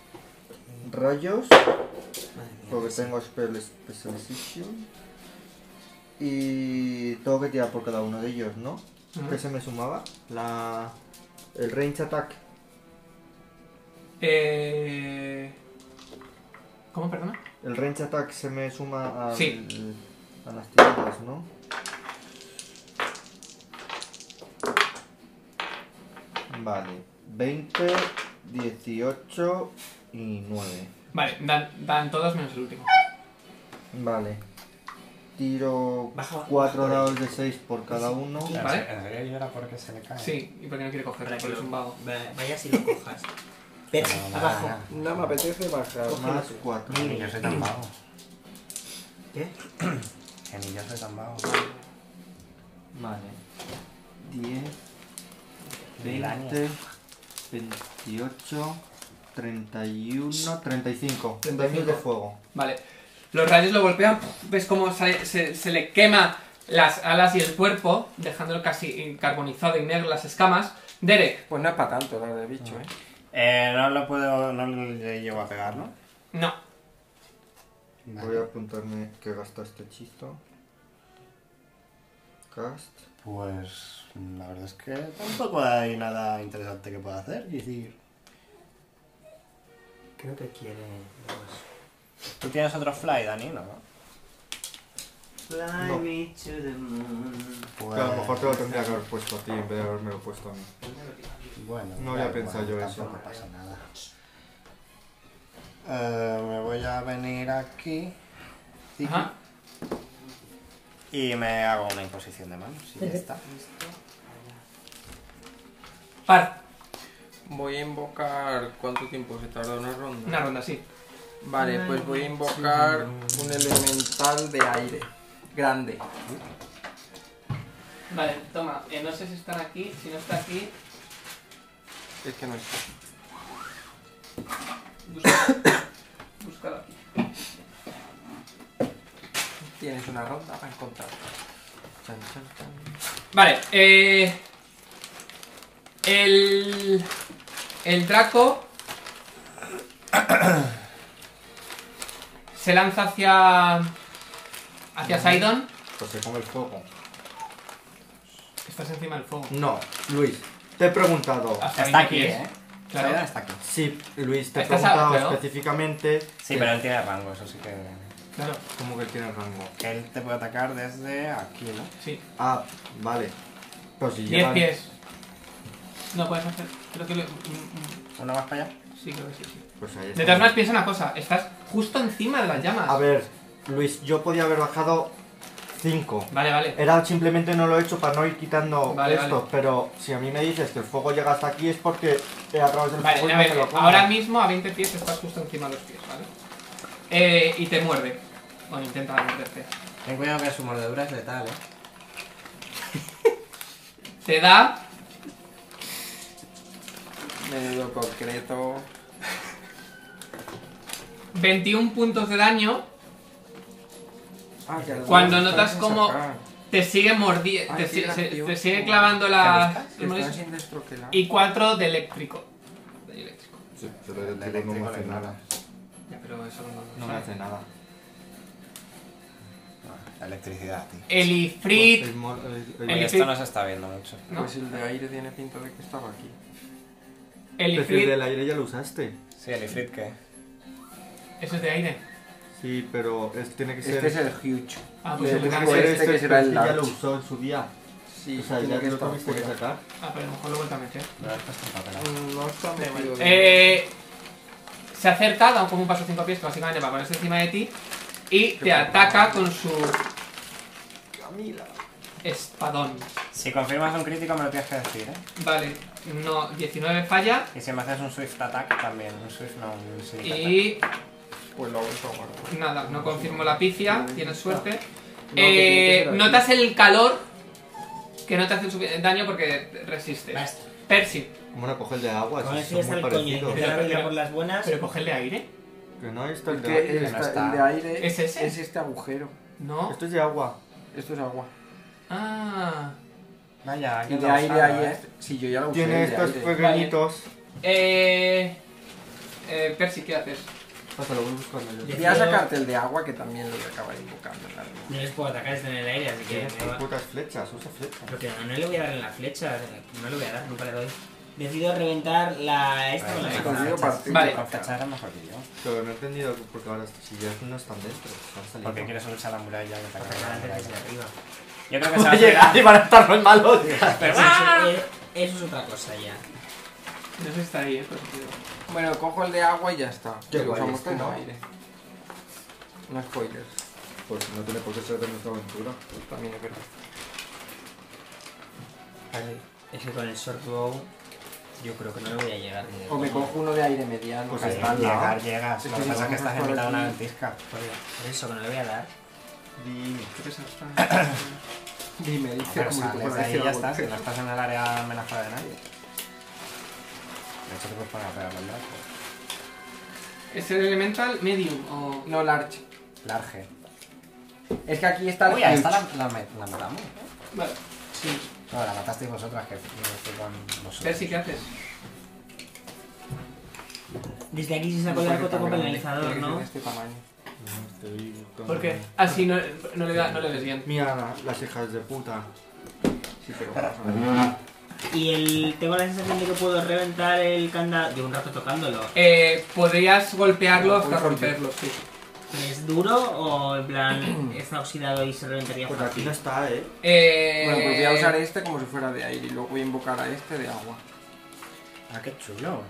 S3: rayos.
S6: Madre mía.
S3: Porque tengo Spell Specialization. Y tengo que tirar por cada uno de ellos, ¿no?
S1: Ujú.
S3: ¿Qué se me sumaba? La... El range attack.
S1: Eh... ¿Cómo, perdona?
S3: El range attack se me suma al-
S1: Sí.
S3: a las tiradas, ¿no? Vale. 20, 18 y 9.
S1: Vale, dan, dan todos menos el último.
S3: Vale. Tiro
S6: Baja, baja,
S3: 4
S6: por ahí.
S3: dados de 6 por cada uno.
S8: En
S1: ¿Vale?
S8: se- En serio llora porque se le cae.
S1: Sí, y porque no quiere cogerlo,
S6: Para que
S1: porque es
S6: lo-
S1: un vago.
S6: va- Vaya si lo cojas.
S8: Pero
S6: Pero Eh, abajo.
S8: nada.
S2: No me apetece bajar.
S3: Más 4.
S8: Ni yo soy tan vago.
S6: ¿Qué?
S8: Que ni yo soy tan vago.
S3: Vale. 10,
S8: Mil
S3: 20, 28, 31, 35.
S1: 35.
S3: 35 de fuego.
S1: Vale. Los rayos lo golpean, ves cómo sale- se, se le quema las alas y el cuerpo, dejándolo casi carbonizado y negro las escamas, Derek,
S2: Pues no es para tanto lo de bicho, ¿eh?
S4: Eh, no lo puedo. No le llevo a pegar, ¿no?
S1: no.
S3: Voy a apuntarme que gasta este hechizo. Cast.
S4: Pues. La verdad es que tampoco hay nada interesante que pueda hacer. Es decir,
S6: Creo que quiere. pues,
S4: tú tienes otro fly, Dani, ¿no?
S6: Fly me to the moon.
S4: Pues,
S3: Que a lo mejor te lo tendría que haber puesto a ti en vez de haberme lo puesto a mí.
S4: Bueno,
S3: No
S4: da
S3: había pensado
S4: igual,
S3: yo eso.
S4: Tampoco pasa nada. Eh, me voy a venir aquí sí,
S1: Ajá.
S4: y me hago una imposición de manos. Y ya está.
S1: Par,
S2: Voy a invocar. ¿Cuánto tiempo se tarda una ronda?
S1: una ronda así.
S2: Vale, pues voy a invocar un elemental de aire. Grande.
S1: Vale, toma, eh, no sé si están aquí, si no está aquí,
S2: Es que no está.
S1: busca- búscalo aquí.
S2: Tienes una ronda para encontrar. Chan, chan, chan.
S1: Vale, eh, el, el Draco se lanza hacia, hacia Sidon.
S3: Pues se come el fuego.
S1: Estás encima del fuego.
S3: No, Luis, te he preguntado.
S1: Hasta
S4: Está
S1: 20
S4: aquí,
S1: pies.
S4: ¿eh?
S1: Claro.
S4: Saidon está aquí.
S3: Sí, Luis, te he
S1: Estás
S3: preguntado
S1: a- creo.
S3: específicamente.
S4: Sí,
S3: que-
S4: pero él tiene rango, eso sí que.
S1: Claro,
S3: ¿Cómo que tiene rango?
S4: Él te puede atacar desde aquí, ¿no?
S1: sí.
S3: Ah, vale. Pero si
S1: 10
S3: llegan-
S1: pies. No puedes hacer. Creo que lo- mm, mm,
S4: ¿Uno más para allá?
S1: Sí, creo que sí. sí.
S3: Pues ahí
S1: De
S3: está.
S1: todas maneras, piensa una cosa: estás justo encima de las llamas.
S3: A ver, Luis, yo podía haber bajado 5.
S1: Vale, vale.
S3: Era simplemente no lo he hecho para no ir quitando
S1: Vale,
S3: esto,
S1: vale.
S3: pero si a mí me dices que el fuego llega hasta aquí es porque eh, a través del
S1: Vale,
S3: fuego no
S1: a
S3: se
S1: ver,
S3: lo pongo.
S1: ahora mismo a 20 pies estás justo encima de los pies, ¿vale? Eh, y te muerde. Bueno, intenta morderte.
S11: Ten cuidado que su mordedura es letal, eh.
S1: Te da.
S2: Menudo concreto.
S1: 21 puntos de daño,
S2: Ah, ya lo
S1: Cuando
S2: tengo,
S1: notas
S2: están sin
S1: cómo-
S2: sacar.
S1: te sigue mordiendo,
S2: Ay,
S1: te,
S2: qué
S1: si- se-
S2: gracioso.
S1: te sigue clavando la...
S2: Que Están sin destroquelar.
S1: Y 4 de eléctrico. Daño eléctrico.
S3: Sí, pero el
S4: El
S3: eléctrico no me
S4: eléctrico
S3: hace
S4: le
S3: nada.
S1: Ya, pero eso no,
S3: No me hace nada.
S4: No, la Ah, electricidad, tío.
S1: Elifrit.
S3: Pues El mor- el- el-
S1: El-
S4: Oye,
S1: sí.
S4: esto no se está viendo mucho.
S1: ¿no?
S2: Pues el de aire tiene pinta de que estaba aquí.
S3: Es decir,
S1: Elifrit.
S3: del aire ya lo usaste.
S4: Sí, el ifrit que.
S1: Eso es de aire.
S3: Sí, pero es- tiene que ser.
S2: Este es el huge.
S1: Ah, pues
S2: Le
S1: el
S2: puse
S1: cáncer-
S2: este que será el
S3: ya lo
S2: large.
S3: usó en su día.
S2: Sí,
S3: o sea,
S2: tiene
S3: ya
S2: que
S3: lo
S2: estar
S3: tuviste que
S2: fuera.
S3: sacar.
S1: Ah, pero a lo mejor lo he vuelto a meter.
S4: No lo has puesto en papel.
S2: Mm, No está
S1: Da igual.
S2: metido bien.
S1: Eh, se acerca, da como un paso cinco pies, que básicamente va a ponerse encima de ti. Y te ataca con su
S3: Camila.
S1: espadón.
S4: Si confirmas un crítico, me lo tienes que decir, ¿eh?
S1: Vale, no, 19 falla.
S4: Y si me haces un swift attack también. Un swift, no, un swift attack.
S1: Y
S2: Pues lo voy a guardar.
S1: nada, no confirmo la picia, tienes suerte.
S2: No, que tiene que
S1: Eh,
S2: ser aquí.
S1: notas el calor que no te hace sufi- daño porque resistes.
S6: Basta.
S1: Percy.
S3: ¿Cómo no coge el de agua?
S6: Con
S3: Esos
S6: eso ya está
S3: son muy
S6: el coño.
S3: parecidos.
S6: Intentar abrirla por las buenas.
S1: cogerle aire.
S3: Que no, esto es
S2: Este Es
S3: de
S2: que
S3: aire.
S2: esta-
S4: está.
S2: el de aire
S1: ¿Es ese?
S2: es este agujero.
S1: No.
S3: Esto es de agua.
S2: Esto es agua.
S1: Ah.
S4: Vaya,
S2: Y
S4: que
S2: de
S4: lo
S2: aire
S4: usaba,
S2: ahí
S4: ¿eh?
S2: es. Sí, yo ya lo usé.
S3: Tiene
S2: el de
S3: estos
S2: aire.
S3: pequeñitos.
S1: Eh, eh, Percy, ¿qué haces?
S3: Hasta lo voy buscando yo.
S2: Voy a sacarte el de agua que también lo voy a acabar invocando. la verdad.
S6: No les puedo atacar, están en el aire, así que.
S3: Tienes
S6: me va-
S3: tus putas flechas, usa flechas.
S6: Lo que no, no le voy a dar en la flecha, no le voy a dar, nunca le doy. Decido reventar la. esta con la
S4: Vale,
S2: He
S6: lanza.
S2: conseguido partir.
S1: Vale.
S4: Cachar era mejor que yo.
S3: Pero no he entendido que- porque ahora si ya no están dentro, están saliendo.
S4: Porque quieres luchar la muralla que te
S6: Para
S4: acaba
S6: atacar
S4: de la
S6: desde
S4: muralla.
S6: arriba.
S4: Yo creo que se va a tirar.
S3: y van a estar los malos.
S6: Pero eso, eh, eso es otra cosa ya.
S1: No sé si está ahí, eh, pero-
S2: Bueno, cojo el de agua y ya está.
S3: Qué
S2: Lo
S3: guay,
S2: usamos
S3: este,
S2: como
S3: ¿no?
S2: aire. No spoilers. Pues
S3: Pues no tiene por qué ser de nuestra aventura.
S2: También es verdad.
S6: Vale, Es que con el short bow yo creo que no le voy a llegar ni de
S2: O me
S6: coña.
S2: cojo uno de aire mediano.
S3: Pues
S2: que
S3: ahí
S2: está al lado.
S4: Llegar, llegas. Lo que pasa es que estás en mitad de una ventisca.
S6: Por por eso, que no le voy a dar.
S3: Dime.
S2: Dime,
S4: No,
S2: dice
S4: Pero
S2: como si
S4: sales de
S2: fuera
S4: ahí y ya
S2: ciego.
S4: estás. Si no estás en el área amenazada de nadie. De hecho, te puedes poner a pegar con largo.
S1: ¿Es el elemental medium o...?
S2: No, large.
S4: Large.
S2: Es que aquí está el
S4: Uy, a
S2: huge.
S4: esta la, la, met- la matamos. ¿eh?
S1: Vale. Sí.
S4: No, la matasteis vosotras, que fue con vosotros.
S1: Percy, ¿qué haces?
S6: Desde aquí se sacó la foto con penalizador,
S2: Tiene que ser
S6: ¿no?
S2: de este tamaño.
S1: ¿Por qué? Ah, sí, no, no le da, no le ves bien.
S3: Mira la- las hijas de puta.
S2: Sí, pero vamos a ver.
S6: Y el, tengo la sensación de que puedo reventar el candado. Llevo un rato tocándolo.
S1: Eh, podrías golpearlo hasta
S2: Puedes
S1: romperlo, sí.
S6: ¿Es duro o en plan está oxidado y se reventaría
S3: Pues aquí no
S6: fácil?
S3: está, eh.
S1: Eh,
S2: Bueno, pues voy a usar este como si fuera de aire y luego voy a invocar a este de agua.
S4: Ah, qué chulo.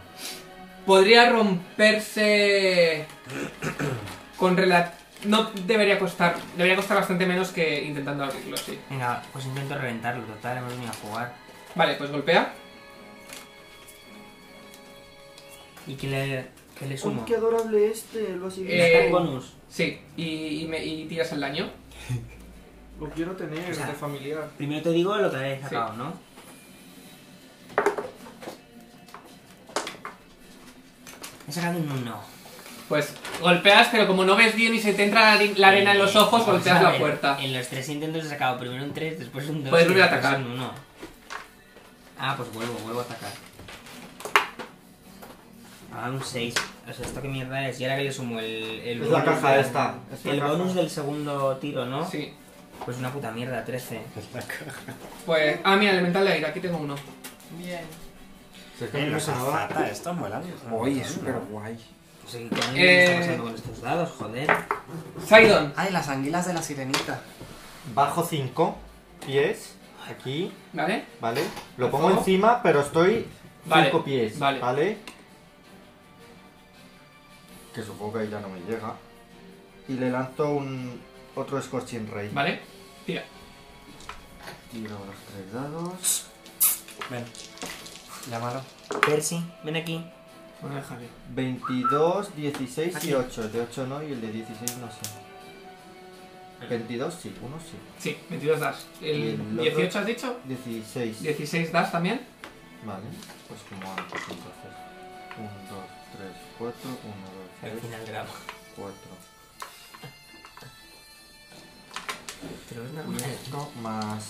S1: Podría romperse con rela- No debería costar. Debería costar bastante menos que intentando abrirlo, sí.
S6: Venga, pues intento reventarlo, total, hemos venido a jugar.
S1: Vale, pues golpea.
S6: ¿Y qué le, qué le
S3: Uy,
S6: sumo?
S3: qué adorable este, lo así.
S1: Eh,
S6: ¿Está el bonus?
S1: Sí, y, y me- y tiras el daño.
S3: Lo quiero tener,
S6: o sea,
S3: de familiar.
S6: Primero te digo lo que habéis sacado, ¿no? He sacado un 1.
S1: Pues golpeas, pero como no ves bien y se te entra la, la arena en los ojos, golpeas la puerta.
S6: En los tres intentos he sacado primero un 3, después un 2.
S1: Puedes volver a atacar.
S6: Un 1. Ah, pues vuelvo, vuelvo a atacar. Ah, un 6. O sea, esto que mierda es. Y ahora que le sumo el. el
S3: Es la
S6: bonus
S3: caja
S6: del-
S3: esta. es la
S6: El
S3: caja.
S6: bonus del segundo tiro, ¿no?
S1: Sí.
S6: Pues una puta mierda, 13.
S1: Pues. Ah, mira, elemental de aire, aquí tengo uno.
S3: Se
S4: Eh,
S3: cambia
S4: los
S3: esa baba.
S4: azata, estos molan.
S2: Hoy es
S4: ¿eh?
S2: súper guay.
S6: Pues ¿qué coño
S1: Eh.
S6: está pasando con estos dados, joder?
S1: Sidon.
S4: Ay, las anguilas de la sirenita.
S3: Bajo 5 pies. Aquí,
S1: ¿Vale?
S3: ¿vale? Lo pongo encima, pero estoy 5
S1: Vale,
S3: pies.
S1: vale.
S3: Vale. Que supongo que ahí ya no me llega. Y le lanzo un otro Scorching Ray.
S1: Vale. Tira.
S3: Tiro los tres dados.
S4: Ven, llámalo.
S6: Percy, ven aquí.
S1: Bueno, déjame.
S3: 22, 16 y 8. El de 8 no y el de 16 no sé. 22 sí, uno sí.
S1: Sí, 22 das.
S3: Y
S1: ¿El
S3: el otro-
S1: 18 has dicho?
S3: 16.
S1: 16 das también.
S3: Vale, pues como antes entonces. 1, 2, 3, 4, 1,
S6: Al
S3: 2, 3,
S6: final grabo.
S3: 4.
S6: Pero es
S3: Y
S6: normal.
S3: esto más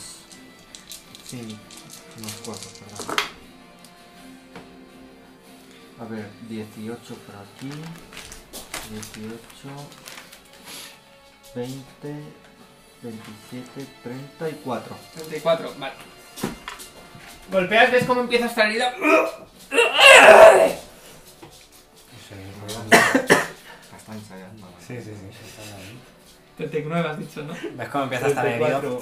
S3: 5, más 4, perdón. A ver, 18 por aquí, 18, 20, 27, 34.
S1: 34, vale. Golpeas, ves cómo empieza esta herida.
S3: Está ensayando. ¿vale?
S4: Sí, sí, sí. está bien.
S1: 39 has dicho, ¿no?
S4: ¿Ves cómo empieza a estar herido?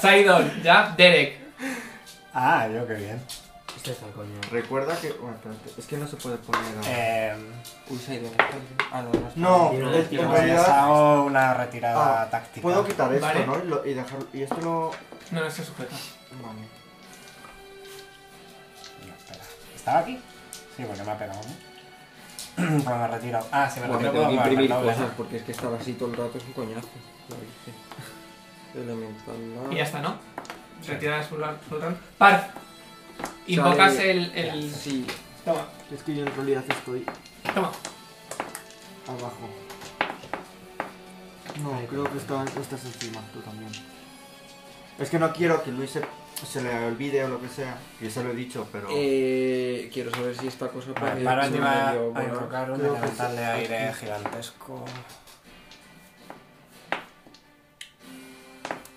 S1: Sidon, ya, Derek.
S4: Ah, yo qué bien.
S3: Este
S6: Esto está el coño.
S3: Recuerda que. Bueno, espérate, es que no se puede poner. a-
S4: Eh,
S2: Usa y Ah, no, no. está.
S3: No,
S6: Tiro,
S3: es-
S6: tiro.
S3: en
S4: pues
S3: realidad.
S4: hago una retirada
S3: Ah,
S4: táctica.
S3: Puedo quitar esto,
S1: Vale.
S3: ¿no? Y, lo- y dejarlo. Y esto lo.
S1: No, no se sujeta.
S3: Vale.
S4: No, espera. ¿Estaba aquí? Sí, porque me ha pegado. ¿no? pues me retiro. Ah, si me
S2: Bueno, tengo
S4: retiro puedo
S2: que
S4: moverme
S2: imprimir
S4: doble,
S2: cosas
S4: ¿no?
S2: porque es que estar así todo el rato es un coñazo. Lo hice. Elemental. no.
S1: Y ya está, ¿no? Retiras full round- full round. Parf. Invocas
S3: Sale-
S1: el, el.
S2: Sí,
S1: Toma,
S3: Es que yo en realidad estoy
S1: toma.
S3: abajo. No, creo que está- estás encima, tú también. Es que no quiero que Luis se, se le olvide o lo que sea. Yo se lo he dicho, pero.
S2: Eh, quiero saber si esta cosa parece
S4: Vale, Paro
S2: que se
S4: encima
S2: me dio
S4: a
S2: volar.
S4: invocar un
S3: Creo que
S4: elemental
S3: sí.
S4: de aire gigantesco.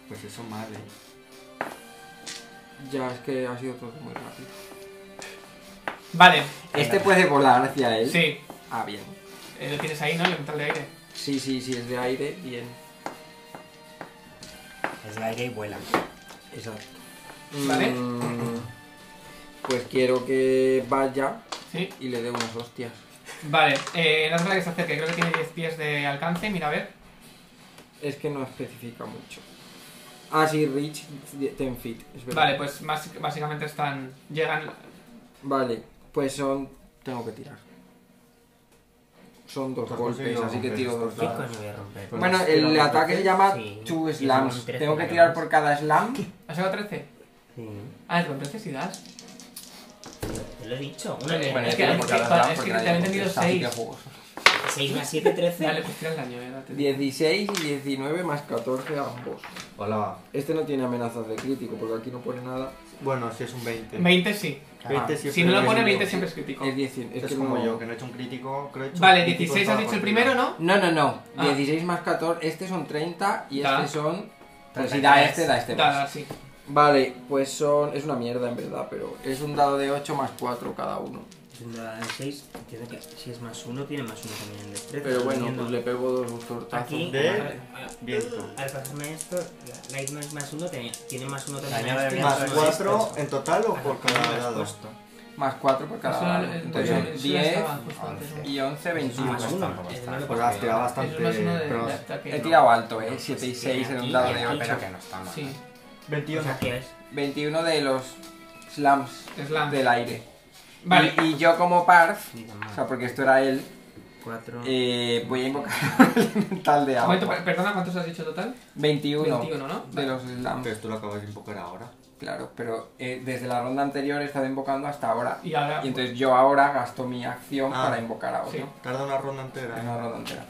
S3: Pues eso mal, eh.
S2: Ya, es que ha sido todo muy rápido.
S1: Vale,
S2: Este puede volar hacia él.
S1: sí.
S2: Ah, bien.
S1: Eh, lo tienes ahí, ¿no? Elemental de aire.
S2: Sí, sí, sí, es de aire, bien.
S4: Es de aire y vuela.
S2: Exacto.
S1: Vale.
S2: Mm, pues quiero que vaya
S1: Sí.
S2: y le dé unas hostias.
S1: Vale, eh, no hace falta que se acerque. Creo que tiene 10 pies de alcance. Mira, a ver.
S2: Es que no especifica mucho. Ah, sí, Rich, 10 feet. Es verdad.
S1: Vale, pues más- básicamente están. Llegan.
S2: Vale, pues son. Tengo que tirar. Son dos
S3: Pues
S2: golpes,
S3: consigo
S2: así que
S3: romper
S2: tiro
S3: estos
S2: dos.
S6: ¿Qué
S3: dados.
S6: coño voy a romper?
S3: Pues
S2: Bueno,
S3: nos
S2: el
S3: tiramos
S2: ataque se
S3: veces.
S2: llama
S6: Sí.
S2: two
S6: Y
S2: slams.
S6: somos tres
S2: Tengo que
S6: para que
S2: tirar
S6: vamos.
S2: por cada slam.
S1: ¿Has sacado 13?
S6: Sí.
S1: Ah, con 13 sí das.
S6: Te lo he dicho. Una vez.
S1: Bueno,
S2: yo
S1: es que-
S2: tiro
S1: es
S2: por
S1: que-
S2: cada slam
S1: es que
S2: porque nadie
S1: te había entendido
S2: contesta, así que
S1: seis.
S2: juegos.
S6: 6 más 7, 13.
S1: Dale, pues tira el daño, eh, date.
S2: 16 y 19 más 14 ambos.
S3: Hola.
S2: Este no tiene amenazas de crítico porque aquí no pone nada.
S3: Bueno, si es un 20.
S1: 20 sí.
S2: Ah,
S1: Si no lo pone,
S3: es
S1: 20 siempre es crítico.
S2: Es 10,
S3: Es,
S2: es que
S3: como
S2: no-
S3: yo, que no he hecho un crítico. Creo que he hecho
S1: Vale,
S3: un crítico
S1: 16
S3: en
S1: has
S3: toda
S1: dicho el
S3: partida.
S1: primero, ¿no?
S2: No, no, no.
S1: Ah.
S2: 16 más 14, este son 30 y
S1: Da.
S2: este son... Pues si da este, da este
S1: Da,
S2: más.
S1: da, sí.
S2: Vale, pues son... Es una mierda en verdad, pero es un dado de 8 más 4 cada uno.
S6: El 6, entiendo que si es más 1, tiene más 1 también el
S1: Este
S6: destreza.
S2: Pero bueno,
S6: entiendo.
S2: pues le pego dos tortazos.
S6: Aquí,
S3: de-
S6: vale.
S3: Viento.
S6: al pasarme esto, la Lightman más 1 tiene más 1 también.
S4: Añade
S6: a este,
S4: más
S3: Más
S6: uno a este.
S3: 4 en total o por cada
S6: Ajá,
S3: dado.
S6: puesto.
S2: Más 4 por cada
S1: Eso
S2: dado.
S1: era-
S2: Entonces
S1: eso-
S2: son
S1: eso ya
S2: 10
S1: estaba justo antes, Ah, ¿no?
S2: y 11, 21.
S6: Más uno.
S4: tampoco
S6: Eh,
S4: está.
S6: no le
S3: Pues
S6: puedo
S3: has tirado
S1: Eso
S6: pegar.
S1: es más
S3: bastante
S1: uno de,
S3: pros.
S1: de ataque.
S2: He
S1: ¿no?
S2: tirado alto, eh. 7 y
S6: pues,
S2: 6 en un
S6: aquí,
S2: dado de
S6: aquí.
S2: 8.
S4: Pero que no está mal.
S1: Sí,
S6: O
S3: 21.
S6: sea, que es
S2: 21 de los slams
S1: slam.
S2: del aire.
S1: Vale,
S2: Y, y yo como Parf,
S6: ni tan
S2: o
S6: mal.
S2: sea, porque esto era él,
S6: 4.
S2: eh, voy a invocar el elemental de
S1: momento, per-
S2: agua.
S1: perdona, ¿cuántos has dicho total?
S2: 21,
S1: 21, ¿no?
S2: de los slams.
S3: Pero tú lo acabas de invocar ahora.
S2: Claro, pero eh, desde la ronda anterior he estado invocando hasta ahora.
S1: Y ahora.
S2: Y entonces yo ahora gasto mi acción
S3: pues. Ah.
S2: para invocar a otro.
S1: Sí.
S3: Tarda una ronda entera.
S2: Es
S3: ¿eh?
S2: una ronda entera.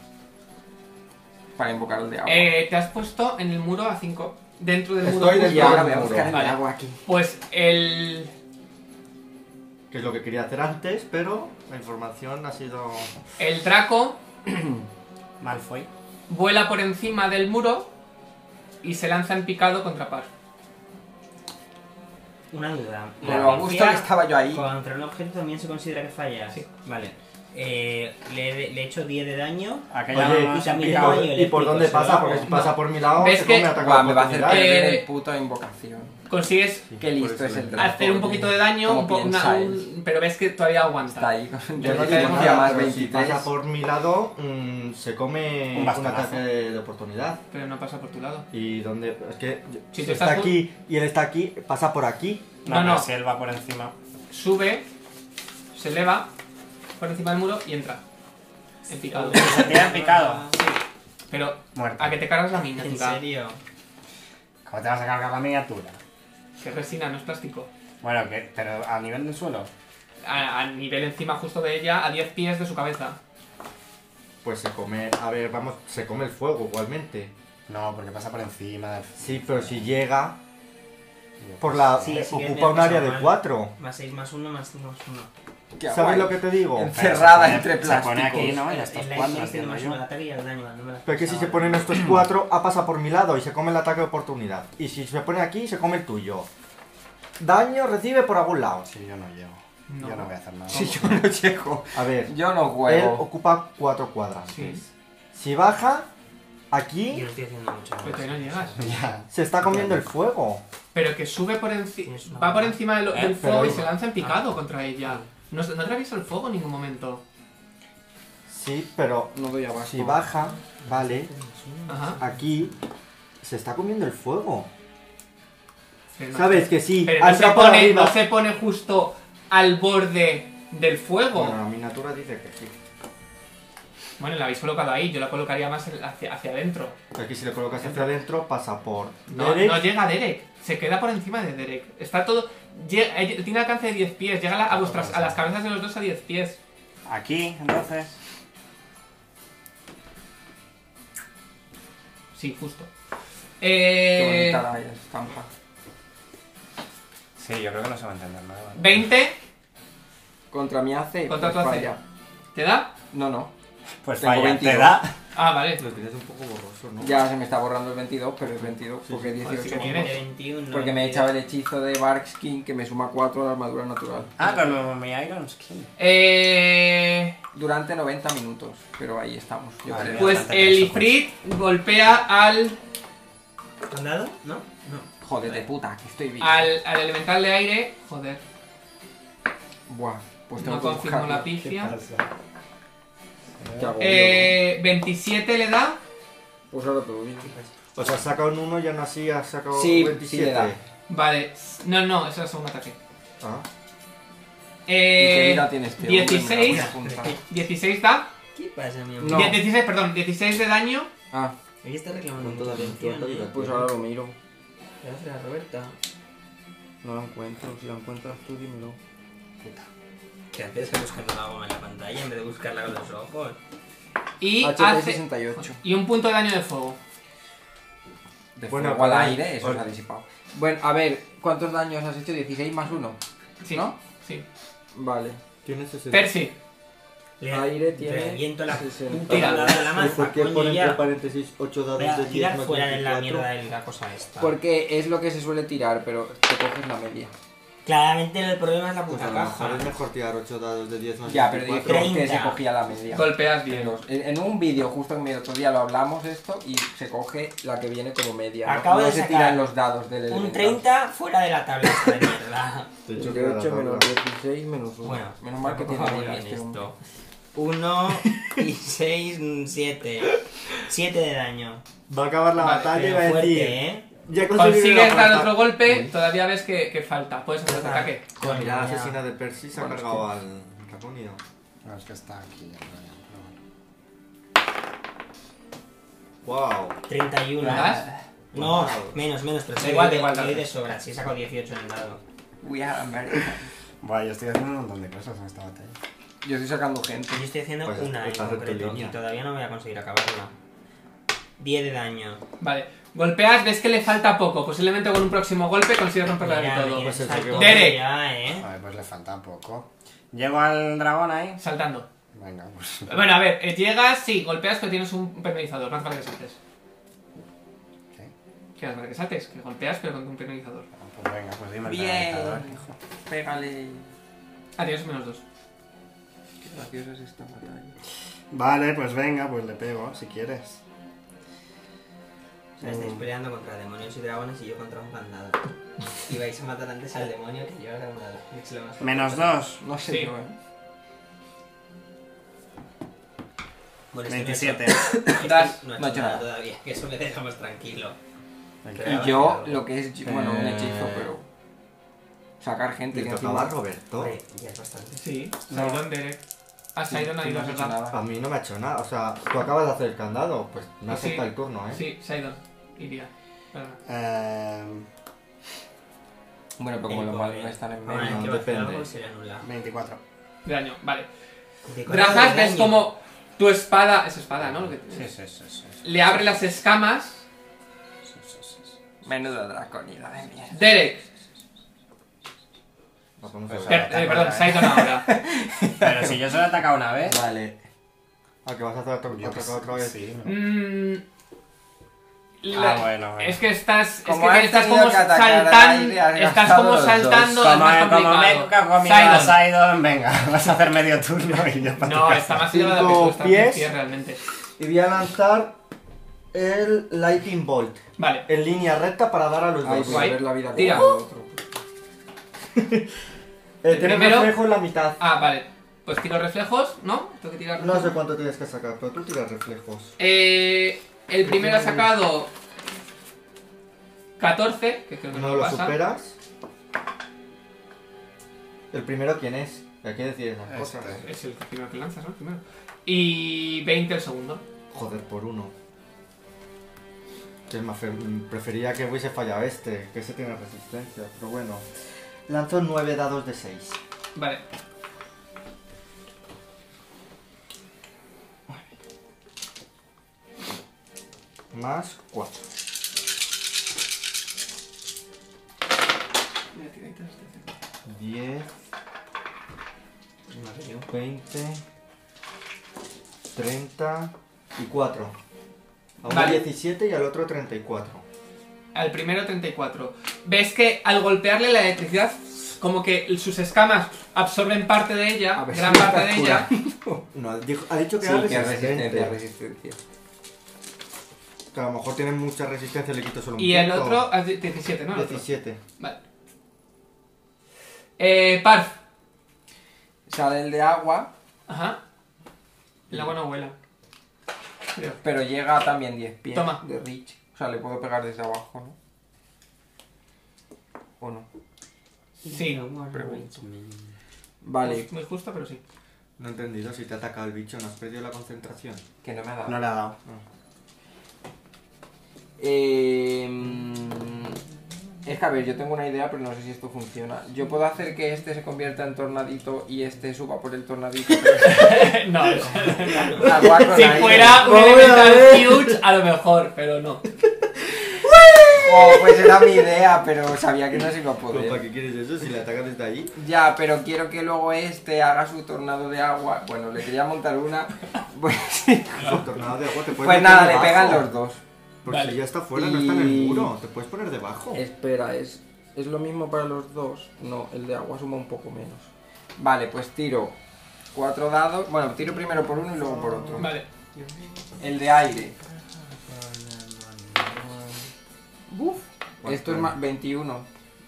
S2: Para invocar el de agua.
S1: Eh, te has puesto en el muro a 5. Dentro del muro.
S2: Ah, Estoy
S1: justo.
S2: y ahora voy a
S3: muro.
S2: buscar el de
S1: Vale.
S2: agua aquí.
S1: Pues el.
S3: Que es lo que quería hacer antes, pero la información ha sido.
S1: El Draco
S4: Mal fue.
S1: vuela por encima del muro y se lanza en picado contra Par.
S6: Una duda.
S2: Pero a gusto que estaba yo ahí.
S6: Contra un objeto también se considera que falla.
S1: Sí.
S6: Vale. Eh, le, le he hecho 10 de daño.
S4: Aquella
S3: Oye,
S4: no
S6: y también
S3: ¿y
S6: te
S3: por-
S6: hago yo
S3: ¿Y por
S6: eléctrico,
S3: dónde
S6: se
S3: pasa?
S6: lo
S3: Porque si
S6: hago.
S3: pasa por mi lado,
S1: ¿Ves
S3: se come
S1: que-
S3: ataque
S2: Guau, me pues, va a hacer
S3: oportunidad.
S1: Eh,
S2: perder el puto invocación.
S1: Consigues
S3: Sí,
S2: Qué listo
S3: por eso
S2: es el
S3: le-
S2: dragón.
S1: hacer un poquito de daño,
S2: ¿Cómo
S1: un po- una-
S2: piensa
S1: un- pero ves que todavía aguanta.
S2: Está ahí.
S3: Yo
S2: Yo
S3: no
S2: no
S3: digo
S1: diferencia
S3: nada,
S2: más
S3: pero si
S2: 23.
S3: pasa por mi lado, mm, se come
S4: Un
S3: un,
S4: bastonazo.
S3: ataque de oportunidad.
S1: Pero no pasa por tu lado.
S3: Y donde. Es que yo-
S1: Si
S3: si
S1: tú
S3: está
S1: estás-
S3: aquí y él está aquí, pasa por aquí.
S4: No,
S1: No,
S4: no,
S1: no.
S4: Si él va por encima.
S1: Sube, se eleva por encima del muro y entra. En picado.
S4: Se te ha picado.
S1: Pero
S4: Muerto.
S1: a que te cargas la
S6: Ah, ¿En
S1: miniatura.
S6: serio?
S4: ¿Cómo te vas a cargar la miniatura?
S1: Que es resina, no es plástico.
S4: Bueno, que, pero a nivel del suelo.
S1: A, a nivel encima justo de ella, a 10 pies de su cabeza.
S3: Pues se come. A ver, vamos, se come el fuego igualmente.
S4: No, porque pasa por encima del.
S3: Sí, pero si llega. Por la.
S6: Sí,
S3: eh,
S6: sí, bien,
S3: ocupa
S6: bien,
S3: un área de
S6: normal.
S3: 4.
S6: Más 6 más 1 más 1 más 1.
S2: Qué
S3: ¿Sabes
S2: guay.
S3: lo que te digo?
S2: En-
S4: Pero se
S2: Cerrada
S4: pone-
S2: entre
S4: Se pone aquí,
S2: plásticos.
S4: ¿no?
S6: El
S4: Ah, Ya estás
S6: Light
S4: jugando,
S6: Shield tiene
S4: entiendo
S6: más
S4: yo.
S6: 1 al ataque y al daño. No me las
S3: Pero es que si se
S6: pensaba.
S3: ponen estos cuatro, ah, pasa por mi lado y se come el ataque de oportunidad. Y si se pone aquí, se come el tuyo. Daño recibe por algún lado.
S4: Si yo no llego.
S1: No.
S4: Yo no voy a hacer nada.
S2: Si yo no llego.
S3: A ver,
S1: Eh,
S2: Yo no
S3: él
S2: juego.
S3: ocupa cuatro cuadras.
S1: Sí.
S3: Si baja,
S6: Yo
S3: aquí
S6: no estoy haciendo mucho.
S3: Pues
S1: Pero todavía no llegas.
S4: Ya.
S3: se está comiendo el fuego.
S1: Pero que sube por encima.
S6: Tienes una
S1: Va por
S6: mano.
S1: encima del,
S4: Eh,
S1: del fuego y
S3: pero- ah.
S1: se lanza en picado contra ella. No, no atraviesa el fuego en ningún momento.
S3: Sí, pero
S2: No doy abajo.
S3: si baja, vale,
S1: Ajá.
S3: aquí se está comiendo el fuego.
S1: Pero no-
S3: Sabes que sí,
S1: Pero
S3: ha
S1: no se,
S3: entrado por
S1: pone,
S3: arriba.
S1: no se pone justo al borde del fuego.
S3: Bueno, la miniatura dice que sí.
S1: Bueno, la habéis colocado ahí, yo la colocaría más en- hacia, hacia adentro.
S3: Aquí si le colocas hacia adentro, pasa por
S1: No,
S3: Derek.
S1: no llega Derek, se queda por encima de Derek. Está todo. lle- eh, tiene alcance de 10 pies, llega a la- a, vuestras, a las cabezas de los dos a 10 pies.
S4: Aquí, entonces.
S1: Sí, justo.
S2: Qué
S1: Eh,
S2: bonita la estampa.
S4: Sí, yo creo que no se va a entender nada. ¿vale?
S1: 20,
S2: Contra mi AC.
S1: Contra tu
S2: pues
S1: AC.
S2: falla.
S1: ¿te da?
S2: No, no.
S4: Pues
S2: Tengo
S4: falla,
S2: 22.
S4: te da.
S1: Ah, vale.
S3: Lo tienes un poco borroso, ¿no?
S2: Ya se me está borrando el 22, pero es 22 porque
S1: Joder, si
S2: 18
S1: me
S2: más
S1: quieres.
S2: dos.
S6: 21.
S2: Porque me he echado el hechizo de Barkskin que me suma 4 a la armadura natural.
S4: Ah, pero no, mi Iron Skin.
S1: Eh,
S2: Durante 90 minutos, pero ahí estamos. Yo
S4: Vale.
S2: creo.
S1: pues el Ifrit golpea al,
S6: ¿Han dado? No. No.
S2: Joder de puta, que estoy vivo.
S1: al, al elemental de aire. Joder,
S2: Buah, pues tengo
S1: no
S2: que
S1: confirmo
S2: buscarlo.
S1: la pifia.
S2: Qué agobio,
S1: Eh, 27 le da.
S2: ¿no? Pues ahora todo bien.
S3: O sea, saca pues un 1 y aún así ha sacado
S2: Sí,
S3: 27.
S2: sí le da.
S1: Vale, no, no, ese es el segundo ataque.
S3: Ah,
S2: ¿Y qué
S1: Eh,
S2: vida tienes, tío?
S1: 16.
S2: Una punta.
S1: 16 da.
S6: ¿Qué pasa, mi
S2: No.
S6: amigo?
S1: Die- 16, perdón, 16 de daño.
S2: Ah,
S6: Ella está reclamando
S3: Con
S6: mucha
S3: toda la
S6: atención.
S3: aventura,
S6: ¿eh?
S2: pues ahora lo miro.
S6: Gracias, Roberta.
S2: No lo encuentro, si lo encuentras tú dímelo.
S6: ¿Qué haces buscando la goma en la pantalla en vez de buscarla con los ojos?
S1: Y
S2: HP
S1: hace.
S2: 68.
S1: Y un punto de daño de fuego.
S2: De
S3: Bueno,
S2: fuego al
S3: para-
S2: aire, eso se ha disipado. Bueno, a ver, ¿cuántos daños has hecho? 16 más 1.
S1: Sí.
S2: ¿No?
S1: Sí.
S2: Vale.
S3: Tiene 60.
S1: Percy,
S6: Le
S7: Aire
S6: le reviento
S7: tiene
S6: la
S7: 60.
S6: puta dada de la
S3: ¿Y
S6: maza,
S3: por qué
S6: coño,
S3: ponen entre
S6: ya.
S3: paréntesis 8
S6: Voy
S3: dados
S6: a
S3: de 10
S6: tirar
S3: más
S6: fuera de la
S3: 24?
S6: mierda de la cosa esta.
S2: Porque es lo que se suele tirar, pero te coges la media.
S6: Claramente el problema es la
S3: Pues
S6: puta
S3: a lo
S6: caja.
S3: mejor es mejor tirar 8 dados de 10 más
S2: Ya, pero dije
S3: 24.
S2: que se
S6: 30.
S2: cogía la media.
S1: golpeas bien.
S2: Los- En en un vídeo justo en el otro día lo hablamos esto y se coge la que viene como media. ¿no?
S6: Acabo
S2: No
S6: de
S2: se
S6: sacar
S2: tiran los dados del
S6: Un
S2: elemental.
S6: 30 fuera de la tabla esta de mierda.
S3: Te choca la
S7: 28 menos
S3: tabla.
S7: 16 menos 1.
S6: Bueno,
S2: Menos mal que
S6: por
S2: tiene
S6: favor,
S2: media
S6: bien
S2: este hombre.
S6: esto. 1 y 6, 7. 7 de daño.
S3: Va a acabar la
S1: Vale,
S3: batalla y
S6: Pero
S3: va a decir.
S6: fuerte, ¿eh?
S3: Ya
S1: Consigues
S3: la
S1: dar
S3: puerta".
S1: otro golpe, todavía ves que, que falta. Puedes hacer otro
S6: Ah.
S1: ataque.
S3: La mirada
S6: Coño,
S3: asesina de Percy se ha
S2: Bueno, es
S3: cargado al dracónido.
S8: No, es que está aquí ya, pero ya, pero bueno.
S3: ¡Wow!
S6: 31.
S1: ¿Lo das?
S6: No,
S3: Wow.
S6: menos, menos,
S1: Pues
S6: pero
S1: Da
S6: soy
S1: igual,
S6: de,
S1: da igual,
S6: soy
S1: dale.
S6: de sobra. Si he sacado 18 en el dado.
S2: We are American.
S8: Buah, yo estoy haciendo un montón de cosas en esta batalla.
S2: Yo estoy sacando gente.
S6: Yo estoy haciendo
S3: Pues
S6: una en
S3: estás en tu
S6: concreto y
S3: línea.
S6: todavía no voy a conseguir acabarla. 10 de daño.
S1: Vale. Golpeas, ves que le falta poco. Posiblemente con un próximo golpe consigues romperla
S6: Mira,
S1: del todo.
S6: mira,
S3: pues el
S6: salto
S3: que va.
S1: Derek.
S6: ya,
S2: Ah,
S6: ¿eh?
S8: Vale, pues le falta poco. Llego al dragón ahí.
S1: Saltando.
S8: Venga, pues.
S1: Bueno, a ver, eh, llegas, sí, golpeas, pero tienes un penalizador. No hace falta que saltes.
S8: ¿Qué?
S1: Que no hace falta que saltes, que golpeas, pero con un penalizador.
S8: Pues venga, pues dime el
S2: Bien.
S8: penalizador.
S2: Pégale.
S1: Ah, tienes menos dos.
S2: Qué graciosa es esta batalla.
S8: Vale, pues venga, pues le pego, si quieres.
S6: O sea,
S2: mm.
S6: estáis peleando contra demonios y dragones y yo contra un candado. Y vais a matar antes al demonio que yo al candado. Es lo más
S8: Menos
S6: importante.
S8: dos.
S2: No sé
S1: Sí.
S2: yo, eh.
S8: Este
S6: Bueno, esto no es-
S8: 27.
S6: esto
S1: Das.
S6: No ha
S2: No ha
S6: hecho
S2: hecho
S6: nada
S2: nada.
S6: todavía, que eso me deja más tranquilo.
S2: Y yo, lo que es. Bueno, un hechizo,
S3: Eh.
S2: pero. Sacar gente
S3: Le
S2: que
S3: tocaba a
S2: encima.
S3: Roberto.
S6: Hombre, ya es bastante.
S1: Sí,
S8: No.
S1: Sidon Derek. Ah, Sidon ha
S2: Sí,
S1: ido,
S2: no has
S1: es
S2: hecho
S1: ¿verdad?
S2: nada.
S3: A mí no me ha hecho nada. O sea, tú acabas de hacer el candado. Pues me
S1: Sí.
S3: afecta el turno, ¿eh?
S1: Sí, Sidon. Iría. Perdona.
S8: Eh,
S2: Bueno, pero como los malos no están en
S6: Bueno,
S2: medio.
S3: no,
S6: Ah, es que va a hacer
S3: depende.
S6: algo y se le anula.
S8: 24.
S1: De daño, vale.
S6: De
S1: Drajas, ves
S6: daño.
S1: como tu espada. Es espada, Ah, ¿no? Lo que-
S8: Sí, sí, sí, sí, sí,
S1: Le abre las escamas.
S8: sí, sí, sí, sí.
S2: Menuda draconida de mierda.
S1: Derek.
S3: Nos vamos a
S8: Pues
S3: ver.
S1: per- eh, perdón, Sidon ahora.
S8: Pero si yo solo he atacado una vez.
S2: Vale.
S3: Ah, que vas a hacer otro,
S8: Yo que
S3: atacar otra vez.
S8: sí, no.
S1: Mm,
S8: Ah, bueno, bueno.
S1: Es que estás, es
S2: Como
S1: que
S2: has
S1: estás
S2: tenido
S1: como
S2: que atacar al
S1: saltando,
S2: aire, has
S1: estás
S2: gastado
S1: como
S2: los dos.
S1: saltando, es
S8: Como,
S1: más
S8: como me
S1: complicado.
S8: he comido a
S1: Sidon.
S8: Sidon, venga, vas a hacer medio turno y yo para
S1: No, está más elevada que
S3: Cinco
S1: tú, está en
S3: pies.
S1: pie realmente.
S3: Y voy a lanzar el Lightning Bolt.
S1: Vale,
S3: En línea recta para dar a los
S2: Ahí
S3: dos.
S2: voy a
S1: guay.
S2: ver la vida
S1: Tira.
S2: como el otro.
S3: Eh, tienes
S1: Primero-
S3: reflejo en la mitad.
S1: ah, vale. Pues tiro reflejos, ¿no? Tengo que tirar
S3: No
S1: reflejos.
S3: sé cuánto tienes que sacar, pero tú tiras reflejos.
S1: Eh, el primero ha sacado 14, que creo que no,
S3: No lo
S1: pasa.
S3: superas. ¿El primero quién es? Hay que decir unas
S8: Este.
S3: cosas.
S1: Es el primero que lanzas, ¿no? El primero. Y 20 el segundo.
S3: Joder, por uno. Que me fe- prefería que hubiese fallado este, que ese tiene resistencia, pero bueno. Lanzo 9 dados de 6.
S1: Vale.
S3: Más 4.
S1: Mira, tira, tira, tira, tira.
S3: 10, 20, 30 y 4. A uno
S1: Vale.
S3: 17 y al otro 34.
S1: Al primero 34. Ves que al golpearle la electricidad, como que sus escamas absorben parte de ella,
S2: A ver si
S1: gran
S2: me
S1: parte de
S2: estás
S1: ella.
S3: No, ha dijo- ha dicho que
S2: Sí,
S3: era
S2: que
S3: resistente.
S2: resistencia, resistencia.
S3: Que a lo mejor tiene mucha resistencia, le quito solo un
S1: Y el
S3: punto.
S1: otro, has di- 17, ¿no? El otro.
S3: 17.
S1: Vale. Eh, Parf.
S2: Sale el de agua,
S1: Ajá. El agua no vuela. Creo.
S2: pero llega también 10 pies
S1: Toma.
S2: de Rich. O sea, le puedo pegar desde abajo, ¿no? ¿O no?
S1: Sí.
S2: Pregunto. Vale,
S1: Muy justo, pero sí.
S3: No he entendido, si te ha atacado el bicho, ¿no has perdido la concentración?
S2: que no me ha dado.
S8: No le ha dado.
S2: Eh, mm, Em, Es que a ver, yo tengo una idea, pero no sé si esto funciona. Yo puedo hacer que este se convierta en tornadito y este suba por el tornadito. pero-
S1: no,
S2: La guardo
S1: si
S2: en ahí.
S1: fuera un
S7: Vamos a
S1: elemental
S7: ver.
S1: huge, a lo mejor, pero no.
S2: Oh, pues era mi idea, pero sabía que no se iba a
S3: Pero, ¿Para
S2: poder.
S3: qué quieres eso si le atacan desde allí?
S2: Ya, pero quiero que luego este haga su tornado de agua. Bueno, le quería montar una. Pues,
S3: El tornado de agua te puede
S2: pues
S3: meter
S2: nada, le
S3: debajo.
S2: pegan los dos.
S3: Porque
S1: Vale.
S3: si ya está fuera, no está en el
S2: Y-
S3: muro. Te puedes poner debajo.
S2: Espera, ¿es, ¿es lo mismo para los dos? No, el de agua suma un poco menos. Vale, pues tiro cuatro dados. Bueno, tiro primero por uno y luego por otro.
S1: Vale.
S2: El de aire. Buf. Esto es más 21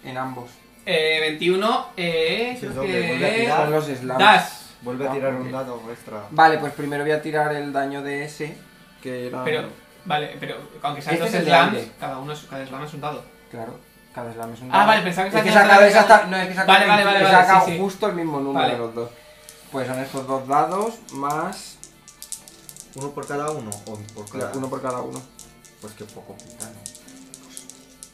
S2: en ambos.
S1: Eh, 21, eh,
S3: Sí,
S1: creo
S3: doble, vuelve a
S1: que...
S3: tirar.
S2: Son los slams.
S1: Das.
S3: Vuelve a
S2: Ah,
S3: tirar
S2: ok.
S3: un dado extra.
S2: Vale, pues primero voy a tirar el daño de ese. Que era.
S1: Pero, vale, pero aunque sean
S2: Este
S1: dos
S2: es el de
S1: slams,
S2: aire.
S1: cada uno es, cada slam es un dado.
S2: Claro, cada slam es un
S1: Ah,
S2: dado.
S1: vale, pensaba que
S2: es que
S1: sacaba-
S2: saca, es hasta- No, es que saca,
S1: Vale, vale, vale,
S2: he
S1: vale, sí,
S2: sacado
S1: sí.
S2: justo el mismo número
S1: Vale.
S2: de los dos. Pues son estos dos dados más
S3: Uno por cada uno. O por cada
S2: uno por cada uno.
S3: Pues que poco pinta,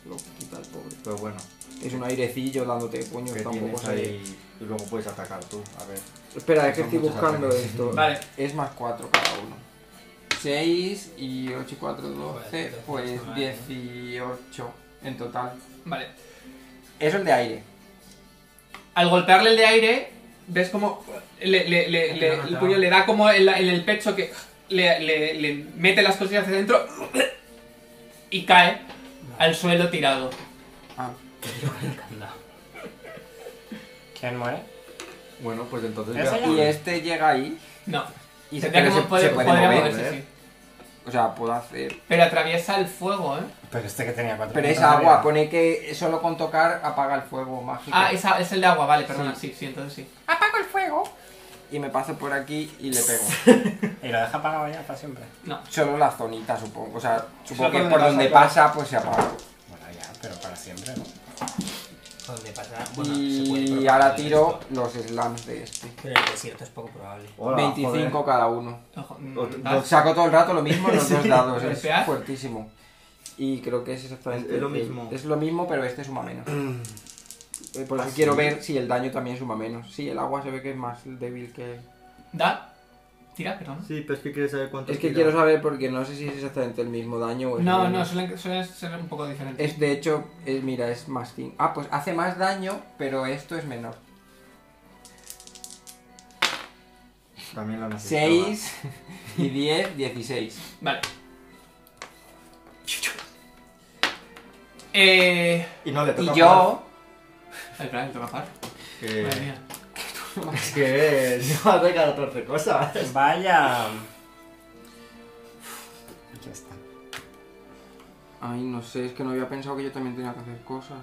S3: ¿no?
S2: Lo quita el pobre.
S3: Pero bueno,
S2: Es un airecillo dándote puños,
S3: que
S2: tampoco
S3: tienes
S2: sé.
S3: ahí. Y luego puedes atacar tú. A ver.
S2: Espera, es que
S3: Son
S2: estoy
S3: muchos
S2: buscando
S3: ataques.
S2: esto.
S1: Vale.
S2: Es más 4 cada uno. 6 y 8 y 4, 12,
S6: Joder,
S2: pues
S6: entonces,
S2: 18 en total.
S1: Vale.
S2: Eso el de aire.
S1: Al golpearle el de aire, ves como le- le- le- le- el puño le da como en, la- en el pecho que le, le- le mete las costillas hacia adentro y cae al suelo tirado.
S2: Ah,
S8: ¿Quién muere?
S3: Bueno, pues entonces.
S8: Eso
S3: ya-
S8: ya-
S2: y este llega ahí
S1: No.
S2: y
S1: Tendría
S2: pero
S1: que mo- poder- podría moverse,
S2: ¿eh?
S3: mover,
S1: sí.
S2: O sea, puedo hacer.
S1: Pero atraviesa el fuego, ¿eh?
S8: Pero este que tenía cuatro
S2: Pero es
S8: puntos de
S2: agua,
S8: vida.
S2: pone que solo con tocar apaga el fuego mágico.
S1: Ah, es, a- es el de agua, vale, perdona, sí, sí, entonces sí.
S5: Apago el fuego.
S2: Y me paso por aquí y le pego.
S8: Y lo deja apagado ya para siempre.
S1: No.
S2: Solo la zonita, supongo. O sea, supongo
S1: que
S2: que
S1: me
S2: por
S1: pasa,
S2: donde
S1: claro.
S2: pasa, pues se apaga.
S8: Bueno, ya, pero para siempre no.
S6: Donde pasa. Bueno, se puede
S2: Y
S6: probar
S2: ahora
S6: el
S2: tiro
S6: esto,
S2: los slams de este.
S6: Pero el desierto es poco probable.
S3: Hola,
S2: 25
S3: ah, joder.
S2: cada uno.
S1: Ojo, mm,
S3: Otro-
S1: das.
S3: dos.
S2: Saco todo el rato lo mismo, los dos dados, es
S1: golpear.
S2: fuertísimo. Y creo que es exactamente
S3: Es lo
S2: el-
S3: mismo.
S2: Es lo mismo, pero este suma menos. Eh, Por
S3: Ah,
S2: eso quiero ver si el daño también suma menos. Sí, el agua se ve que es más débil que...
S1: Da. Tira, perdón.
S3: Sí, pero es que quieres saber cuánto.
S2: Es que
S3: tira.
S2: quiero saber porque no sé si es exactamente el mismo daño o
S3: Pues
S2: es
S1: No,
S2: menos.
S1: no, suelen, suelen ser un poco diferentes.
S2: Es de hecho, es, mira, es más 5. Ah, pues hace más daño, pero esto es menor.
S3: También lo necesitaba.
S2: 6 y 10, 16.
S1: Vale. Eh.
S3: Y no le toca.
S2: Y yo...
S1: Ay, espera, le toca jugar.
S3: Que...
S1: Madre mía.
S7: Es que no ha pegado 14 cosas.
S8: Vaya. Ya está.
S2: Ay, no sé, es que no había pensado que yo también tenía que hacer cosas.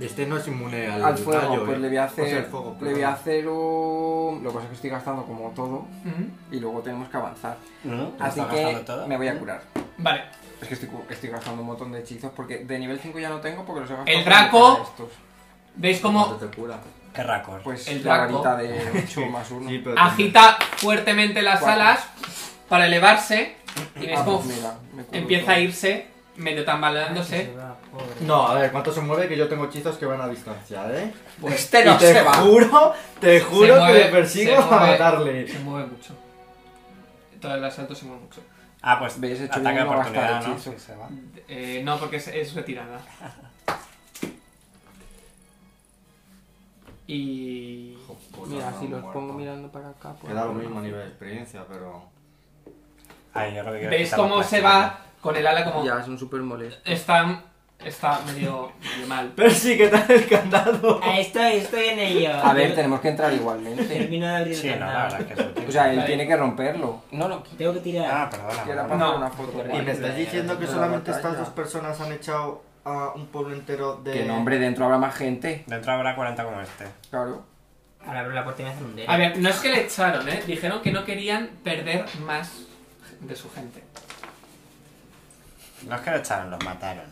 S3: Este no es inmune al,
S2: al fuego,
S3: tallo,
S2: pues
S3: ¿eh?
S2: le voy a
S3: O sea,
S2: hacer.
S3: el fuego,
S2: le
S3: perdón.
S2: voy a hacer un. Lo que pasa es que estoy gastando como todo
S1: Ujú.
S2: y luego tenemos que avanzar.
S8: ¿No? ¿Mm? ¿Lo
S2: Así
S8: está
S2: que
S8: gastando todo?
S2: me
S3: ¿Mm?
S2: voy a curar.
S1: Vale.
S2: Es que estoy, cu- estoy gastando un montón de hechizos porque de nivel 5 ya no tengo porque los he gastado.
S1: El
S2: con el
S1: Draco.
S2: para estos.
S1: ¿Veis cómo
S3: ¿Cuánto te cura?
S8: Qué racor.
S2: Pues
S1: El
S2: la
S1: Draco.
S2: varita de 8 más 1.
S3: Sí, pero
S1: agita fuertemente las
S2: Cuatro.
S1: alas para elevarse? Y
S2: Ah,
S3: Ah,
S1: veis
S2: pues
S1: cómo
S3: pues
S1: empieza a
S2: ir.
S1: irse, medio
S6: Que se
S1: tambaleándose.
S6: va, pobre.
S7: No, a ver, ¿cuánto se mueve? Que yo tengo hechizos que van a distancia, ¿eh?
S2: Este no
S7: y te
S2: se va.
S7: juro, te juro
S1: mueve,
S7: que le persigo
S1: se
S7: para
S1: mueve.
S7: matarle.
S1: Se mueve mucho. Todo el asalto se mueve mucho.
S8: Ah, pues
S2: ¿Veis? He hecho
S8: ataque de
S2: bien, no gastar
S8: oportunidad, ¿no?
S2: hechizo.
S8: Sí, se va.
S1: Eh, no, porque es, es retirada. Y.
S2: Mira, si
S3: pues,
S2: los
S3: Muerto.
S2: pongo mirando para acá. pues-
S3: Queda lo mismo a nivel de experiencia, pero.
S8: Ay, yo creo que quiero
S1: ¿Veis
S8: quitar la
S1: cómo se
S8: plástica.
S1: va con el ala
S3: Oh.
S1: como.
S2: Ya, es un súper molesto.
S1: Está, está medio, medio mal.
S7: Pero sí, que tal el candado.
S6: Ah, estoy, estoy en ello.
S2: A ver, tenemos que entrar igualmente.
S6: Termino de abrir
S8: Sí,
S6: el
S8: no, la
S6: candado.
S8: verdad es que es útil.
S2: O sea, él
S1: Vale.
S2: tiene que romperlo. No lo
S6: Tengo que tirar.
S8: Ah, perdona.
S2: Que era
S8: perdona.
S2: para
S1: No.
S2: hacer una foto.
S3: Y me estás
S6: Ya,
S3: diciendo
S2: ya,
S3: que
S2: ya.
S3: solamente
S2: La batalla.
S3: estas dos personas han echado a un pueblo entero de.
S2: Que no, hombre, dentro habrá más gente.
S8: Dentro habrá 40 como este.
S2: Claro.
S6: Ahora abro la puerta y me hacen un dedo.
S1: A ver, no es que le echaron, ¿eh? Dijeron que no querían perder más de su gente.
S8: No es que lo echaron, los mataron.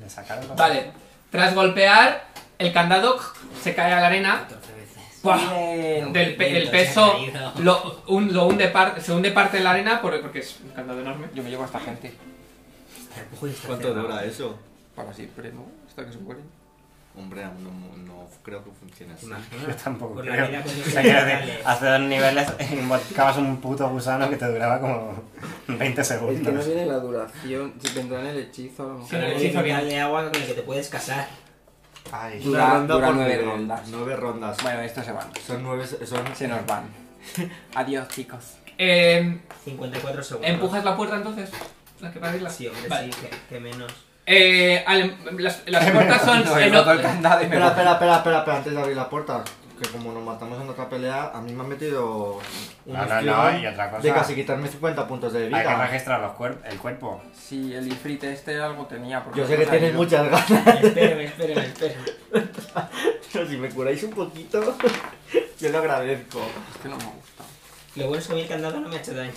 S8: Le sacaron los.
S1: Vale, tras golpear, el candado se cae a la arena.
S6: 14 veces.
S2: Ah.
S1: ¡Buah!
S2: Bien.
S1: Del pe- el
S6: Entonces,
S1: peso
S6: caído.
S1: lo, un- lo hunde par- se hunde parte de la arena por- porque es un candado enorme.
S2: Yo me llevo a esta gente.
S6: Uy, está
S9: ¿Cuánto
S6: cerrado.
S9: dura eso?
S2: Para siempre, ¿no? Hasta que se mueren.
S9: Hombre, aún no, no creo que funcione así.
S6: Imagina.
S4: Yo tampoco
S6: Por la
S4: creo.
S6: vida
S4: O
S6: cuando
S4: sea,
S6: se
S4: quiero decir,
S6: sale.
S4: hace dos niveles invocabas un puto gusano que te duraba como 20
S2: Es que no
S4: segundos.
S2: viene la duración, si vendrá en el hechizo a lo mejor.
S1: Sí, en el
S6: Hay
S1: hechizo
S6: un
S1: que-
S6: vial de agua con el que te puedes casar.
S3: Ay,
S2: Dura-
S9: Una ronda
S2: dura
S9: por
S2: nueve
S9: nivel.
S2: rondas.
S9: Nueve rondas.
S2: Bueno, estos se van.
S3: son nueve, son...
S2: Se nos van. Adiós, chicos.
S1: Eh,
S6: 54 segundos.
S1: ¿Empujas la puerta entonces? ¿La que para abrirla?
S6: Sí, hombre,
S1: Vale.
S6: sí, que, que menos.
S1: Eh, al- las, las puertas son...
S2: No, he
S1: en
S2: roto el
S1: o-
S2: candado y me
S3: Espera,
S2: voy.
S3: espera, espera, espera, espera, antes de abrir la puerta. Que como nos matamos en otra pelea, a mí me han metido... un
S4: No, no,
S3: estirón
S4: no, y otra cosa.
S3: De casi quitarme 50 puntos de
S4: Hay que
S3: vida.
S4: registrar los cuerp- el cuerpo.
S2: Si el ifrite este algo tenía. porque
S3: Yo sé
S2: no
S3: que
S2: salió.
S3: tienes muchas ganas,
S6: Espérame, espérame, espérame.
S3: pero si me curáis un poquito, yo lo agradezco.
S2: Es que no me gusta.
S6: Lo bueno es que a mí el candado no me ha hecho daño.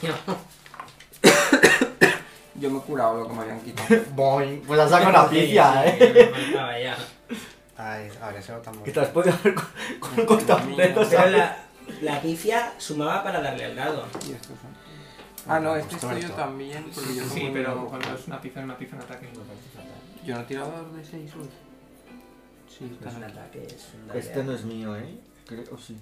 S2: Yo me he curado lo que me habían quitado.
S3: Boing, pues la saco una
S6: Sí,
S3: pifia,
S6: sí,
S3: eh.
S6: que me faltaba ya.
S4: Ay, ahora eso tampoco.
S3: Que te has podido hacer con, con cortadedos,
S6: Pero
S3: ¿sabes?
S6: la, la pifia sumaba para darle al dado.
S2: Y estos son. Ah, no, este
S4: Pues
S2: estoy yo
S4: tonto.
S2: también. Porque yo
S1: Sí,
S2: como
S1: pero
S2: no-
S1: cuando es una pizza, una pizza en ataque.
S2: Yo no he tirado dos de seis hoy. Sí,
S4: Pues
S6: No es un
S2: están aquí.
S6: ataque, es un dado.
S3: Este no es mío, eh. Creo, sí.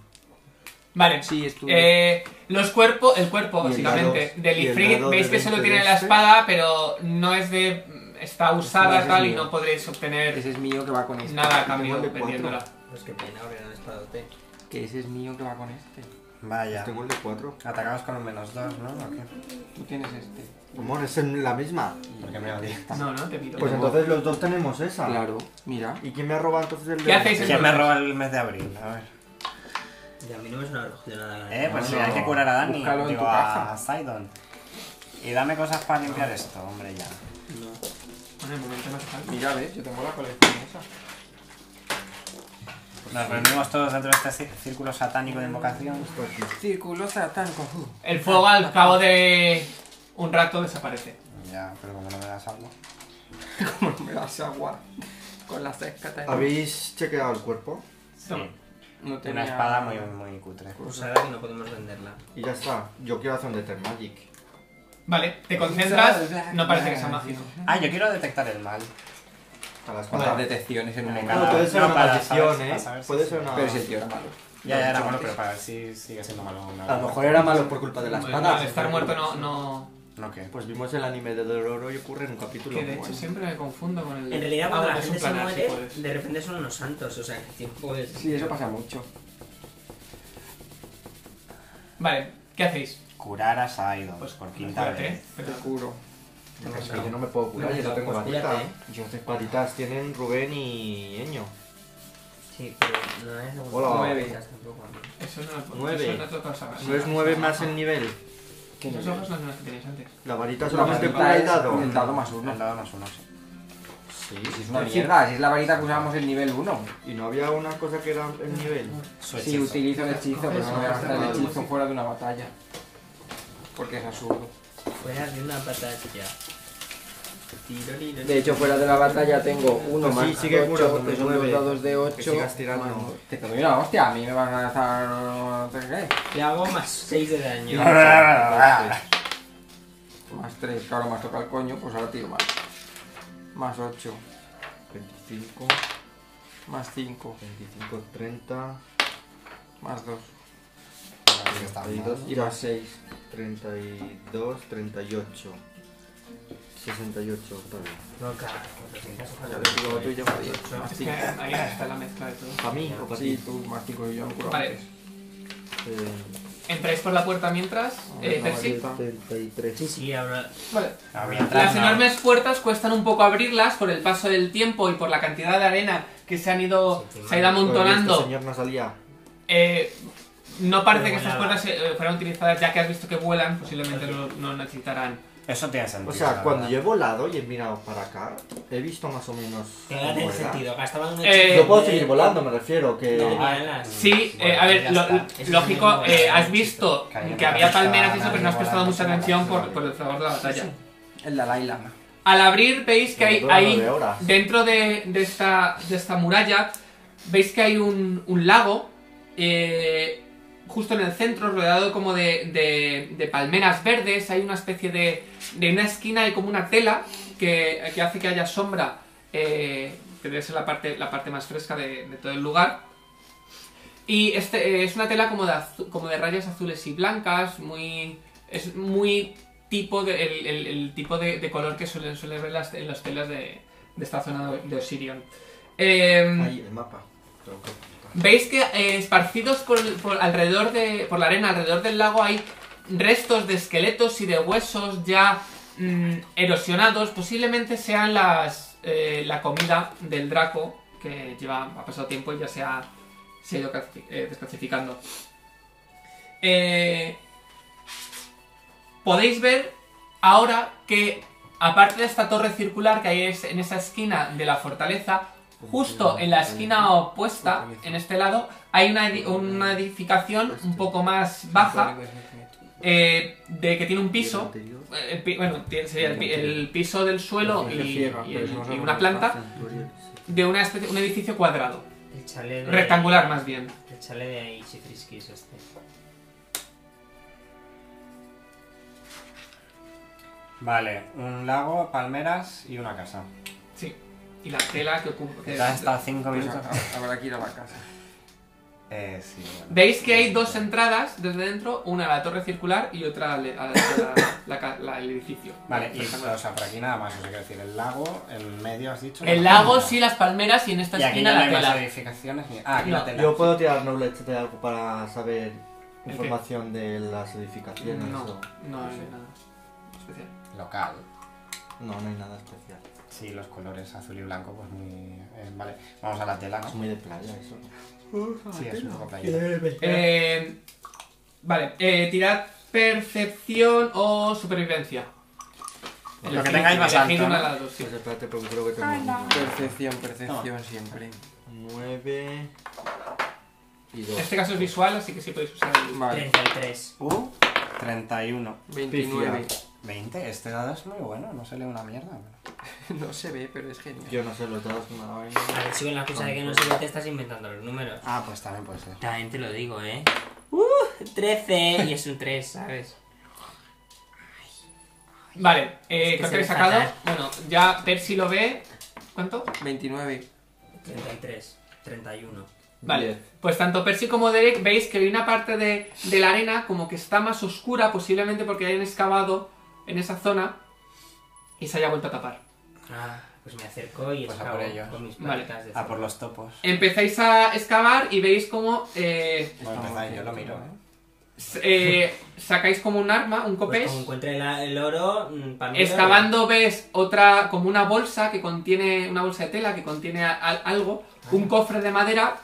S1: Vale.
S2: Sí, estuve.
S1: Eh, los cuerpos, el cuerpo
S3: Y el
S1: básicamente
S3: dado-
S1: del
S3: y el
S1: Ifrit,
S3: dado
S1: veis
S3: de
S1: que solo
S3: 20
S1: tiene
S3: de
S1: la
S3: este.
S1: espada, pero no es de... está usada
S2: ese
S1: tal
S2: es
S1: y
S2: mío.
S1: no podréis obtener
S2: Ese es mío que va con este.
S1: nada a
S3: el
S1: cambio
S3: de cuatro.
S1: vendiéndola.
S6: Pues qué pena, ahora no es para dote.
S2: Que ese es mío que va con este.
S4: Vaya.
S3: Tengo el de 4.
S4: Atacamos con un menos 2, ¿no? ¿O qué?
S2: Tú tienes este.
S3: Amor, es en la misma.
S4: Porque me odia.
S1: No, no, te pido.
S3: Pues entonces los dos tenemos
S4: Ah.
S3: esa.
S2: Claro, mira.
S3: ¿Y quién me ha robado entonces el de
S1: ¿Qué hacéis?
S4: ¿Quién me roba el mes de abril? A ver.
S6: Y a mí no me suena rojo de nada.
S4: Eh, pues
S3: No,
S4: sí,
S3: no.
S4: hay que curar a Dani.
S2: Búscalo en
S4: digo,
S2: tu
S4: a
S2: caja.
S4: Sidon. Y dame cosas para limpiar esto, hombre, ya.
S1: Bueno, de momento no hace falta.
S2: Mira, ves, yo tengo la colección esa.
S4: Nos reunimos todos dentro de este cí- círculo satánico de invocación.
S2: Círculo satánico. uh.
S1: El fuego al cabo de un rato desaparece.
S4: Ya, pero como no me das algo.
S2: Como no me das agua con las tres cataratas.
S3: ¿Habéis chequeado el cuerpo?
S1: Toma.
S2: No tenía...
S4: Una espada muy, muy cutre.
S6: Pues ahora que no podemos venderla.
S3: Y ya está. Yo quiero hacer un Deter Magic.
S1: Vale, te concentras, no parece que sea mágico.
S4: Ah, yo quiero detectar el mal.
S3: A las
S2: ¿Cuántas
S3: cuatro.
S2: detecciones en un
S4: Me
S2: momento?
S3: No, puede ser
S4: No,
S3: una
S4: para
S3: maldición,
S4: saber-
S3: eh.
S4: para saber si
S3: Puede
S4: sí.
S3: ser una.
S2: Pero si el tío era malo.
S4: Ya,
S2: Lo
S4: ya
S2: he
S4: era
S2: hecho
S4: bueno,
S2: antes.
S4: pero para ver si sigue siendo malo o no.
S3: A lo mejor era malo por culpa de la
S1: Bueno,
S3: espada.
S1: al estar muerto no, no...
S4: ¿No qué?
S3: Pues vimos el anime de Dororo y ocurre en un capítulo.
S1: Que de
S3: bueno.
S1: hecho siempre me confundo con el...
S6: En realidad,
S1: Ah,
S6: cuando
S1: bueno,
S6: la
S1: es un pues.
S6: gente se
S1: planar, sí
S6: muere,
S1: puedes.
S6: de repente son unos santos. O sea, que tiempo es.
S2: Sí, eso pasa mucho.
S1: Vale, ¿qué hacéis?
S4: Curar a Sidon
S1: Pues
S4: por quinta
S1: Espérate,
S4: vez.
S1: ¿eh?
S2: Te
S1: Pero-
S2: juro.
S3: Porque es que yo no me puedo curar, yo no tengo
S6: Pues
S3: patita.
S6: cúrate, eh.
S3: Yo tengo patitas, tienen Rubén y Eño.
S6: Sí, pero no es lo
S3: Hola.
S6: tampoco.
S1: Eso no lo puedo
S3: Nueve.
S1: Eso no te lo puedo sacar.
S3: No es 9 más el nivel.
S2: Que no
S1: Esas hojas no son las que tenías antes.
S3: La varita
S2: La
S3: solamente
S2: varita
S3: cura el
S2: es
S3: dado.
S2: el dado más uno.
S4: El dado más uno, sí.
S3: Sí,
S2: Si es una mierda, si es la varita que usábamos en nivel 1.
S3: ¿Y no había una cosa que era el nivel?
S4: Su
S2: Sí,
S4: hechizo.
S2: utilizo el hechizo, pero no voy a gastar el hechizo fuera de una batalla. Porque es absurdo.
S6: Fuera de una patata. Tiro, tiro,
S2: De hecho, fuera de la batalla tengo uno
S3: Pues Sí,
S2: más
S3: sigue
S2: ocho,
S3: curando,
S2: que
S3: me
S2: son
S3: duele.
S2: dos dados de 8.
S3: sigas tirando.
S2: Te doy una hostia, a mí me van a gastar... ¿Qué?
S6: Le hago más 6 de daño.
S4: Ah,
S3: Ah,
S2: Más 3, claro, más toca el coño, pues ahora tiro más. Más 8,
S3: 25,
S2: más 5,
S3: 25, 30,
S2: más 2
S3: 32,
S2: y más 6.
S3: 32, 38. 68, está bien.
S6: No, carajo, pero si acaso
S2: Ya
S6: cuando-
S2: le digo tú y yo más 10. Más
S1: Es que
S2: 5.
S1: ahí está la mezcla de todo.
S3: ¿Para mí o para
S2: Sí,
S3: ti?
S2: tú más 5 y yo me curo.
S1: Vale.
S2: antes.
S3: Eh,
S1: Entráis por la puerta mientras,
S2: A ver,
S1: eh,
S2: la
S1: Percy.
S2: varita.
S3: 33.
S6: Sí, sí, ahora.
S1: Vale.
S4: Ah, mientras
S1: Las
S4: no.
S1: enormes puertas cuestan un poco abrirlas por el paso del tiempo y por la cantidad de arena que se han ido,
S6: Sí, sí,
S1: se ha ido
S3: Este
S1: amontonando.
S3: señor no salía.
S1: Eh, no parece
S6: Pero
S1: que estas
S6: volaba.
S1: puertas eh, fueran utilizadas ya que has visto que vuelan, posiblemente no, no necesitarán.
S4: Eso tiene sentido.
S3: O sea,
S4: la
S3: cuando
S4: verdad.
S3: yo he volado y he mirado para acá, he visto más o menos.
S6: Ahora
S3: cómo
S6: tiene
S3: era.
S6: sentido. Gastaban un
S1: Eh,
S3: Yo puedo seguir volando, me refiero. que
S6: No, ganas.
S1: Sí, eh, a
S4: Bueno,
S1: ver,
S4: ya
S1: lo-
S4: está.
S1: lo-
S6: Eso
S1: lógico,
S6: es un
S1: eh, has
S6: chiste.
S1: visto
S4: Que alguien
S1: que
S4: me
S1: había
S4: gusta,
S1: palmeras y eso, pero no has
S4: nadie
S1: prestado
S4: volando,
S1: mucha
S4: nadie
S1: atención por,
S4: volando.
S1: por el favor de la batalla.
S2: El Dalai Lama.
S1: Al abrir veis que hay,
S3: Sobre todo
S1: hay-
S3: lo de ahora.
S1: dentro de, de esta, de esta muralla, veis que hay un, un lago eh, justo en el centro, rodeado como de, de- de palmeras verdes, hay una especie de, de una esquina, hay como una tela que, que hace que haya sombra, eh, que debe ser la parte, la parte más fresca de, de todo el lugar. Y este, eh, es una tela como de, azu- como de rayas azules y blancas, muy es muy tipo de, el, el- el tipo de, de color que suelen, suelen ver las- en las telas de, de esta zona de Osirion. Em,
S9: Ahí, el mapa. Tengo que-
S1: Veis que eh, esparcidos por, por alrededor de, por la arena, alrededor del lago, hay restos de esqueletos y de huesos ya mm, erosionados. Posiblemente sean las, eh, la comida del draco que lleva, ha pasado tiempo y ya se ha, se ha ido clasi- eh, desclasificando. Eh, podéis ver ahora que, aparte de esta torre circular que hay es- en esa esquina de la fortaleza, justo en la esquina opuesta, en este lado, hay una, edi- una edificación un poco más baja, eh, de que tiene un piso. eh, el pi- bueno, tiene- sería el, pi- el piso del suelo y, y el- y una planta de una especie- un edificio cuadrado,
S6: El chalet de.
S1: rectangular más bien.
S6: El chalet de Ichifriskis este.
S8: Vale, un lago, palmeras y una casa.
S1: Sí. Y la tela que ocupa. que-
S8: Ya está a 5
S2: Pues
S8: minutos.
S2: ha- habrá que ir a la casa.
S8: Eh, sí, bueno.
S1: Veis que hay dos entradas desde dentro, una a la torre circular y otra al a la- a la ca- la- el edificio.
S8: Vale, y o sea, por aquí nada más, o sea, quiero decir, el lago, en medio has dicho.
S1: El lago, sí, las palmeras y en esta
S8: Y aquí
S1: esquina
S8: ya no
S1: la
S8: hay más
S1: tela.
S8: edificaciones ni. Ah, aquí
S1: No.
S8: la tela.
S3: Yo puedo tirar knowledge de algo para saber
S1: qué?
S3: información de las edificaciones.
S1: No,
S3: o-
S1: no
S3: sé.
S1: hay nada especial.
S8: Local.
S3: no, no hay nada especial.
S8: Sí, los colores azul y blanco, pues muy. eh, vale, vamos a la tela,
S3: Es
S8: ¿no?
S3: muy de playa eso.
S8: Sí, es un poco playera.
S1: Eh, vale, eh, tirad percepción o supervivencia.
S8: Lo que tengáis más
S1: Elegid
S8: alto,
S1: una
S8: ¿no?
S1: de las dos, sí.
S3: Pues espérate, porque creo que tengo
S2: Percepción, percepción siempre.
S3: 9 y
S1: En
S3: 2.
S1: este caso es visual, así que sí podéis usar el...
S2: Vale,
S6: 33.
S8: Uh, 31.
S2: 29.
S8: 20, este dado es muy bueno, no se lee una mierda. pero-
S2: No se ve, pero es genial.
S3: Yo no sé los dados, una vaina.
S6: A ver, si con la cosa de que no sé qué te estás inventando los números.
S8: Ah, pues también puede ser.
S6: También te lo digo, ¿eh? ¡Uh! 13 y es un 3, ¿sabes?
S1: Vale, eh,
S6: Es que
S1: ¿cuánto
S6: se
S1: habéis
S6: ve
S1: sacado?
S6: fatal.
S1: Bueno, ya Percy lo ve... ¿Cuánto?
S2: 29.
S6: 33. 31.
S1: Vale,
S3: Diez.
S1: pues tanto Percy como Derek veis que hay una parte de, de la arena como que está más oscura, posiblemente porque hayan excavado en esa zona y se haya vuelto a tapar.
S6: Ah, pues me acerco y
S8: Pues a
S6: escavo
S8: por ellos.
S6: con mis
S1: Vale.
S6: plantas de Pues
S8: Ah, por
S6: cerdo.
S8: los topos.
S1: Empezáis a excavar y veis como eh,
S8: Bueno,
S2: pues
S8: empezáis, yo lo miro, ¿eh?
S1: s- eh, sacáis como un arma, un
S6: Pues
S1: copés.
S6: como encuentre la- el oro, mm, para mí.
S1: Excavando ves otra, como una bolsa que contiene, una bolsa de tela que contiene a- a- algo, un cofre de madera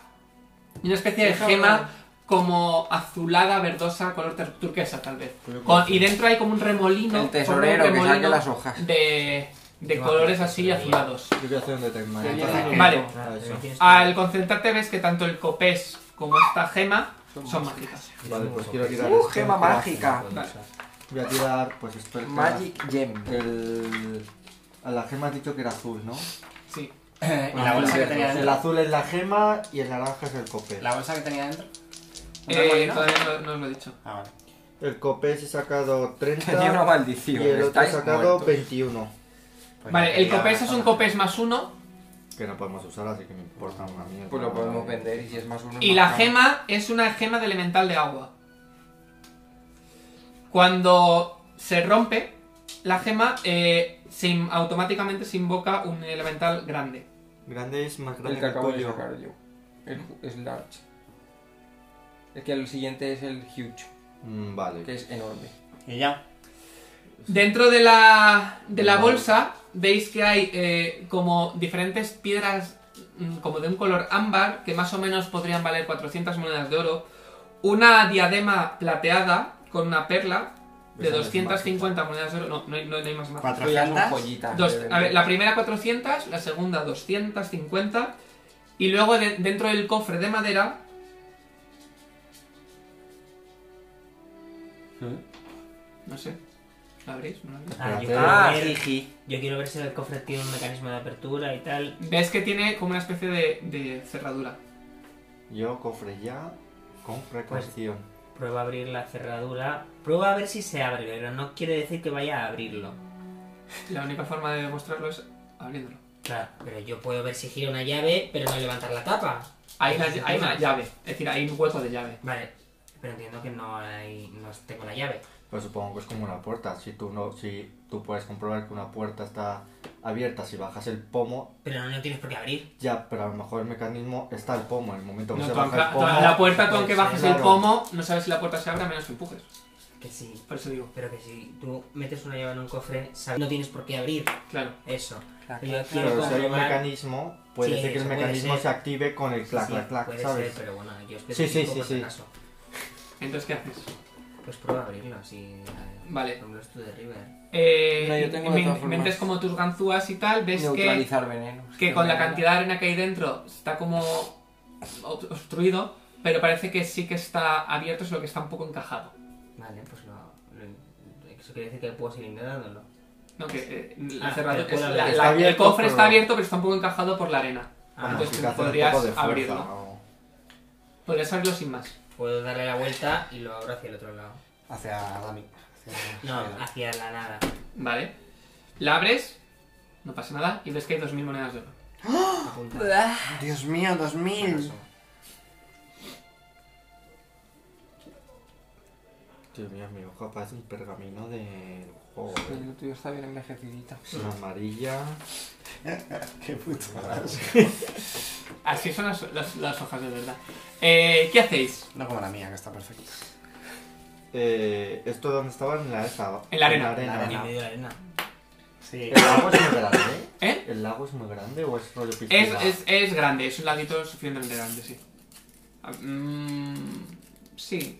S1: y una especie de
S6: Eso-
S1: gema como azulada, verdosa, color tur- turquesa tal vez. Con- y dentro hay como un remolino.
S2: El tesorero
S1: como un
S2: que saque
S1: remolino
S2: las hojas.
S1: De, de
S6: Yo
S1: colores
S6: hago la
S1: así
S6: tesorería.
S1: azulados.
S3: Yo voy a hacer un detect magic.
S8: Entonces,
S1: Vale.
S6: Ah,
S3: Eso.
S6: pero tienes que-
S1: Al concentrarte ves que tanto el copés como esta gema son mágicas.
S3: Vale, pues quiero tirar
S2: ¡Uh,
S3: esto,
S2: gema
S3: que va a
S2: mágica!
S3: ser, pues, Voy a tirar, pues esto el
S2: Magic Gem.
S3: El... A la gema has dicho que era azul, ¿no?
S1: Sí.
S4: Eh,
S8: ¿Y la bolsa que tenía
S3: El
S8: dentro?
S3: azul es la gema y el naranja es el copé.
S8: ¿La bolsa que tenía dentro? ¿Un
S1: Eh,
S8: remolino?
S1: todavía no, no os lo he dicho.
S8: Ah, vale.
S3: El copé se ha sacado
S2: Tenía una
S3: 30 y
S2: maldición.
S3: el otro ha
S2: estáis
S3: sacado
S2: muertos.
S3: 21.
S8: Pues
S1: Vale,
S8: ya
S1: el
S8: tenía
S1: copés es un
S8: razón.
S1: copés más uno.
S3: Que no podemos usar, así que me importa una mierda.
S2: Pues lo podemos vender y si es más uno.
S1: Y la gema es una gema de elemental de agua. Cuando se rompe la gema, eh, se in- automáticamente se invoca un elemental grande.
S3: Grande es más grande
S2: El
S3: que
S2: que
S3: el
S2: acabo de
S3: tuyo.
S2: sacar yo. El ju- es large. Es que el siguiente es el huge,
S3: Mm,
S2: que
S3: Vale.
S2: es enorme.
S8: Y ya.
S1: Dentro de la, de la bolsa veis que hay eh, como diferentes piedras mm, como de un color ámbar que más o menos podrían valer 400 monedas de oro, una diadema plateada con una perla de
S3: Esa no es
S1: 250 monedas de oro, no, no hay, no hay- no hay más más.
S2: Esto ya son
S8: 400.
S2: joyitas.
S1: Dos-
S2: de vender.
S1: a ver, la primera 400, la segunda 250 y luego de- dentro del cofre de madera ¿Eh? no sé, ¿lo abrís? ¿No lo abrís?
S6: Ah, yo, quiero
S2: Ah,
S6: ver,
S2: jiji.
S6: yo quiero ver si el cofre tiene un mecanismo de apertura y tal.
S1: Ves que tiene como una especie de, de cerradura.
S3: Yo cofre ya con precaución.
S6: Prueba a abrir la cerradura. Prueba a ver si se abre, pero no quiere decir que vaya a abrirlo.
S1: La única forma de demostrarlo es abriéndolo.
S6: Claro, pero yo puedo ver si gira una llave, pero no levantar la tapa.
S1: Hay, la- hay una llave, es decir, hay un hueco de llave.
S6: Vale, pero entiendo que no hay, no tengo la llave.
S3: Pues supongo que es como una puerta. Si tú no, si tú puedes comprobar que una puerta está abierta, si bajas el pomo,
S6: Pero no, no tienes por qué abrir.
S3: ya, pero a lo mejor el mecanismo está el pomo. En el momento que
S1: No,
S3: se
S1: tú
S3: baja
S1: ancla-
S3: el
S1: tú-
S3: pomo.
S1: la puerta, tú
S6: pues,
S1: aunque bajes el
S3: claro.
S1: pomo, no sabes si la puerta se abre a menos que empujes.
S6: Que sí.
S1: Por eso digo,
S6: Pero que si tú metes una llave en un cofre, sabes- no tienes por qué abrir
S1: claro.
S6: eso.
S2: Claro,
S6: Yo quiero
S3: Pero si hay un
S6: comprobar-
S3: mecanismo, puede
S6: Sí,
S3: ser que el
S6: eso puede
S3: mecanismo
S6: ser.
S3: se active con el clac,
S6: Sí,
S3: clac, clac,
S6: puede
S3: ¿sabes?
S6: ser, pero bueno, yo
S3: sí,
S6: especifico
S3: sí,
S6: por
S3: sí.
S6: si acaso.
S1: Entonces, ¿qué haces?
S6: Pues prueba a abrirlo, si... eh,
S1: Vale.
S6: Como tú de River.
S1: Eh,
S2: No, yo tengo de
S1: men-
S2: todas formas.
S1: mentes como tus ganzúas y tal, ves que,
S2: Neutralizar venenos.
S1: que con la cantidad de arena que hay dentro está como ob- obstruido, pero parece que sí que está abierto, solo que está un poco encajado.
S6: Vale, pues lo... lo- Eso quiere decir que puedo seguir intentándolo.
S1: No, que eh, la
S6: Ah,
S1: cerradura-
S6: pero puedo
S1: es-
S6: abrir.
S1: la-
S3: Está
S1: la- el
S3: abierto,
S1: cofre está
S3: pero-
S1: abierto, pero está un poco encajado por la arena.
S6: Ah,
S1: Entonces
S3: sí,
S1: tú
S3: que hacer un
S1: podrías
S3: poco de fuerza,
S1: abrirlo.
S3: o-
S1: Podrías abrirlo sin más.
S6: Puedo darle la vuelta y lo abro hacia el otro lado.
S4: Hacia Dami. Hacia-
S6: No, hacia la nada.
S1: Vale. La abres, no pasa nada, y ves que hay 2.000 monedas de oro.
S6: Apunta.
S8: Dios mío, 2000.
S3: Dios mío, mi hoja parece un pergamino de juego.
S2: Pues
S3: ¿eh?
S2: El tuyo está bien envejecidita.
S3: Es una Pues, amarilla.
S4: Qué puto asco.
S1: Así son las, las- las hojas de verdad. Eh, ¿Qué hacéis?
S4: No como la mía, que está perfecta.
S3: Eh, ¿Esto dónde estaba? En la esa.
S1: En la arena.
S3: En la
S6: En
S3: arena.
S6: medio de la arena.
S4: Sí.
S3: ¿El lago es muy grande?
S1: ¿Eh?
S3: ¿El lago es muy grande o es rollo piscina?
S1: Es, es, es grande, es un ladito suficientemente grande, sí. Ah, mm, sí,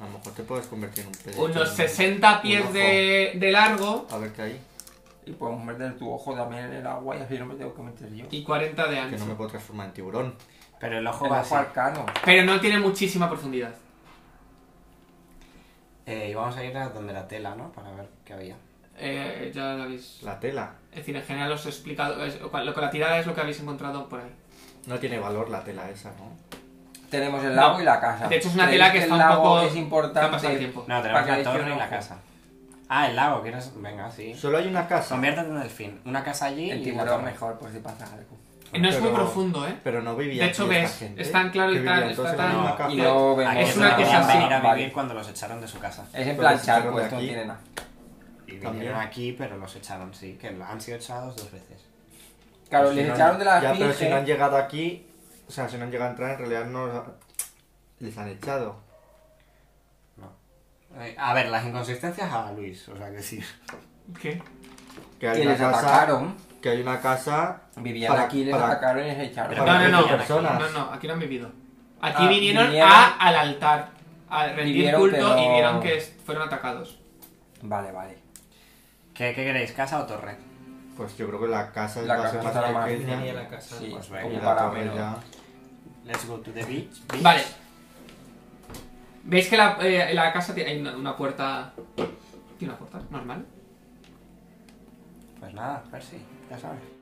S3: A lo mejor te puedes convertir en Este un pez.
S1: unos 60 pies
S3: ojo.
S1: de, de largo
S3: A ver qué hay.
S2: Y podemos meter tu ojo también en el agua y así no me tengo que meter yo.
S1: y 40 de
S3: Que no me
S1: ancho.
S3: puedo transformar en tiburón.
S4: Pero el ojo
S2: El
S4: va
S2: ojo
S4: así.
S2: arcano.
S1: Pero no tiene muchísima profundidad.
S4: Eh, y vamos a ir a donde la tela, ¿no? Para ver qué había.
S1: Eh, ya lo habéis.
S3: La tela.
S1: Es decir, en general os he explicado. es- lo que la tirada es lo que habéis encontrado por ahí.
S3: No tiene valor la tela esa, ¿no?
S2: Tenemos el lago
S1: No.
S2: y la casa.
S1: De hecho, es una
S2: ¿Creéis
S1: tela que está
S2: el
S1: un
S2: lago
S1: poco. que
S2: es
S1: ha pasado el
S2: importante.
S1: tiempo.
S4: No,
S2: Para
S4: tenemos
S2: que le
S4: la
S2: eche
S4: torre
S2: un
S4: y la
S2: ojo.
S4: casa. Ah, el lago, ¿quieres? Venga, sí.
S3: Solo hay una casa.
S4: Conviértete en delfín. Una casa allí
S2: El
S4: y la
S2: tiburón
S4: torre.
S2: mejor, por si pasa algo.
S1: No es muy
S3: Pero-
S1: profundo, ¿eh?
S3: Pero no vivía
S1: De hecho,
S3: aquí esta
S1: ves,
S3: gente.
S1: es tan claro y
S3: Que vivía
S1: tan-
S3: entonces
S1: está
S3: en
S1: tan-
S3: una casa.
S2: Y no
S4: Aquí
S2: venimos
S1: es una
S2: a la
S1: que es
S4: podían
S2: casa.
S1: así.
S4: venir a vivir
S2: Vale.
S4: cuando los echaron de su casa.
S2: Es en
S3: Pero
S2: plan
S3: si fueron
S2: charco,
S3: de
S2: esto no
S3: aquí.
S2: tiene nada.
S4: Y
S3: También.
S4: vinieron aquí, pero los echaron, sí. Que han sido echados dos veces.
S1: pues
S2: Claro,
S3: Si
S2: les
S3: no han-
S2: echaron de la
S3: Ya, pero si no han
S2: esfinge.
S3: llegado aquí, o sea, si no han llegado a entrar, en realidad no les han echado.
S4: Eh, A ver, las inconsistencias a Luis, o sea que sí.
S1: ¿Qué?
S3: Que
S2: Y
S3: hay una
S2: les
S3: casa,
S2: atacaron.
S3: que hay una casa
S2: Vivían
S3: Para-
S2: aquí, les
S3: para-
S2: atacaron y les echaron.
S3: Pero
S1: No, no,
S3: veinte
S1: no.
S3: personas.
S1: No, no, aquí no han vivido. Aquí
S2: Ah,
S1: vinieron,
S2: vinieron-
S1: a, al altar a rendir
S2: Vivieron,
S1: culto y
S2: pero-
S1: vieron que es- fueron atacados.
S2: Vale, vale.
S4: ¿Qué, qué queréis, casa o torre?
S3: Pues yo creo que la casa es
S2: La
S3: va a
S2: casa
S3: ser
S2: estará
S3: más
S2: más
S3: pequeña.
S6: Venía la casa.
S2: Sí,
S4: pues venga,
S3: Y
S2: como
S3: la
S2: para
S3: torre
S2: menos.
S3: ya.
S4: Let's go to the beach. beach.
S1: Vale. ¿Veis que la, eh, la casa tiene hay una, una puerta... Tiene una puerta normal?
S4: Pues nada, Percy, ya sabes.